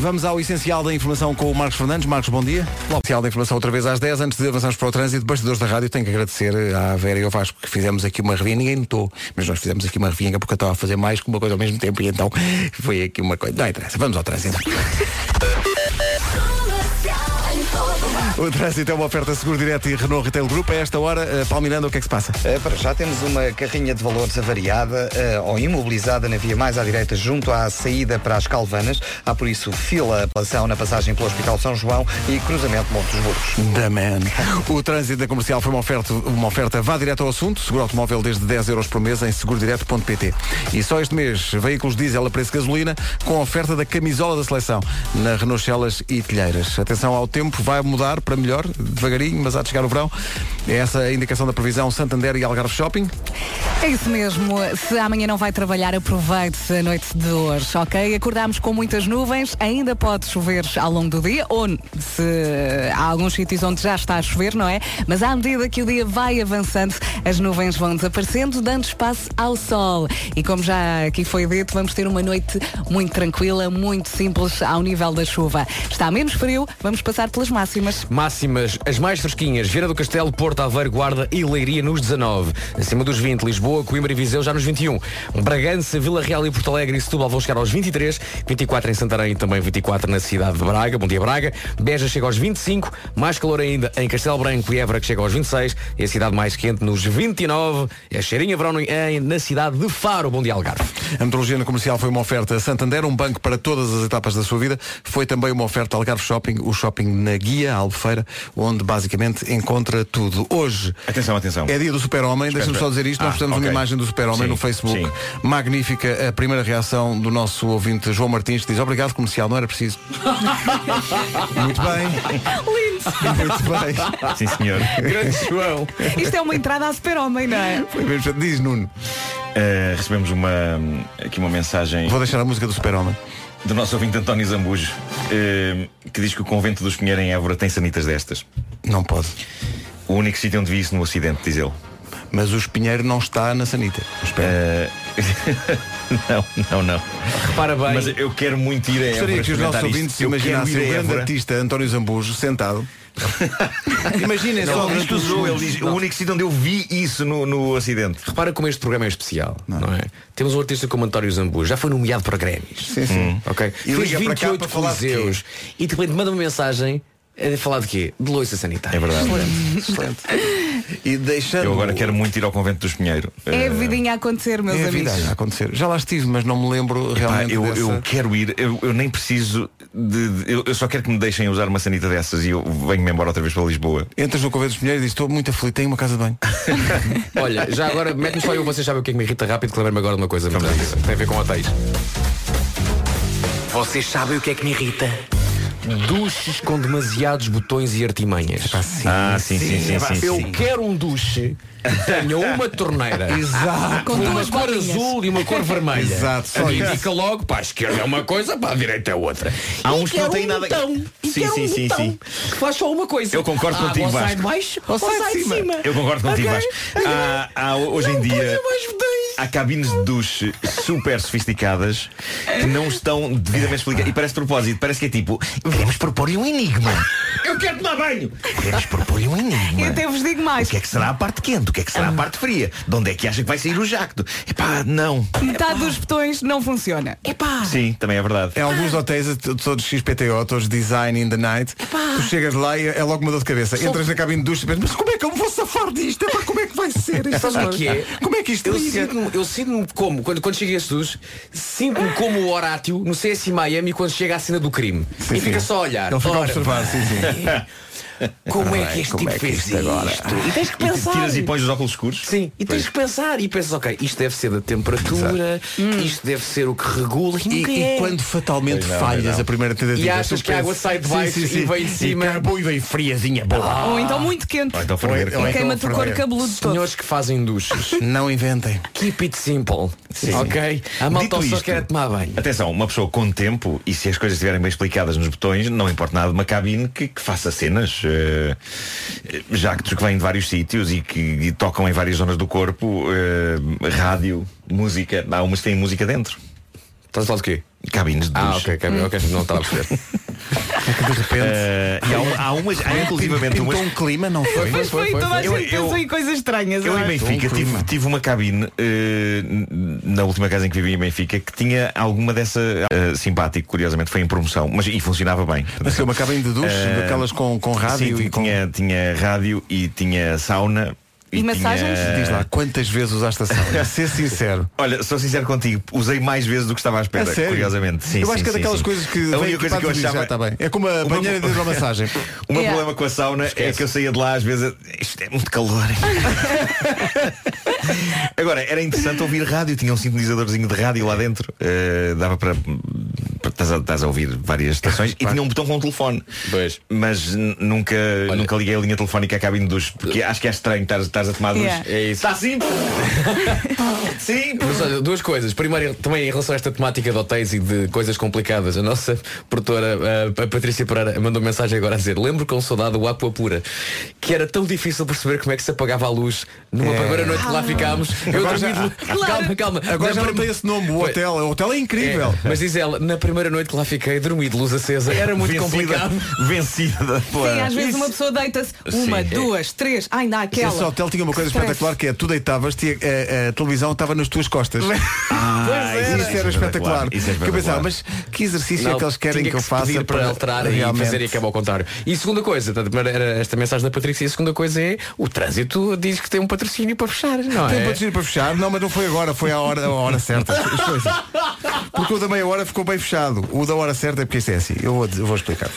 Speaker 1: Vamos ao essencial da informação com o Marcos Fernandes. Marcos, bom dia. O essencial da informação outra vez às 10. Antes de avançarmos para o trânsito, bastidores da rádio, tenho que agradecer eh, à Vera e ao Vasco que fizemos aqui uma revinha. Ninguém notou, mas nós fizemos aqui uma revinha porque eu estava a fazer mais que uma coisa ao mesmo tempo e então foi aqui uma coisa. Não interessa, vamos ao trânsito. O trânsito é uma oferta seguro direto e Renault Retail Group. A esta hora, Palmiranda, o que é que se passa?
Speaker 12: Eh, Para já temos uma carrinha de valores avariada eh, ou imobilizada na via mais à direita, junto à saída para as Calvanas. Há por isso fila apelação na passagem pelo Hospital São João e cruzamento Monte dos Burros.
Speaker 1: Da man. O trânsito da comercial foi uma oferta, uma oferta vá direto ao assunto, seguro automóvel desde 10 euros por mês em segurodireto.pt. E só este mês, veículos diesel a preço de gasolina com a oferta da camisola da seleção na Renault Celas e Telheiras. Atenção ao tempo, vai mudar para melhor, devagarinho, mas há de chegar o verão. É essa a indicação da previsão Santander e Algarve Shopping.
Speaker 4: É isso mesmo. Se amanhã não vai trabalhar, aproveite a noite de hoje, ok? Acordámos com muitas nuvens, ainda pode chover ao longo do dia, ou se há alguns sítios onde já está a chover, não é? Mas à medida que o dia vai avançando, as nuvens vão desaparecendo, dando espaço ao sol. E como já aqui foi dito, vamos ter uma noite muito tranquila, muito simples ao nível da chuva. Está menos frio, vamos passar pelas máximas.
Speaker 2: Máximas, as mais fresquinhas, Vieira do Castelo, Porto Aveiro, Guarda e Leiria nos 19. Acima dos 20, Lisboa, Coimbra e Viseu já nos 21. Bragança, Vila Real e Porto Alegre e Setúbal vão chegar aos 23. 24 em Santarém e também 24 na cidade de Braga. Bom dia, Braga. Beja chega aos 25. Mais calor ainda em Castelo Branco e Évora, que chega aos 26. E a cidade mais quente nos 29. É cheirinha verão no- em- na cidade de Faro. Bom dia, Algarve.
Speaker 1: A metrologia no comercial foi uma oferta a Santander, um banco para todas as etapas da sua vida. Foi também uma oferta a Algarve Shopping, o shopping na Guia, Albufeira, onde basicamente encontra tudo. Hoje.
Speaker 3: Atenção, atenção.
Speaker 1: É dia do super-homem,
Speaker 3: Espera,
Speaker 1: deixa-me só dizer isto,
Speaker 3: ah,
Speaker 1: nós fizemos
Speaker 3: ok.
Speaker 1: uma imagem do super-homem
Speaker 3: Sim,
Speaker 1: no Facebook.
Speaker 3: sim.
Speaker 1: Magnífica a primeira reação do nosso ouvinte João Martins, que diz obrigado comercial, não era preciso. Muito bem. Muito bem.
Speaker 3: Sim, senhor.
Speaker 1: Grande João.
Speaker 4: Isto é uma entrada a super-homem, não é?
Speaker 1: Diz, Nuno.
Speaker 3: Eh, recebemos uma, aqui uma mensagem.
Speaker 1: Vou deixar a música do Super-Homem.
Speaker 3: Do nosso ouvinte António Zambujo, eh, que diz que o convento dos Pinheiro em Évora tem sanitas destas.
Speaker 1: Não pode.
Speaker 3: O único sítio onde vi isso no acidente, diz ele.
Speaker 1: Mas o espinheiro não está na sanita.
Speaker 3: Eh, não, não, não.
Speaker 2: Repara bem.
Speaker 3: Mas eu quero muito ir a Évora.
Speaker 1: Gostaria que os nossos
Speaker 3: experimentar
Speaker 1: ouvintes
Speaker 3: isso. Eu quero
Speaker 1: imaginassem
Speaker 3: ir a
Speaker 1: o grande
Speaker 3: Évora.
Speaker 1: artista António Zambujo sentado. Imaginem
Speaker 3: Não,
Speaker 1: só
Speaker 3: ele
Speaker 1: durante
Speaker 3: isto
Speaker 1: os
Speaker 3: usou, ele
Speaker 1: segundos.
Speaker 3: diz, o único sítio onde eu vi isso no, no acidente.
Speaker 2: Repara como este programa é especial, não, é? Temos um artista como António Zambu, já foi nomeado para Grêmios.
Speaker 1: Sim, sim.
Speaker 2: Ok.
Speaker 1: E
Speaker 2: Fez
Speaker 1: liga para cá
Speaker 2: 28
Speaker 1: para falar de quê?
Speaker 2: coliseus e de repente manda uma mensagem a falar de quê? De loiça sanitária. É
Speaker 3: verdade.
Speaker 1: Excelente. E deixando.
Speaker 3: Eu agora quero muito ir ao convento Eh, dos Pinheiro.
Speaker 4: É a vidinha a acontecer, meus
Speaker 1: É a vida
Speaker 4: amigos.
Speaker 1: a acontecer. Já lá estive, mas não me lembro
Speaker 3: Pá,
Speaker 1: realmente
Speaker 3: eu,
Speaker 1: dessa...
Speaker 3: eu quero ir, eu, eu nem preciso de. de- eu, eu só quero que me deixem usar uma sanita dessas e eu venho-me embora outra vez para Lisboa.
Speaker 1: Entras no Convento dos Pinheiros e dizes, estou muito aflito, tenho uma casa de banho.
Speaker 2: Olha, já agora mete-me só eu, vocês sabem o que é que me irrita rápido, que lembro-me agora de uma coisa. muito rápida. Tem a ver com hotéis.
Speaker 5: Vocês sabem o que é que me irrita?
Speaker 2: Duches com demasiados botões e artimanhas.
Speaker 3: ah, sim, sim, sim, sim,
Speaker 2: Eu
Speaker 3: sim.
Speaker 2: quero um duche que tenha uma torneira.
Speaker 1: Exato.
Speaker 2: Com uma cor azul e uma cor vermelha.
Speaker 1: Exato, só
Speaker 2: Indica
Speaker 1: isso.
Speaker 2: logo, para a esquerda é uma coisa, para a direita é outra.
Speaker 3: Há
Speaker 2: E
Speaker 3: uns que não
Speaker 2: quero
Speaker 3: têm
Speaker 2: um
Speaker 3: nada-
Speaker 2: Botão, e
Speaker 3: Sim,
Speaker 2: quero
Speaker 3: sim,
Speaker 2: um
Speaker 3: sim,
Speaker 2: botão
Speaker 3: sim.
Speaker 2: Que faz só uma coisa.
Speaker 3: Eu concordo
Speaker 2: ah,
Speaker 3: contigo,
Speaker 2: ou sai
Speaker 3: Vasco.
Speaker 2: de baixo ou, sai, de cima.
Speaker 3: Eu concordo contigo,
Speaker 2: Ok?
Speaker 3: Vasco. Há, há hoje em dia há cabines de duche super sofisticadas que não estão devidamente explicadas. E parece de propósito, parece que é tipo, vamos propor-lhe um enigma. Eu quero tomar banho. Vamos propor-lhe um enigma.
Speaker 4: Eu até vos digo mais.
Speaker 3: O que é que será a parte quente? O que é que será a parte fria? De onde é que acha que vai sair o jacto? Epá, não.
Speaker 4: Metade Tá dos botões não funciona. Epá!
Speaker 3: Sim, também é verdade.
Speaker 1: Em alguns
Speaker 2: Ah.
Speaker 1: hotéis, t- todos XPTO, todos Design in the Night, tu chegas lá e é logo uma dor de cabeça. Entras na cabine de ducha e pensas, mas como é que eu me vou safar disto? Epá, como é que vai ser isto?
Speaker 2: Sabes o que é que é?
Speaker 1: Como é que isto
Speaker 2: eu
Speaker 1: liga?
Speaker 2: sinto-me, eu sinto-me como, quando, quando chega a Jesus, sinto-me como o Horatio no CS Miami quando chega à cena do crime.
Speaker 1: Sim,
Speaker 2: e fica
Speaker 1: sim.
Speaker 2: só a olhar.
Speaker 1: Ele fica a
Speaker 2: Ora,
Speaker 1: observar, sim,
Speaker 2: sim. Como é que este tipo
Speaker 1: Como é que
Speaker 2: fez
Speaker 1: isto agora?
Speaker 2: isto? E tens que pensar.
Speaker 3: Tiras e pões os óculos escuros.
Speaker 2: Sim, e tens que pensar e pensas, ok, isto deve ser da temperatura, isto deve ser o que regula e,
Speaker 1: E,
Speaker 2: nunca
Speaker 1: e
Speaker 2: é.
Speaker 1: quando fatalmente
Speaker 2: Pois não, pois
Speaker 1: falhas
Speaker 2: não.
Speaker 1: a primeira tentativa
Speaker 2: E achas
Speaker 1: tu
Speaker 2: que a água
Speaker 1: pensas,
Speaker 2: sai de
Speaker 1: sim,
Speaker 2: baixo
Speaker 1: sim,
Speaker 2: e
Speaker 1: sim.
Speaker 2: vem de cima.
Speaker 1: E acabou e vem friazinha boa.
Speaker 2: Ah.
Speaker 4: Ou então muito quente.
Speaker 3: Ou então ferver,
Speaker 2: é
Speaker 3: claro.
Speaker 4: Queima-te o couro cabeludo todo.
Speaker 2: Senhores que fazem duches.
Speaker 1: Não inventem.
Speaker 2: Keep it simple.
Speaker 3: Sim.
Speaker 2: Ok? A malta
Speaker 3: Dito
Speaker 2: só
Speaker 3: isto,
Speaker 2: quer tomar banho.
Speaker 3: Atenção, uma pessoa com tempo e se as coisas estiverem bem explicadas nos botões, não importa nada, uma cabine que, que faça cenas, eh, eh, jactos que vêm de vários sítios e que e tocam em várias zonas do corpo, eh, rádio, música, há umas que têm música dentro.
Speaker 2: Estás a falar de quê?
Speaker 3: Cabines de duche.
Speaker 2: Ah, ok, cabine, ok, não estava a perceber.
Speaker 3: De repente. Eh, e há, uma- há umas, há inclusivamente umas.
Speaker 1: um clima, não foi? um
Speaker 3: Mas foi, toda a gente pensou
Speaker 10: em coisas estranhas.
Speaker 3: Eu em Benfica tive, tive uma cabine eh, n- na última casa em que vivi em Benfica que tinha alguma dessa eh, simpático, curiosamente, foi em promoção, mas e funcionava bem.
Speaker 1: Mas que é uma cabine de duche,
Speaker 3: Eh,
Speaker 1: daquelas com, com rádio
Speaker 3: sim,
Speaker 1: e com.
Speaker 3: tinha, tinha rádio e tinha sauna.
Speaker 1: E massagens?
Speaker 3: tinha-
Speaker 1: Diz lá, quantas vezes usaste a sauna? A ser sincero.
Speaker 3: Olha, sou sincero contigo, usei mais vezes do que estava à
Speaker 1: É
Speaker 3: espera,
Speaker 1: sério?
Speaker 3: curiosamente. Sim,
Speaker 1: eu
Speaker 3: sim,
Speaker 1: acho que é
Speaker 3: sim,
Speaker 1: daquelas
Speaker 3: sim.
Speaker 1: coisas que.
Speaker 3: A
Speaker 1: vem
Speaker 3: única coisa que eu
Speaker 1: equipado e diz,
Speaker 3: achava.
Speaker 1: "Ah, tá bem." É como uma banheira de hidromassagem.
Speaker 3: O meu
Speaker 1: Yeah.
Speaker 3: problema com a sauna é que eu saía de lá às vezes. a- Isto é muito calor. Agora, era interessante ouvir rádio, tinha um sintonizadorzinho de rádio lá dentro. eh, dava para. para- Estás a, estás a ouvir várias estações e tinha um botão com um telefone. Mas n- nunca, nunca liguei a linha telefónica à cabine dos. Porque acho que é estranho estar a tomar dos.
Speaker 2: Yeah. É isso.
Speaker 3: Está assim? Sim.
Speaker 2: Mas olha, duas coisas. Primeiro, também em relação a esta temática de hotéis e de coisas complicadas, a nossa produtora, a Patrícia Pereira, mandou mensagem agora a dizer lembro com saudade o Aqua Pura, que era tão difícil perceber como é que se apagava a luz numa
Speaker 1: É.
Speaker 2: primeira noite que lá ficámos. Eu
Speaker 1: Agora
Speaker 2: dormi
Speaker 1: já-
Speaker 2: de... Calma, calma.
Speaker 1: Agora
Speaker 2: Na
Speaker 1: já não
Speaker 2: prime-
Speaker 1: tem esse nome, o hotel. O hotel é incrível.
Speaker 2: É, mas diz ela, na primeira noite que lá fiquei, dormi de luz acesa, era muito
Speaker 3: Vencida-
Speaker 2: complicado.
Speaker 3: Vencida pela-
Speaker 4: Sim, às vezes uma pessoa deita-se uma,
Speaker 1: Sim.
Speaker 4: duas, três, ai, ainda há aquela.
Speaker 1: Esse hotel tinha uma coisa
Speaker 4: Stress.
Speaker 1: espetacular que é tu deitavas, tinha, a, a televisão estava nas tuas costas.
Speaker 3: Ah,
Speaker 1: Pois
Speaker 3: isso
Speaker 1: era.
Speaker 3: é
Speaker 1: Isso era espetacular.
Speaker 3: Isso é
Speaker 1: Que eu pensava,
Speaker 3: espetacular.
Speaker 1: mas que exercício é
Speaker 2: Não,
Speaker 1: que eles querem
Speaker 2: tinha
Speaker 1: que eu
Speaker 2: se
Speaker 1: faça
Speaker 2: pedir para alterar e fazer e acabar ao contrário. E segunda coisa, portanto, a primeira era esta mensagem da Patrícia e a segunda coisa é o trânsito diz que tem um patrocínio para fechar, não
Speaker 1: Tem
Speaker 2: é?
Speaker 1: um patrocínio para fechar? Não, mas não foi agora, foi à hora, à hora certa. As coisas. Porque o da meia hora ficou bem fechado. O da hora certa é porque isto é assim. Eu vou, eu vou explicar.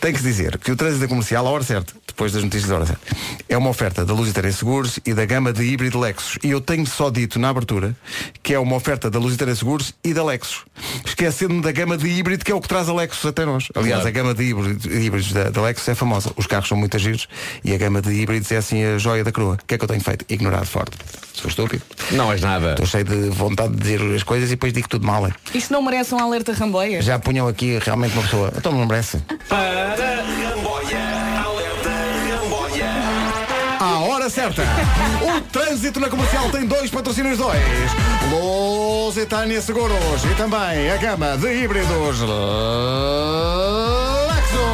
Speaker 1: Tem que se dizer que o trânsito é comercial, à hora certa, depois das notícias da hora certa, é uma oferta da Lusitânia Seguros e da gama de híbrido Lexus. E eu tenho só dito na abertura que é uma oferta da Lusitânia Seguros e da Lexus. Esquecendo da gama de híbrido que é o que traz a Lexus até nós. Aliás,
Speaker 2: Claro.
Speaker 1: a gama de híbrido- híbridos da, da Lexus é famosa. Os carros são muito giros e a gama de híbridos é assim a joia da coroa. O que é que eu tenho feito? Ignorado forte. Sou estúpido.
Speaker 2: Não és nada.
Speaker 1: Estou cheio de vontade de dizer as coisas e depois digo tudo mal. é. hein?
Speaker 4: Isto não merece um alerta ramboia?
Speaker 1: Já punham aqui realmente uma pessoa. Então não merece.
Speaker 5: Para Ramboia, alerta Ramboia.
Speaker 1: À hora certa. O trânsito na comercial tem dois patrocínios dois. Lusitânia Seguros e também a gama de híbridos Lexus.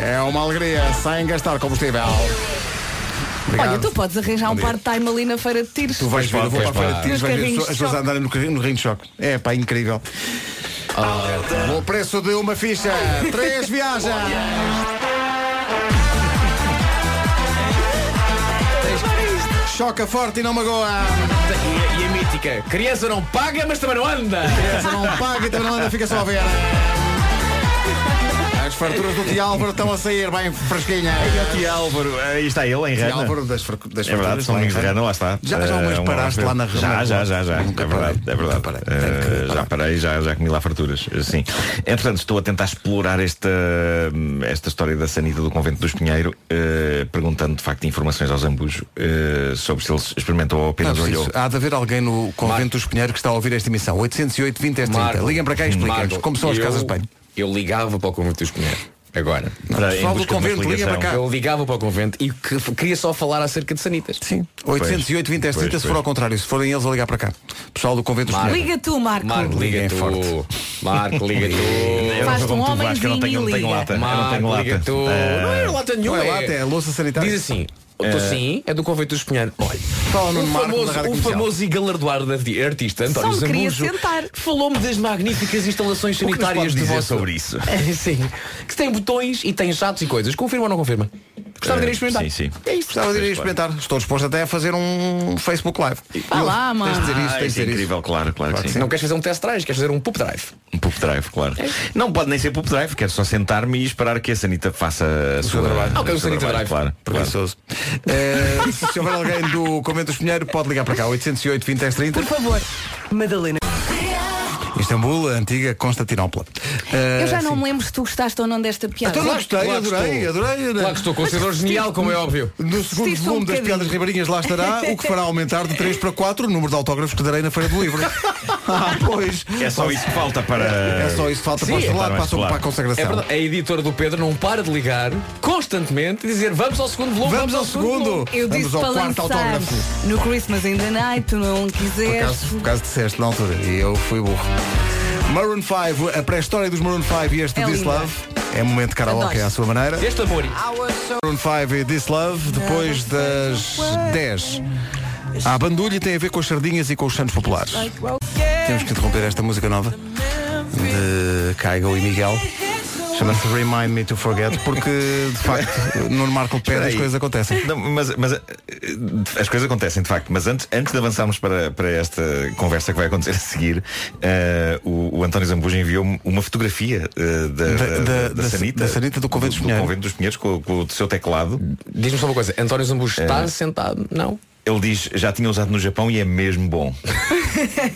Speaker 1: É uma alegria sem gastar combustível. Obrigado.
Speaker 4: Olha, tu podes arranjar um part-time ali na feira de tiros.
Speaker 1: Tu vais ver, eu vou para a feira de tiros,
Speaker 4: Nos
Speaker 1: vais ver as
Speaker 4: carrinhos
Speaker 1: pessoas- as pessoas a andarem no, carrinho, no rinho de choque. É pá, incrível. O preço de uma ficha, três viagens. Choca forte e não magoa.
Speaker 2: E, e a mítica, criança não paga, mas também não anda.
Speaker 1: Criança não paga e também não anda, fica só a ver. As farturas do Tia Álvaro estão a sair bem fresquinhas.
Speaker 3: E é Álvaro, aí está ele em
Speaker 1: Tia
Speaker 3: Rana.
Speaker 1: Álvaro das, far- das
Speaker 3: é verdade,
Speaker 1: farturas
Speaker 3: são
Speaker 1: lá em
Speaker 3: amigos de
Speaker 1: Rana.
Speaker 3: Rana, lá está.
Speaker 1: Já, já uma vez
Speaker 3: Eh,
Speaker 1: paraste lá na
Speaker 3: Já,
Speaker 1: Rana?
Speaker 3: já, já, já.
Speaker 1: Nunca
Speaker 3: é verdade, é verdade. Eh, já parei, já, já comi lá farturas. eh, Sim. Entretanto, estou a tentar explorar esta, esta história da sanita do convento do Espinheiro, eh, perguntando de facto informações aos ambos eh, sobre se eles experimentou ou
Speaker 1: Não é
Speaker 3: apenas
Speaker 1: preciso.
Speaker 3: olhou.
Speaker 1: Há de haver alguém no convento dos Pinheiros que está a ouvir esta emissão. 808 20 10 30.
Speaker 2: Marco,
Speaker 1: Liguem para cá e expliquem
Speaker 2: Marco,
Speaker 1: como são as
Speaker 2: eu-
Speaker 1: casas de banho.
Speaker 2: Eu ligava para o convento dos Pinheiros. Agora.
Speaker 1: Para- pessoal em busca do de uma convento, liga explicação. para cá.
Speaker 2: Eu ligava para o convento e que- queria só falar acerca de sanitas.
Speaker 1: Sim. 808 20 10 30 se for ao contrário. Se forem eles a ligar para cá. Pessoal do convento dos Pinheiros.
Speaker 4: Liga tu, Marco.
Speaker 2: Marco, liga tu. Marco, liga tu.
Speaker 4: Faz-te um homenzinho e liga.
Speaker 2: Marco, liga tu. Não é lata nenhuma.
Speaker 1: Eh, Não é lata, é louça sanitária.
Speaker 2: Diz assim. Estou
Speaker 1: Eh,
Speaker 2: sim, é do convento dos Pinheiros. Olha,
Speaker 1: Fala no
Speaker 2: o
Speaker 1: Marco na
Speaker 2: famoso,
Speaker 1: Rádio
Speaker 2: o
Speaker 1: Comercial.
Speaker 2: famoso e galardoado arti- artista António
Speaker 4: Só me queria
Speaker 2: Zambujo
Speaker 4: sentar.
Speaker 2: falou-me das magníficas
Speaker 1: é
Speaker 2: instalações
Speaker 3: O que nos
Speaker 2: sanitárias
Speaker 3: pode
Speaker 2: do
Speaker 3: dizer
Speaker 2: vosso
Speaker 3: sobre isso?
Speaker 2: Sim. Que tem botões e tem chatos e coisas. Confirma ou não confirma? Gostava de ir
Speaker 3: Eh,
Speaker 2: experimentar.
Speaker 3: Sim, sim.
Speaker 2: É isso.
Speaker 1: Gostava de ir experimentar. Estou disposto até a fazer um Facebook Live.
Speaker 4: Vá lá,
Speaker 1: Eu- Tens de dizer isso,
Speaker 3: Ah,
Speaker 1: tens
Speaker 3: isso
Speaker 1: de
Speaker 3: é
Speaker 1: dizer isso.
Speaker 3: incrível, claro, claro, que sim.
Speaker 2: Não queres fazer um test drive, queres fazer um poop drive.
Speaker 3: Um pub drive, claro.
Speaker 1: É.
Speaker 3: Não pode nem ser pub drive, quero só sentar-me e esperar que a Sanita faça a sua,
Speaker 2: trabalho.
Speaker 3: o
Speaker 1: Ah, é
Speaker 2: Ok, o
Speaker 3: seu
Speaker 2: Sanita
Speaker 3: trabalho,
Speaker 2: Drive.
Speaker 3: Claro,
Speaker 1: Preguiçoso. Eh, se houver alguém do Convento dos Pinheiros, pode ligar para cá. 808 20 10 30.
Speaker 10: Por favor. Madalena.
Speaker 1: Istambul, a antiga Constantinopla. Eh,
Speaker 19: Eu já não
Speaker 1: sim.
Speaker 19: me lembro se tu gostaste ou não desta piada.
Speaker 1: Então não gostei, adorei, adorei.
Speaker 2: Claro que estou, considerou genial, como é óbvio.
Speaker 1: No segundo
Speaker 2: Assististe um
Speaker 1: volume das
Speaker 2: bocadinho.
Speaker 1: Piadas Ribeirinhas lá estará, o que fará aumentar de 3 para 4 o número de autógrafos que darei na Feira do Livro. Ah, pois.
Speaker 3: É só isso que falta para.
Speaker 1: É só isso que falta
Speaker 2: Sim,
Speaker 1: para o
Speaker 2: é
Speaker 1: estrelado,
Speaker 2: para o
Speaker 1: passam para a
Speaker 2: estrelado.
Speaker 1: consagração.
Speaker 2: É verdade, a editora do Pedro não para de ligar constantemente e dizer vamos ao segundo volume,
Speaker 1: Vamos
Speaker 2: vamos,
Speaker 1: ao segundo.
Speaker 2: volume."
Speaker 4: Eu
Speaker 1: Vamos
Speaker 4: disse
Speaker 1: ao
Speaker 4: para
Speaker 1: quarto
Speaker 4: lançar
Speaker 1: autógrafo.
Speaker 4: no Christmas in the Night, tu não
Speaker 1: Por
Speaker 4: quiseste.
Speaker 1: acaso, por acaso disseste na altura e eu fui burro. Maroon 5, a pré-história dos Maroon 5 e este
Speaker 4: É
Speaker 1: This
Speaker 4: linda.
Speaker 1: Love. É momento de karaoke
Speaker 4: Adoro.
Speaker 1: à sua maneira.
Speaker 2: Este amor.
Speaker 1: Maroon 5 e This Love, depois das 10. A bandulha tem a ver com as sardinhas e com os santos populares. Temos que interromper esta música nova de Caigo e Miguel. Chama-se Remind Me to Forget, porque de facto Nuno Marco pede as
Speaker 3: Peraí.
Speaker 1: coisas acontecem.
Speaker 3: Não, mas, mas, eh, as coisas acontecem, de facto. Mas antes, antes de avançarmos para, para esta conversa que vai acontecer a seguir, eh, o, o António Zambuja enviou-me uma fotografia eh, da,
Speaker 1: Da-
Speaker 3: da,
Speaker 1: da-
Speaker 3: da
Speaker 1: da-
Speaker 3: Sanita.
Speaker 1: da Sanita do Convento dos Pinheiros.
Speaker 3: Convento dos Pinheiros, com, com o seu teclado.
Speaker 2: Diz-me só uma coisa, António Zambuja está sentado? Não.
Speaker 3: Eh, Ele diz, já tinha usado no Japão e é mesmo bom.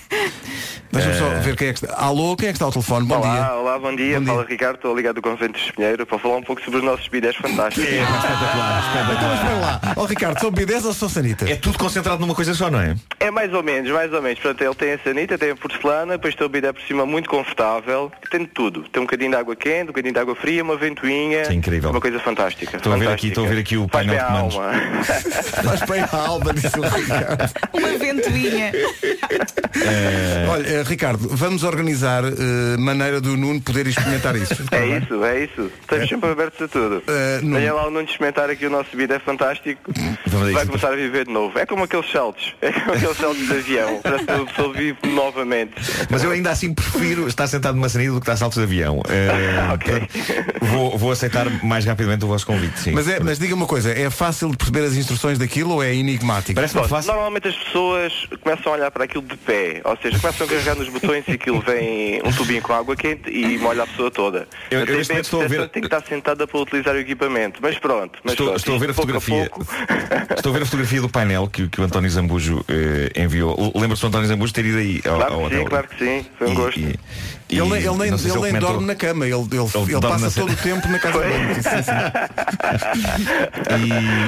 Speaker 1: Deixa-me só
Speaker 3: Eh,
Speaker 1: ver quem é que está. Alô, quem é que está ao telefone? Bom
Speaker 20: olá,
Speaker 1: dia.
Speaker 20: Ah, olá, bom dia. Fala Ricardo, estou ligado do Convento de Espinheiro para falar um pouco sobre os nossos bidés fantásticos. É, espetacular,
Speaker 1: Então mas espera lá. Ó Ricardo, são bidés ou são sanitas? É
Speaker 3: tudo concentrado numa coisa só, não é?
Speaker 20: É mais ou menos, mais ou menos. Portanto, ele tem a sanita, tem a porcelana, depois tem o bidé por cima muito confortável, que tem de tudo. Tem um bocadinho de água quente, um bocadinho de água fria, uma ventoinha. É incrível. Uma coisa fantástica.
Speaker 3: Estou a ver aqui, estou a ver aqui o painel de
Speaker 20: bem à
Speaker 3: comandos.
Speaker 20: alma.
Speaker 1: Faz bem à alma, disse o Ricardo.
Speaker 4: Uma ventoinha.
Speaker 1: Olha, eh, Ricardo, vamos organizar eh, maneira do Nuno poder experimentar isso.
Speaker 20: É isso, é isso. Estamos sempre abertos a tudo.
Speaker 3: É,
Speaker 20: Venha lá o Nuno experimentar aqui o nosso bidé fantástico.
Speaker 3: Hum, então
Speaker 20: Vai começar a viver de novo. É como aqueles saltos. É como aqueles saltos de avião. Parece que a pessoa vive novamente.
Speaker 3: Mas eu ainda assim prefiro estar sentado numa sanita do que estar a saltos de avião. Eh, portanto, vou, vou aceitar mais rapidamente o vosso convite, sim.
Speaker 1: Mas, é, mas diga uma coisa, é fácil de perceber as instruções daquilo ou é enigmático?
Speaker 20: Bom, Normalmente as pessoas começam a olhar para aquilo de pé, ou seja, começam a carregar nos botões e aquilo vem um tubinho com água quente e molha a pessoa toda.
Speaker 3: Eu- eu
Speaker 20: Mas aí
Speaker 3: neste
Speaker 20: bem,
Speaker 3: momento estou a
Speaker 20: pessoa
Speaker 3: ver-
Speaker 20: Tem que estar sentada para utilizar o equipamento. Mas pronto, mas
Speaker 3: Estou,
Speaker 20: pronto,
Speaker 3: estou a ver a
Speaker 20: isto pouco
Speaker 3: fotografia.
Speaker 20: pouco.
Speaker 3: Estou a ver a fotografia do painel que, que o António Zambujo eh, enviou. Lembra-se do António Zambujo ter ido aí ao,
Speaker 20: Claro
Speaker 3: ao
Speaker 20: que sim,
Speaker 3: hotel?
Speaker 20: claro que sim, foi um gosto.
Speaker 1: Ele, nem- ele nem,
Speaker 3: não sei se
Speaker 1: ele
Speaker 3: ele
Speaker 1: nem
Speaker 3: comentou.
Speaker 1: dorme na cama, ele, ele,
Speaker 3: dorme
Speaker 1: ele passa
Speaker 3: na
Speaker 1: todo o tempo na casa dele. Sim, sim, sim.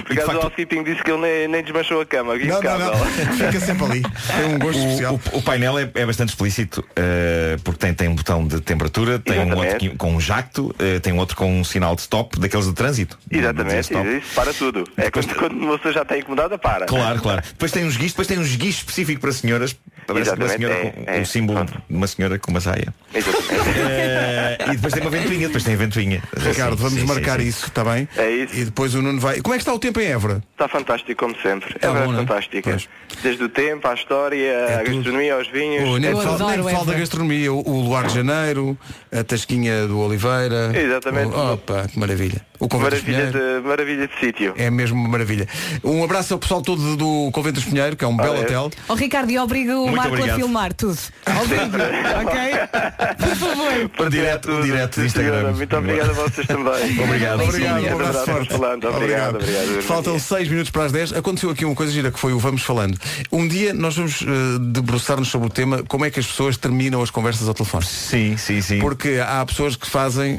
Speaker 20: Por acaso o housekeeping disse que ele nem, nem desmanchou a cama. que impecável.
Speaker 1: Fica sempre ali. Tem um gosto
Speaker 3: o,
Speaker 1: especial.
Speaker 3: O, o painel é, é bastante explícito, eh, porque tem, tem um botão de temperatura, tem um outro que- com um jacto, eh, tem outro com um sinal de stop, daqueles de trânsito. Daqueles
Speaker 20: Exatamente,
Speaker 3: stop.
Speaker 20: isso, para tudo. É quando, quando uma pessoa já está incomodada, para. é?
Speaker 3: Claro, claro. Depois tem uns guichos, depois tem uns guichos específico para senhoras. Parece uma
Speaker 20: Exatamente,
Speaker 3: senhora
Speaker 20: é,
Speaker 3: com o símbolo de uma senhora com uma saia. Eh, e depois tem uma ventoinha, depois tem a ventoinha.
Speaker 1: Ricardo,
Speaker 3: Sim,
Speaker 1: vamos
Speaker 3: sim,
Speaker 1: marcar
Speaker 3: sim, sim.
Speaker 1: isso, está bem? É isso. E depois o Nuno vai. Como é que está o tempo em Évora?
Speaker 20: Está fantástico como sempre.
Speaker 1: Tá
Speaker 20: é verdade
Speaker 1: bom, não é?
Speaker 20: fantástica. Desde o tempo, à história, à gastronomia, aos vinhos.
Speaker 1: Oh, nem fal- nem falo da gastronomia, o- o Luar de Janeiro, a Tasquinha do Oliveira.
Speaker 20: Exatamente.
Speaker 1: O, opa, que maravilha. O Convento dos
Speaker 20: Maravilha
Speaker 1: Pinheiros.
Speaker 20: de, maravilha de sítio.
Speaker 1: É mesmo uma maravilha. Um abraço ao pessoal todo do Convento dos Pinheiro, que é um
Speaker 20: Ah,
Speaker 1: belo hotel.
Speaker 4: Ó Oh, Ricardo, e obriga o
Speaker 1: Muito
Speaker 4: Marco a
Speaker 1: obrigado.
Speaker 4: filmar tudo. Obriga, ok? Por favor.
Speaker 3: Para direto, um direto do Instagram.
Speaker 20: Muito obrigado a vocês também.
Speaker 3: Obrigado.
Speaker 1: Obrigado, um
Speaker 20: É
Speaker 1: abraço
Speaker 20: verdade,
Speaker 1: forte.
Speaker 20: falando. Obrigado,
Speaker 3: um
Speaker 20: obrigado.
Speaker 1: Faltam seis minutos para as 10. Aconteceu aqui uma coisa gira que foi o Vamos Falando. Um dia nós vamos eh, debruçar-nos sobre o tema como é que as pessoas terminam as conversas ao telefone.
Speaker 3: Sim, sim, sim.
Speaker 1: Porque há pessoas que fazem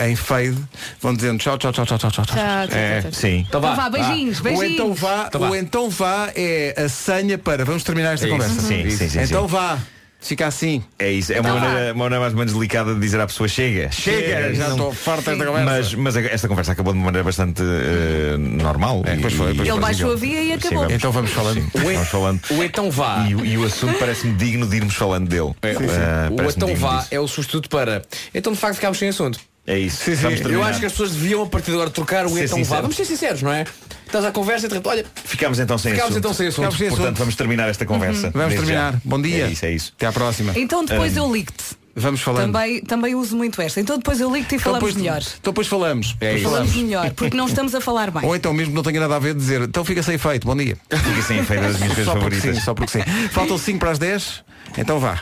Speaker 1: eh, em fade, vão dizendo tchau, tchau, tchau, tchau, tchau, tchau.
Speaker 4: Tchau, tchau,
Speaker 1: É,
Speaker 4: tchau, tchau.
Speaker 3: sim.
Speaker 4: Então vá, Então vá, beijinhos, beijinhos.
Speaker 1: Ou então vá,
Speaker 4: Então
Speaker 1: ou
Speaker 4: vá.
Speaker 1: então vá é a senha para vamos terminar esta
Speaker 3: É isso,
Speaker 1: conversa.
Speaker 3: sim, Uhum. sim, sim,
Speaker 1: então
Speaker 3: sim.
Speaker 1: vá, fica assim.
Speaker 3: É isso, é
Speaker 1: Então
Speaker 3: uma,
Speaker 1: vá.
Speaker 3: maneira, uma maneira mais ou menos delicada de dizer à pessoa chega,
Speaker 1: Chega,
Speaker 3: chega,
Speaker 1: já
Speaker 3: não-
Speaker 1: estou farta desta conversa.
Speaker 3: Mas, mas esta conversa acabou de uma maneira bastante eh, normal. e- e-
Speaker 4: Ele
Speaker 3: e-
Speaker 4: baixou a via e
Speaker 3: Sim,
Speaker 4: acabou.
Speaker 3: vamos.
Speaker 1: Então vamos falando.
Speaker 3: Sim, vamos falando.
Speaker 2: O então vá.
Speaker 3: E, o- e o assunto parece-me digno de irmos falando dele.
Speaker 2: Sim, sim.
Speaker 3: Ah,
Speaker 2: o
Speaker 3: parece-me
Speaker 2: então
Speaker 3: digno
Speaker 2: vá
Speaker 3: disso.
Speaker 2: é o substituto para. Então de facto ficámos sem assunto.
Speaker 3: É isso.
Speaker 2: Sim, sim.
Speaker 3: Vamos
Speaker 2: Eu
Speaker 3: terminar.
Speaker 2: acho que as pessoas deviam a partir de agora trocar o
Speaker 3: Ser
Speaker 2: então vá.
Speaker 3: sinceros.
Speaker 2: Vamos ser sinceros, não é? Estás à conversa e de repente, olha,
Speaker 3: Ficámos então sem
Speaker 2: Ficámos
Speaker 3: assunto.
Speaker 2: então sem assunto. Ficámos sem assunto.
Speaker 3: Portanto, vamos terminar esta conversa.
Speaker 1: Uhum. Vamos
Speaker 3: Desde
Speaker 1: terminar.
Speaker 3: já.
Speaker 1: Bom dia.
Speaker 3: É isso, é isso. Eh,
Speaker 1: Até à próxima.
Speaker 4: Então depois eu ligo-te.
Speaker 1: Vamos falando.
Speaker 4: Também, também uso muito esta. Então depois eu ligo-te e
Speaker 1: Então
Speaker 4: falamos
Speaker 1: depois-
Speaker 4: melhor.
Speaker 1: Então depois falamos. É
Speaker 4: Depois falamos melhor, porque não estamos a falar bem.
Speaker 1: Ou então mesmo não tenho nada a ver dizer, então fica sem efeito, bom dia.
Speaker 3: Fica sem efeito, das minhas coisas
Speaker 1: só porque
Speaker 3: favoritas.
Speaker 1: Sim, só porque sim. Faltam 5 para as 10, então vá.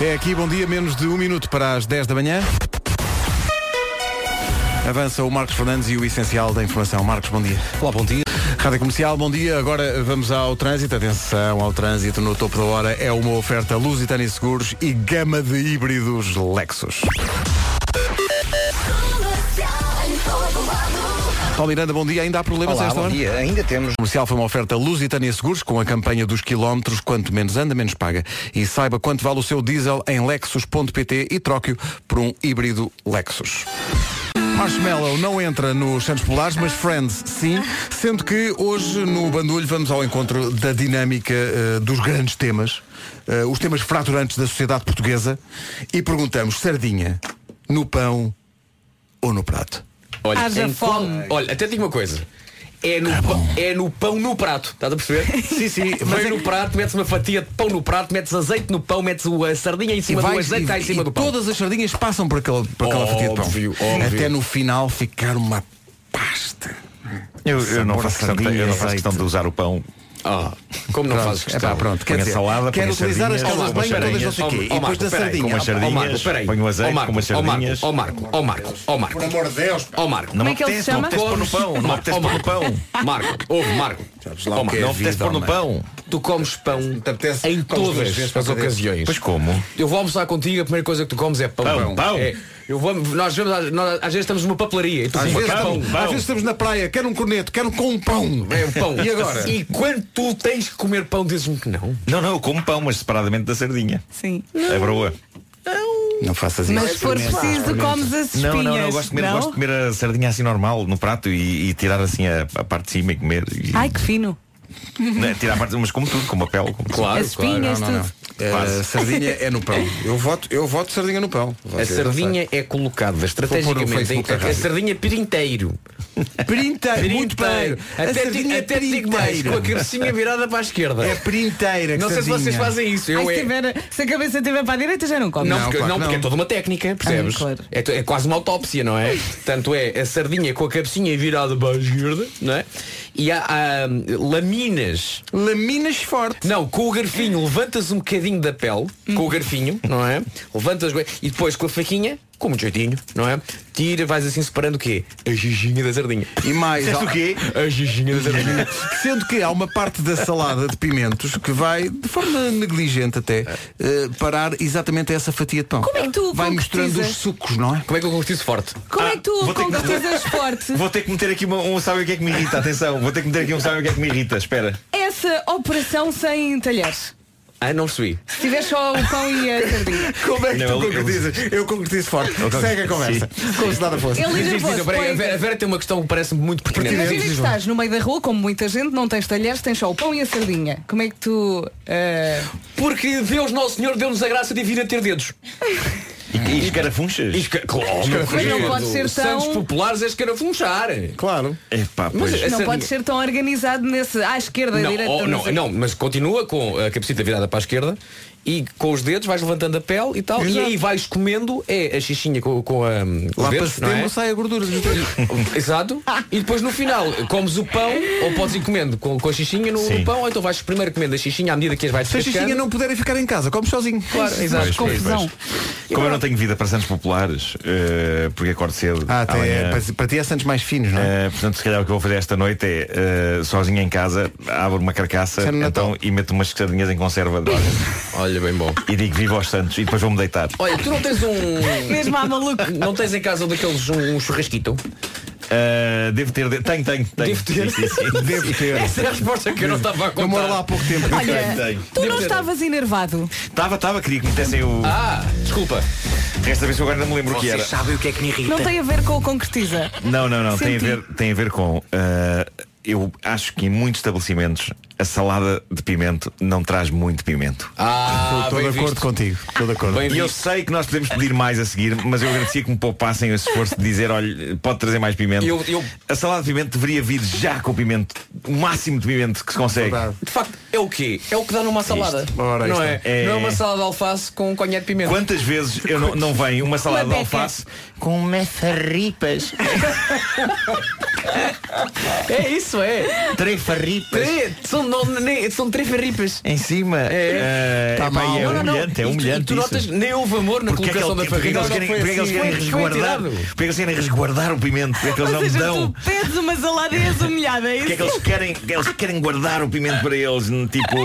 Speaker 1: É aqui, bom dia, menos de um minuto para as 10 da manhã. Avança o Marcos Fernandes e o essencial da informação. Marcos, bom dia.
Speaker 7: Olá, bom dia.
Speaker 1: Rádio Comercial, bom dia. Agora vamos ao trânsito. Atenção ao trânsito no topo da hora. É uma oferta Lusitânia Seguros e gama de híbridos Lexus. Paulo Miranda, bom dia. Ainda há problemas
Speaker 12: Olá,
Speaker 1: a esta
Speaker 12: bom
Speaker 1: hora?
Speaker 12: dia. Ainda temos.
Speaker 1: O comercial foi uma oferta Lusitânia Seguros com a campanha dos quilómetros quanto menos anda, menos paga. E saiba quanto vale o seu diesel em lexus.pt e troque-o por um híbrido Lexus. Marshmallow não entra nos Santos Polares, mas Friends sim, sendo que hoje no Bandulho vamos ao encontro da dinâmica eh, dos grandes temas, eh, os temas fraturantes da sociedade portuguesa, e perguntamos, sardinha, no pão ou no prato?
Speaker 2: Olha,
Speaker 1: Haja
Speaker 2: em qual- olha, até digo uma coisa. É no, pão, é no pão no prato, estás a perceber? sim, é sim. Vem no prato, metes uma fatia de pão no prato, metes azeite no pão, metes o- a sardinha em cima do
Speaker 1: vais-
Speaker 2: azeite, está em
Speaker 1: e-
Speaker 2: cima
Speaker 1: e
Speaker 2: do pão.
Speaker 1: Todas as sardinhas passam por aquela, por aquela fatia de pão.
Speaker 2: Óbvio, óbvio.
Speaker 1: Até no final ficar uma
Speaker 3: Eu, eu não
Speaker 1: Sabor
Speaker 3: faço questão, de-
Speaker 1: sardinha,
Speaker 3: eu não faço
Speaker 1: azeite.
Speaker 3: questão de usar o pão.
Speaker 2: como
Speaker 1: Ah, não Pronto, fazes questão? epá, pronto, quer
Speaker 3: põe a
Speaker 1: dizer,
Speaker 3: salada,
Speaker 1: quero
Speaker 3: Ah, põe
Speaker 1: utilizar as
Speaker 3: sardinhas,
Speaker 1: que elas
Speaker 3: põe
Speaker 1: bem, todas
Speaker 3: sardinhas. Oh,
Speaker 1: não sei quê. E depois da sardinha.
Speaker 3: Com umas
Speaker 1: Ó, Marco,
Speaker 3: sardinhas,
Speaker 1: peraí.
Speaker 3: põe o azeite,
Speaker 1: Ó, Marco,
Speaker 3: com umas
Speaker 1: ó, Marco,
Speaker 3: sardinhas.
Speaker 1: Ó Marco, Oh,
Speaker 2: ó Marco, ó Marco.
Speaker 1: Por amor de Deus.
Speaker 2: Ó Marco,
Speaker 3: Não Como é me que ele apetece, se não me chama? apetece pôr no pão, não me apetece pôr no
Speaker 2: pão. Marco, ouve, Marco.
Speaker 1: Oh,
Speaker 3: lá o
Speaker 2: Ó,
Speaker 3: que é
Speaker 2: Marco,
Speaker 3: a vida, homem.
Speaker 2: Tu comes pão em
Speaker 3: comes duas
Speaker 2: todas
Speaker 3: vezes
Speaker 2: as
Speaker 3: para fazer.
Speaker 2: ocasiões.
Speaker 3: Pois como?
Speaker 2: Eu vou almoçar contigo, a primeira coisa que tu comes é pão.
Speaker 3: Pão, pão.
Speaker 2: É. Eu vou, nós, vemos, às- nós às vezes estamos numa papelaria e tu
Speaker 1: Às
Speaker 2: dizes,
Speaker 1: vezes,
Speaker 2: "Pão,
Speaker 1: estamos,
Speaker 2: pão."
Speaker 1: às vezes estamos na praia, quero um corneto, quero com um pão.
Speaker 2: É um pão.
Speaker 1: E agora?
Speaker 2: E quando tu tens que comer pão, dizes-me que não.
Speaker 3: Não, não, eu como pão, mas separadamente da sardinha.
Speaker 4: Sim.
Speaker 3: É broa.
Speaker 1: Não faças
Speaker 4: Mas se for preciso, comes as espinhas.
Speaker 3: Não, não, não, eu gosto de, comer,
Speaker 4: não?
Speaker 3: gosto de comer a sardinha assim normal, no prato, e, e tirar assim a, a parte de cima e comer. E,
Speaker 4: Ai, que fino.
Speaker 3: Né, tirar a parte, mas como tudo, com papel, como
Speaker 4: Claro, As claro. espinhas, Não, não, tudo.
Speaker 1: não. Eh, sardinha é no pão. Eu voto, eu voto sardinha no pão.
Speaker 2: A sardinha é colocada estrategicamente em a, a sardinha é pirinteiro.
Speaker 1: Perinteiro, muito bem. A
Speaker 2: Até, ti-
Speaker 1: sardinha
Speaker 2: até digo mais,
Speaker 1: pirinteiro.
Speaker 2: com a cabecinha virada para a esquerda.
Speaker 1: É perinteira,
Speaker 2: Não sei se vocês fazem isso. Eu
Speaker 4: Ai,
Speaker 2: é-
Speaker 4: se, tiver- se a cabeça estiver para a direita, já não come.
Speaker 2: Não, porque, não, porque é toda uma técnica, percebes?
Speaker 4: Ah, claro.
Speaker 2: é, to- é quase uma autópsia, não é? Tanto é a sardinha com a cabecinha virada para a esquerda, não é? E há, há, hum, laminas.
Speaker 1: Laminas fortes.
Speaker 2: Não, com o garfinho levantas um bocadinho da pele, com o garfinho, não é? Levantas bem- e depois com a faquinha, com muito jeitinho, não é? Tira, vais assim separando o quê? A giginha da sardinha.
Speaker 1: E mais.
Speaker 2: Disseste o quê? A giginha da sardinha.
Speaker 1: Sendo que há uma parte da salada de pimentos que vai, de forma negligente até, eh, parar exatamente a essa fatia de pão.
Speaker 4: Como é que tu
Speaker 1: Vai mostrando
Speaker 4: concretizas?
Speaker 1: os sucos, não é?
Speaker 2: Como é que eu concretizo forte?
Speaker 4: Como é que tu
Speaker 3: vou ter que
Speaker 4: concretizas forte?
Speaker 3: Vou ter que meter aqui uma- um sabe o que é que me irrita, atenção, vou ter que meter aqui um sabe o que é que me irrita, espera.
Speaker 4: Essa operação sem talheres.
Speaker 2: Ah, não percebi.
Speaker 4: Se tiver só o pão e a sardinha.
Speaker 1: Como é que
Speaker 2: Não,
Speaker 1: tu
Speaker 2: eu-
Speaker 1: concretizas? Eu, concretizo forte.
Speaker 2: concre-
Speaker 1: Segue a conversa. Como se nada fosse.
Speaker 4: Ele
Speaker 2: Diz,
Speaker 4: diz
Speaker 2: diz, diz,
Speaker 4: nervoso,
Speaker 2: peraí,
Speaker 4: põe-
Speaker 2: a Vera, a Vera tem uma questão que parece-me muito pertinente.
Speaker 4: Imagina que estás no meio da rua, como muita gente, não tens talheres, tens só o pão e a sardinha. Como é que tu. eh,
Speaker 2: Porque Deus Nosso Senhor deu-nos a graça divina de ter dedos.
Speaker 3: E, e escarafunchas?
Speaker 2: Claro,
Speaker 4: meu Mas não querido. pode ser
Speaker 2: Santos
Speaker 4: tão-
Speaker 2: populares é escarafunchar.
Speaker 1: Claro.
Speaker 3: Epá, pois.
Speaker 2: Mas é a
Speaker 4: não
Speaker 2: sardinha-
Speaker 4: podes ser tão organizado nesse. à esquerda, à
Speaker 2: Não,
Speaker 4: direita.
Speaker 2: oh, não,
Speaker 4: sei.
Speaker 2: não, mas continua com a cabecita virada para a esquerda e com os dedos vais levantando a pele e tal. E
Speaker 1: Exato.
Speaker 2: aí vais comendo é, a xixinha com, com a. Com os
Speaker 1: Lá para
Speaker 2: dedos, não
Speaker 1: setembro
Speaker 2: é?
Speaker 1: sai a gordura dos dedos.
Speaker 2: Exato. E depois no final comes o pão ou podes ir comendo com, com a xixinha no, no pão ou então vais primeiro comendo a xixinha à medida que as vais
Speaker 1: Se a xixinha
Speaker 2: descascando.
Speaker 1: não puderem ficar em casa, come sozinho.
Speaker 2: Claro, exato.
Speaker 3: Pois, pois,
Speaker 2: Confusão.
Speaker 3: pois. Como eu não tenho vida para Santos Populares, eh, porque acordo cedo.
Speaker 1: Ah, até
Speaker 3: amanhã,
Speaker 1: é- para, para ti é Santos mais finos, não é?
Speaker 3: eh, portanto, se calhar o que eu vou fazer esta noite é eh, sozinho em casa, abro uma carcaça
Speaker 1: Isso é no
Speaker 3: então, e meto umas sardinhas em conserva de óleo.
Speaker 2: Olha, bem bom.
Speaker 3: E digo viva aos Santos e depois vou-me deitar.
Speaker 2: Olha, tu não tens um.
Speaker 4: Mesmo à maluco.
Speaker 2: Não tens em casa um daqueles um, um churrasquito?
Speaker 3: Eh, devo ter, de- tenho, tenho, tenho. Devo ter.
Speaker 1: Devo ter.
Speaker 2: Essa é a resposta que eu não estava a contar.
Speaker 1: moro lá há pouco
Speaker 3: é
Speaker 1: tempo.
Speaker 4: Olha, tu não estavas enervado.
Speaker 3: Estava, estava, queria que metessem o.
Speaker 2: Ah, desculpa.
Speaker 3: Desta vez eu agora não me lembro o que era.
Speaker 2: sabem o que é que me irrita?
Speaker 4: Não tem a ver com o concretiza.
Speaker 3: Não, não, não. Tem a,
Speaker 4: Senti.
Speaker 3: ver, tem a ver com. ah, eu acho que em muitos estabelecimentos a salada de pimento não traz muito pimento.
Speaker 2: Ah,
Speaker 1: Estou de acordo contigo. Estou de acordo.
Speaker 3: e eu sei que nós podemos pedir mais a seguir, mas eu agradecia que me poupassem esse esforço de dizer, olha, pode trazer mais pimento.
Speaker 2: Eu- eu-
Speaker 3: A salada de pimento deveria vir já com o pimento, o máximo de pimento que se consegue.
Speaker 2: De facto, é o quê? É o que dá numa salada.
Speaker 3: Ora,
Speaker 2: não
Speaker 3: isto.
Speaker 2: é?
Speaker 3: É.
Speaker 2: Não é uma salada de alface com conhaque de pimenta.
Speaker 3: Quantas vezes eu não, não venho uma salada
Speaker 2: Uma
Speaker 3: de
Speaker 2: beca.
Speaker 3: alface com maçarripas?
Speaker 2: É isso, é.
Speaker 3: Trefarripas.
Speaker 2: Tre- São, não, nem, são trefarripas.
Speaker 3: Em cima. É.
Speaker 2: Tá
Speaker 3: epá,
Speaker 2: mal.
Speaker 3: e é
Speaker 2: Não, não, não.
Speaker 3: humilhante, é
Speaker 2: E tu-
Speaker 3: humilhante.
Speaker 2: tu
Speaker 3: isso.
Speaker 2: notas, nem houve amor na
Speaker 3: Porque é que
Speaker 2: colocação
Speaker 3: ele-
Speaker 2: da
Speaker 3: porque é que eles querem-
Speaker 2: farripa. Não foi
Speaker 3: Porque é que eles
Speaker 2: assim.
Speaker 3: querem
Speaker 2: Foi- foi
Speaker 3: resguardar?
Speaker 2: tirado.
Speaker 3: Porque é que eles querem resguardar o pimento? Porque é que eles
Speaker 19: Ou
Speaker 3: não me
Speaker 19: seja,
Speaker 3: dão?
Speaker 19: tu pedes uma saladeza humilhada, é
Speaker 3: Porque é que
Speaker 19: isso?
Speaker 3: eles querem, eles querem guardar o pimento para eles? né? Tipo,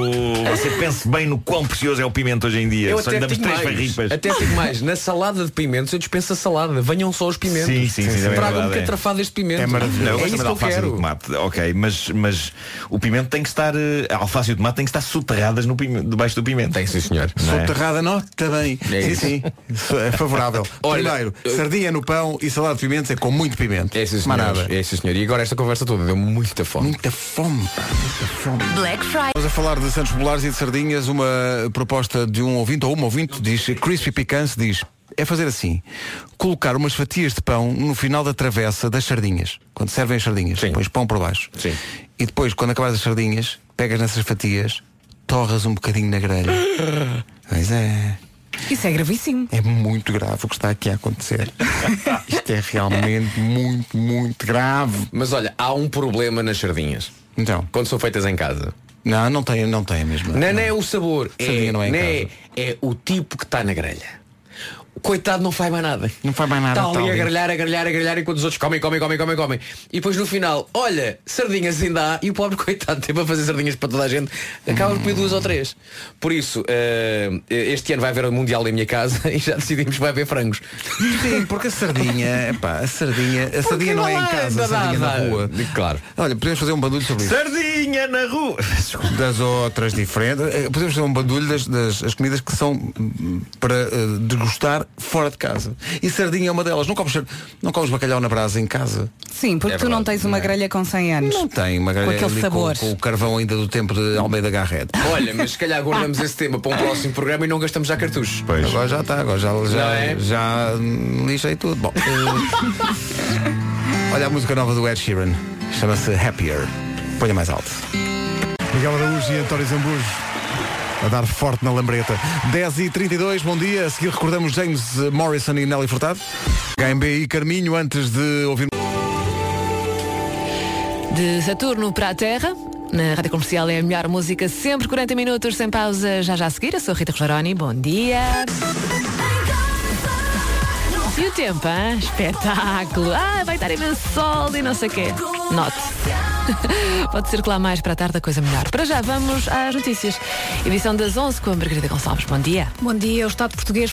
Speaker 3: você pense bem no quão precioso é o pimento hoje em dia.
Speaker 2: Eu
Speaker 3: Só
Speaker 2: até
Speaker 3: lhe damos
Speaker 2: digo
Speaker 3: três
Speaker 2: mais,
Speaker 3: farripas.
Speaker 2: até digo mais, na salada de pimentos eu dispenso a salada, venham só os pimentos.
Speaker 3: Sim, sim, sim, também é
Speaker 2: Tragam-me
Speaker 3: verdade, é.
Speaker 2: catrafadas de pimento.
Speaker 3: Não, eu
Speaker 2: é
Speaker 3: gosto
Speaker 2: isso
Speaker 3: também
Speaker 2: que
Speaker 3: da
Speaker 2: eu
Speaker 3: alface e do
Speaker 2: quero.
Speaker 3: tomate. Ok, mas, mas o pimento tem que estar. eh, A alface e o tomate têm que estar soterradas no pime- debaixo do pimento. é? Tem,
Speaker 2: sim, senhor.
Speaker 1: Soterrada nota bem.
Speaker 3: É
Speaker 1: sim,
Speaker 3: isso.
Speaker 1: sim. É favorável.
Speaker 2: Olha,
Speaker 1: Primeiro, sardinha no pão e salada de pimentos é com muito pimento.
Speaker 2: É isso,
Speaker 1: Mais
Speaker 2: senhor.
Speaker 1: nada.
Speaker 2: É isso, senhor. E agora esta conversa toda deu muita fome.
Speaker 1: Muita fome.
Speaker 6: Black Friday.
Speaker 1: Estamos a falar de Santos Populares e de Sardinhas, uma proposta de um ouvinte, ou uma ouvinte, diz Crispy Picance, diz, é fazer assim, colocar umas fatias de pão no final da travessa das sardinhas, quando servem as sardinhas, pões pão por baixo. E depois, quando acabares as sardinhas, pegas nessas fatias, torras um bocadinho na grelha. pois é.
Speaker 4: Isso é gravíssimo.
Speaker 1: É muito grave o que está aqui a acontecer. Isto é realmente muito, muito grave.
Speaker 2: Mas olha, há um problema nas sardinhas.
Speaker 1: Então.
Speaker 2: Quando são feitas em casa.
Speaker 1: Não, não tem, não tem mesmo.
Speaker 2: Não, não é o sabor.
Speaker 1: Sardinha
Speaker 2: É,
Speaker 1: não é em
Speaker 2: né, é o tipo que está na grelha. O Coitado não faz mais nada.
Speaker 1: Não faz mais nada.
Speaker 2: Está ali
Speaker 1: tal,
Speaker 2: a grelhar, a grelhar, a grelhar enquanto os outros comem, comem, comem, comem, comem. E depois no final, olha, sardinhas ainda há e o pobre coitado teve a fazer sardinhas para toda a gente, acaba por comer duas ou três. Por isso, eh, este ano vai haver o Mundial em minha casa e já decidimos que vai haver frangos.
Speaker 1: Sim, porque a sardinha, epá, a sardinha, a sardinha não é em casa, a sardinha na rua.
Speaker 2: Claro.
Speaker 1: Olha, podemos fazer um barulho sobre isso.
Speaker 3: Sardinha na rua!
Speaker 1: Das outras diferentes. Eh, Podemos fazer um barulho das, das as comidas que são hum, para eh, degustar fora de casa. E sardinha é uma delas. Não comes, sar- não comes bacalhau na brasa em casa.
Speaker 4: Sim, porque
Speaker 1: É
Speaker 4: tu não
Speaker 1: verdade,
Speaker 4: tens uma grelha com 100 anos.
Speaker 1: Não tem uma grelha
Speaker 4: Com aquele
Speaker 1: ali
Speaker 4: sabor.
Speaker 1: Com, o carvão ainda do tempo de Almeida Garrett.
Speaker 2: Olha, mas se calhar guardamos esse tema para um próximo programa e não gastamos já cartuchos.
Speaker 1: Agora já está, agora já, já,
Speaker 2: Não é?
Speaker 1: já hum, lixei tudo. Bom, eh, olha a música nova do Ed Sheeran. Chama-se Happier. Ponha mais alto. Miguel Araújo e António Zambujo a dar forte na lambreta. 10 e 32 bom dia. A seguir recordamos James Morrison e Nelly Furtado. HMB e Carminho, antes de ouvir...
Speaker 21: De Saturno para a Terra, na Rádio Comercial é a melhor música sempre, 40 minutos sem pausa, já já a seguir. Eu sou a Rita Rogeroni, bom dia. E o tempo, hein? Espetáculo! Ah, vai estar imenso sol e não sei o quê. Note. Pode circular mais para a tarde, a coisa melhor. Para já, vamos às notícias. Edição das 11 com a Margarida Gonçalves. Bom dia.
Speaker 22: Bom dia. O Estado português